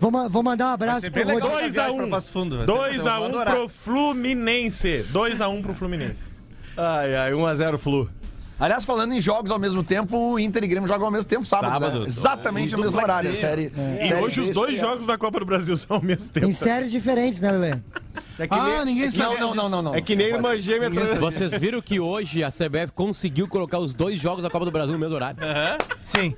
[SPEAKER 17] Vou, ma- vou mandar um abraço pro Rodrigo.
[SPEAKER 3] 2 a 1
[SPEAKER 15] Passo Fundo.
[SPEAKER 3] 2 a 1
[SPEAKER 15] adorar.
[SPEAKER 3] pro Fluminense. 2 a 1 pro Fluminense.
[SPEAKER 7] Ai, ai, 1x0 Flu.
[SPEAKER 12] Aliás, falando em jogos ao mesmo tempo, Inter e Grêmio jogam ao mesmo tempo, sábado.
[SPEAKER 15] Sábado.
[SPEAKER 12] né? Exatamente no mesmo horário. a Série,
[SPEAKER 3] E
[SPEAKER 12] série
[SPEAKER 3] hoje os
[SPEAKER 12] B,
[SPEAKER 3] dois
[SPEAKER 12] série A.
[SPEAKER 3] jogos da Copa do Brasil são ao mesmo tempo.
[SPEAKER 17] Em é. séries diferentes, né, Lelê?
[SPEAKER 7] É que
[SPEAKER 16] Ah,
[SPEAKER 7] nem,
[SPEAKER 16] ninguém sabe.
[SPEAKER 12] Não, não, não, não, não.
[SPEAKER 7] é que nem uma gêmea. trans-
[SPEAKER 13] Vocês viram que hoje a CBF conseguiu colocar os dois jogos da Copa do Brasil no mesmo horário?
[SPEAKER 14] Sim.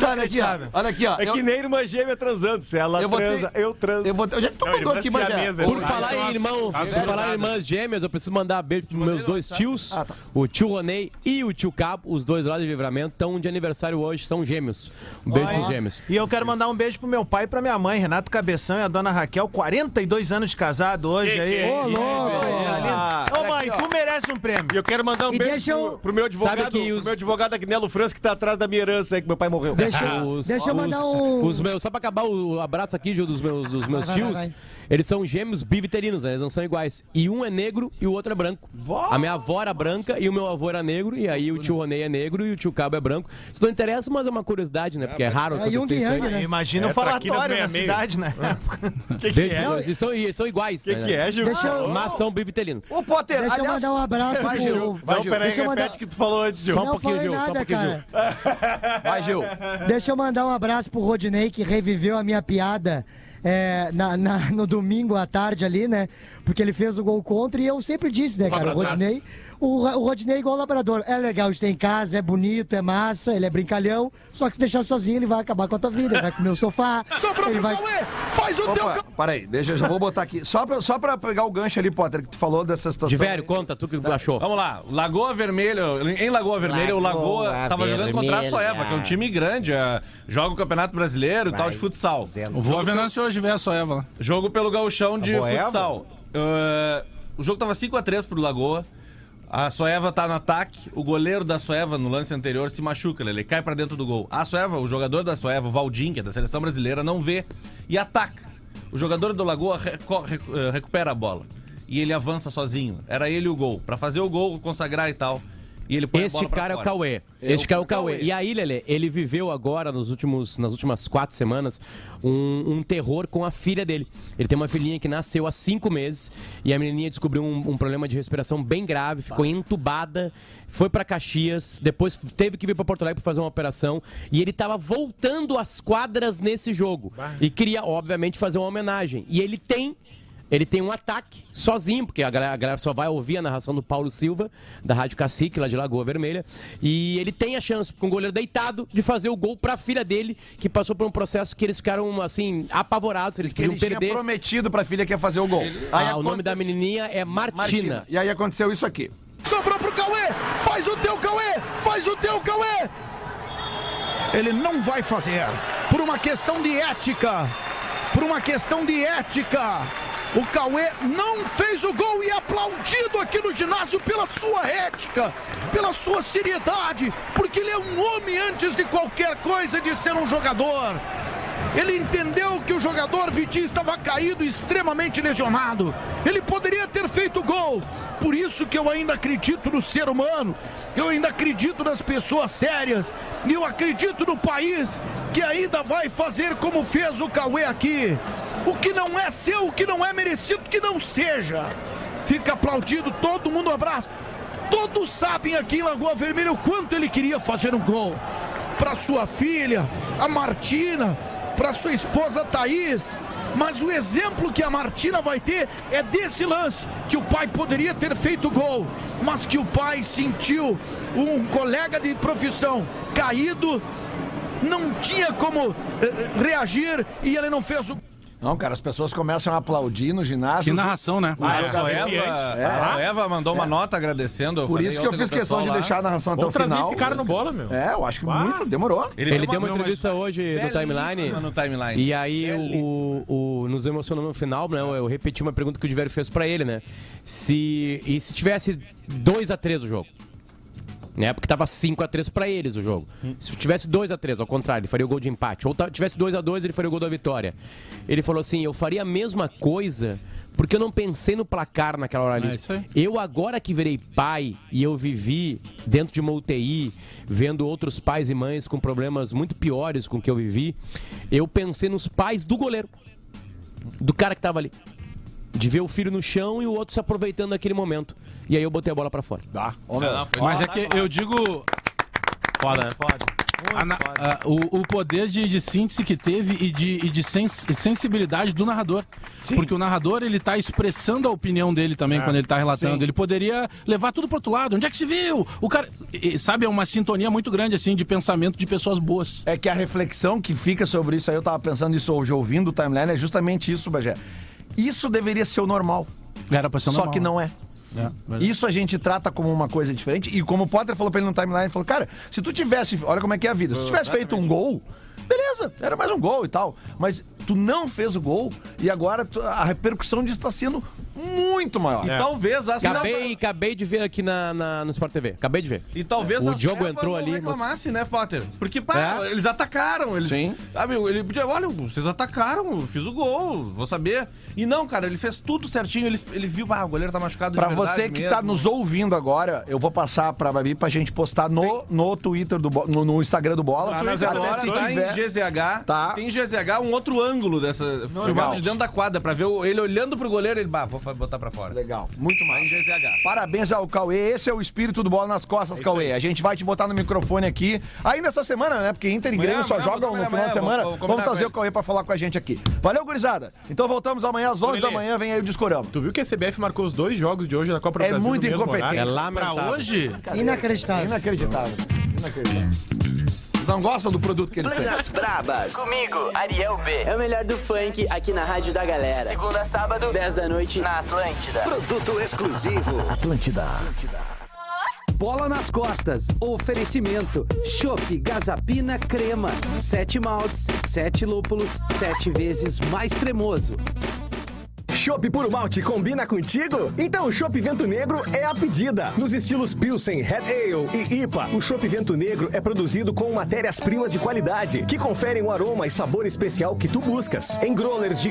[SPEAKER 12] Tá, olha aqui, ó. Olha aqui, ó.
[SPEAKER 7] É que
[SPEAKER 12] Eu-
[SPEAKER 7] nem uma gêmea transando. Se ela
[SPEAKER 12] Eu vou ter-
[SPEAKER 7] transa, eu transo.
[SPEAKER 12] Eu vou. é Eu já tô
[SPEAKER 3] Não, ele
[SPEAKER 12] mandando aqui,
[SPEAKER 3] vai ser a
[SPEAKER 12] Bagé.
[SPEAKER 3] mesa,
[SPEAKER 13] Por
[SPEAKER 3] Ah,
[SPEAKER 13] falar
[SPEAKER 16] são
[SPEAKER 13] em
[SPEAKER 16] as-
[SPEAKER 13] irmão,
[SPEAKER 16] as
[SPEAKER 13] por falar em
[SPEAKER 16] cruzadas.
[SPEAKER 13] irmãs gêmeas, eu preciso mandar beijo pros meus dois tios,
[SPEAKER 12] Ah, tá.
[SPEAKER 13] o tio Ronei e o tio Cabo, os dois lá de livramento, estão de aniversário hoje, são gêmeos. Um beijo pros gêmeos.
[SPEAKER 14] E eu quero mandar um beijo pro meu pai e pra minha mãe, Renato Cabeção e a dona Raquel, 42 anos de casado hoje aí.
[SPEAKER 3] que
[SPEAKER 14] Ô,
[SPEAKER 12] é
[SPEAKER 17] Ô, louco!
[SPEAKER 14] Coisa linda.
[SPEAKER 7] Ah,
[SPEAKER 14] Ô, mãe, Não, e tu merece um prêmio.
[SPEAKER 7] E eu quero mandar um
[SPEAKER 14] E
[SPEAKER 7] beijo
[SPEAKER 14] deixa eu-
[SPEAKER 7] pro, pro meu advogado,
[SPEAKER 13] Sabe que os-
[SPEAKER 7] pro meu advogado Agnello França, que tá atrás da minha herança aí, que meu pai morreu.
[SPEAKER 13] os-
[SPEAKER 14] um-
[SPEAKER 13] Os meus, só pra acabar o o abraço aqui Gil, dos meus, dos meus
[SPEAKER 7] um- vai,
[SPEAKER 13] tios,
[SPEAKER 7] vai.
[SPEAKER 13] eles são gêmeos biviterinos, né? eles não são iguais. E um é negro e o outro é branco. A minha avó era branca e o meu avô era negro, e aí o tio Ronei é negro e o tio Cabo é branco. Isso não interessa, mas é uma curiosidade, né? Porque é raro
[SPEAKER 14] É Jung
[SPEAKER 13] acontecer
[SPEAKER 14] e
[SPEAKER 13] isso aí.
[SPEAKER 14] Yang, né? Imagina o É, falatório traquinas na meia-meia. cidade, né?
[SPEAKER 13] que
[SPEAKER 14] é?
[SPEAKER 13] E são, e são iguais.
[SPEAKER 14] Que
[SPEAKER 13] né?
[SPEAKER 14] que é, Gil? Deixa eu-
[SPEAKER 13] Mas são biviterinos.
[SPEAKER 14] Ô, Potter,
[SPEAKER 17] Deixa eu mandar um abraço
[SPEAKER 13] Vai,
[SPEAKER 17] pro-
[SPEAKER 13] Gil. Vai, Gil.
[SPEAKER 17] Deixa eu mandar-
[SPEAKER 7] tu falou antes,
[SPEAKER 14] um
[SPEAKER 17] Não falei nada, cara.
[SPEAKER 13] Vai, Gil.
[SPEAKER 17] Deixa eu mandar um abraço pro Rodinei, que reviveu a minha piada é, na- na- no domingo à tarde ali, né? Porque ele fez o gol contra e eu sempre disse, né, cara? O
[SPEAKER 9] Labradoras.
[SPEAKER 17] Rodinei, o, Ra- o Rodinei é igual o labrador. É legal de ter em casa, é bonito, é massa, ele é brincalhão. Só que se deixar sozinho, ele vai acabar com a tua vida, ele vai comer o sofá.
[SPEAKER 12] Sobrou
[SPEAKER 17] ele
[SPEAKER 12] pro
[SPEAKER 17] vai...
[SPEAKER 12] Cauê! Faz o teu... ca- Peraí, deixa, eu já vou botar aqui. Só pra, só pra pegar o gancho ali, Potter, que tu falou dessa situação. Tá.
[SPEAKER 13] Diverio, conta, tu que achou.
[SPEAKER 15] Vamos lá, Lagoa Vermelha, em Lagoa Vermelha, o Lagoa
[SPEAKER 13] Lagoa
[SPEAKER 15] tava jogando contra a
[SPEAKER 13] Vermelha.
[SPEAKER 15] Soeva, que é um time grande, é, joga o Campeonato Brasileiro e tal de futsal.
[SPEAKER 16] Vou a Venâncio hoje ver a Soeva lá.
[SPEAKER 15] Jogo pelo gauchão
[SPEAKER 12] Tá
[SPEAKER 15] de
[SPEAKER 16] A
[SPEAKER 12] é
[SPEAKER 16] Boeva?
[SPEAKER 15] futsal. Ah, o jogo tava 5x3 pro Lagoa. A Soeva tá no ataque, o goleiro da Soeva no lance anterior se machuca, ele cai pra dentro do gol. A Soeva, o jogador da Soeva, o Valdim, que é da seleção brasileira, não vê e ataca. O jogador do Lagoa reco- recu- eh, recupera a bola e ele avança sozinho. Era ele o gol, Pra fazer o gol, consagrar e tal. E ele põe a
[SPEAKER 13] Este
[SPEAKER 15] bola pra
[SPEAKER 13] cara é o
[SPEAKER 15] fora.
[SPEAKER 13] Cauê.
[SPEAKER 15] É
[SPEAKER 13] Este cara é o Cauê. E aí, Lelê, ele viveu agora, nos últimos, nas últimas quatro semanas, um, um terror com a filha dele. Ele tem uma filhinha que nasceu há cinco meses e a menininha descobriu um, um problema de respiração bem grave, ficou entubada, foi pra Caxias, depois teve que vir pra Porto Alegre pra fazer uma operação e ele tava voltando às quadras nesse jogo. E queria, obviamente, fazer uma homenagem. E ele tem ele tem um ataque sozinho, porque a galera, a galera só vai ouvir a narração do Paulo Silva, da Rádio Cacique, lá de Lagoa Vermelha. E ele tem a chance, com o goleiro deitado, de fazer o gol pra filha dele, que passou por um processo que eles ficaram, assim, apavorados. Eles
[SPEAKER 12] Que
[SPEAKER 13] podiam
[SPEAKER 12] ele tinha
[SPEAKER 13] perder.
[SPEAKER 12] prometido pra filha que ia fazer o gol. Aí
[SPEAKER 13] Ah,
[SPEAKER 12] aconte-
[SPEAKER 13] o nome da menininha é Martina.
[SPEAKER 12] Martina. E aí aconteceu isso aqui.
[SPEAKER 13] Sobrou pro Cauê!
[SPEAKER 12] Faz o teu Cauê! Faz o teu Cauê!
[SPEAKER 11] Ele não vai fazer. Por uma questão de ética. Por uma questão de ética. O Cauê não fez o gol e é aplaudido aqui no ginásio pela sua ética, pela sua seriedade, porque ele é um homem antes de qualquer coisa de ser um jogador. Ele entendeu que o jogador Vitinho estava caído, extremamente lesionado. Ele poderia ter feito gol. Por isso que eu ainda acredito no ser humano. Eu ainda acredito nas pessoas sérias. E eu acredito no país que ainda vai fazer como fez o Cauê aqui. O que não é seu, o que não é merecido, que não seja. Fica aplaudido, todo mundo abraça. Todos sabem aqui em Lagoa Vermelha o quanto ele queria fazer um gol. Para sua filha, a Martina, para sua esposa Thaís. Mas o exemplo que a Martina vai ter é desse lance, que o pai poderia ter feito gol, mas que o pai sentiu um colega de profissão caído, não tinha como eh, eh, reagir e ele não fez o
[SPEAKER 12] Não, cara, as pessoas começam a aplaudir no ginásio.
[SPEAKER 16] Que narração, né?
[SPEAKER 12] Os
[SPEAKER 15] Ah, a
[SPEAKER 12] jogadores-
[SPEAKER 15] Soeva,
[SPEAKER 12] É.
[SPEAKER 15] a Soeva mandou uma nota agradecendo. eu
[SPEAKER 12] Por
[SPEAKER 15] falei
[SPEAKER 12] isso que eu
[SPEAKER 15] ontem com
[SPEAKER 12] fiz
[SPEAKER 15] o pessoal
[SPEAKER 12] questão de
[SPEAKER 15] lá.
[SPEAKER 12] deixar a narração até o
[SPEAKER 15] Vamos trazer
[SPEAKER 12] final.
[SPEAKER 15] esse cara no bola, meu.
[SPEAKER 12] É, eu acho que muito, demorou.
[SPEAKER 13] Ele, deu uma entrevista hoje no
[SPEAKER 15] belíssima
[SPEAKER 13] timeline.
[SPEAKER 15] no timeline.
[SPEAKER 13] E aí o, o- o- nos emocionou no final, né? Eu, eu repeti uma pergunta que o Diverio fez pra ele, né? Se e se tivesse 2 a 3 o jogo? Né? Porque tava 5 a 3 pra eles o jogo. Se tivesse 2 a 3, ao contrário, ele faria o gol de empate. Ou ta- tivesse 2 a 2, ele faria o gol da vitória. Ele falou assim: "Eu faria a mesma coisa, porque eu não pensei no placar naquela hora ali.
[SPEAKER 16] É isso aí.
[SPEAKER 13] Eu agora que virei pai e eu vivi dentro de uma UTI, vendo outros pais e mães com problemas muito piores com o que eu vivi, eu pensei nos pais do goleiro, do cara que tava ali. De ver o filho no chão e o outro se aproveitando daquele momento. E aí eu botei a bola pra fora.
[SPEAKER 12] Dá.
[SPEAKER 16] Mas é que eu digo.
[SPEAKER 13] Foda, né?
[SPEAKER 16] Ana- ah, o, o poder de, de síntese que teve e de, e de sens- e sensibilidade do narrador. Porque o narrador, ele tá expressando a opinião dele também
[SPEAKER 15] É.
[SPEAKER 16] quando ele tá relatando.
[SPEAKER 15] Sim.
[SPEAKER 16] Ele poderia levar tudo pro outro lado. Onde é que se viu? O cara. e- e, sabe, é uma sintonia muito grande, assim, de pensamento de pessoas boas.
[SPEAKER 12] É que a reflexão que fica sobre isso aí, eu tava pensando nisso hoje, ouvindo o timeline, é justamente isso, Bagé. Isso deveria ser o normal.
[SPEAKER 16] Era pra ser o
[SPEAKER 12] Só
[SPEAKER 16] normal,
[SPEAKER 12] que
[SPEAKER 16] né?
[SPEAKER 12] não é. Isso a gente trata como uma coisa diferente. E como o Potter falou pra ele no timeline, ele falou: Cara, se tu tivesse. Olha como é que é a vida. Se tu tivesse feito um gol, beleza, era mais um gol e tal. Mas tu não fez o gol e agora tu- a repercussão disso tá sendo muito maior. É.
[SPEAKER 15] E talvez a
[SPEAKER 13] acabei, acabei de ver aqui na, na- no Sport TV. Acabei de ver.
[SPEAKER 15] E talvez
[SPEAKER 13] o
[SPEAKER 15] as
[SPEAKER 13] Diogo
[SPEAKER 15] trevas
[SPEAKER 13] entrou
[SPEAKER 15] não
[SPEAKER 13] ali. mas-
[SPEAKER 15] reclamasse, né, Potter? Porque, pá,
[SPEAKER 13] É.
[SPEAKER 15] eles atacaram. Eles,
[SPEAKER 13] Sim.
[SPEAKER 15] Sabe, ele podia, olha, vocês atacaram, eu fiz o gol, vou saber. E não, cara, ele fez tudo certinho, ele, ele viu, ah, o goleiro tá machucado de
[SPEAKER 12] Pra
[SPEAKER 15] verdade
[SPEAKER 12] você que
[SPEAKER 15] mesmo.
[SPEAKER 12] tá nos ouvindo agora, eu vou passar pra Babi pra gente postar no, no Twitter do Bo- no, no Instagram do Bola.
[SPEAKER 15] Ah, mas
[SPEAKER 12] Até
[SPEAKER 15] agora
[SPEAKER 12] se
[SPEAKER 15] tá
[SPEAKER 12] tiver-
[SPEAKER 15] em GZH,
[SPEAKER 12] Tá.
[SPEAKER 15] tem em GZH um outro ângulo dessa, filmado de dentro da quadra, pra ver o- ele olhando pro goleiro, ele, bah, vou fa- botar pra fora.
[SPEAKER 12] Legal, muito mais. Parabéns ao Cauê. Esse é o espírito do bola nas costas, Cauê. A gente vai te botar no microfone aqui. Ainda essa semana, né? Porque Inter e
[SPEAKER 15] Amanhã,
[SPEAKER 12] Grêmio só
[SPEAKER 15] amanhã,
[SPEAKER 12] jogam no
[SPEAKER 15] amanhã,
[SPEAKER 12] final de
[SPEAKER 15] amanhã,
[SPEAKER 12] semana.
[SPEAKER 15] vou- vou
[SPEAKER 12] Vamos
[SPEAKER 15] combinar
[SPEAKER 12] trazer
[SPEAKER 15] com
[SPEAKER 12] o Cauê pra falar com a gente aqui. Valeu, gurizada. Então voltamos amanhã às 11 da
[SPEAKER 3] Lelê.
[SPEAKER 12] manhã. Vem aí o Discorama.
[SPEAKER 3] Tu viu que a CBF marcou os dois jogos de hoje da Copa do
[SPEAKER 12] É
[SPEAKER 3] Brasil?
[SPEAKER 12] muito
[SPEAKER 3] no mesmo
[SPEAKER 12] incompetente.
[SPEAKER 3] horário?
[SPEAKER 12] É lamentável. Pra hoje?
[SPEAKER 30] Inacreditável.
[SPEAKER 12] Inacreditável. Inacreditável. Vocês não gostam do produto que eles têm.
[SPEAKER 31] Planas Brabas. Comigo, Ariel B. É o melhor do funk aqui na Rádio da Galera. Segunda a sábado, 10 da noite, na Atlântida.
[SPEAKER 2] Produto exclusivo.
[SPEAKER 32] Atlântida.
[SPEAKER 4] Bola nas costas. Oferecimento. Chopp Gazapina Crema. Sete maltes, sete lúpulos, sete vezes mais cremoso.
[SPEAKER 7] Chopp Puro Malte combina contigo? Então o Chopp Vento Negro é a pedida. Nos estilos Pilsen, Red Ale e IPA, o Chopp Vento Negro é produzido com matérias-primas de qualidade, que conferem o aroma e sabor especial que tu buscas. Em growlers de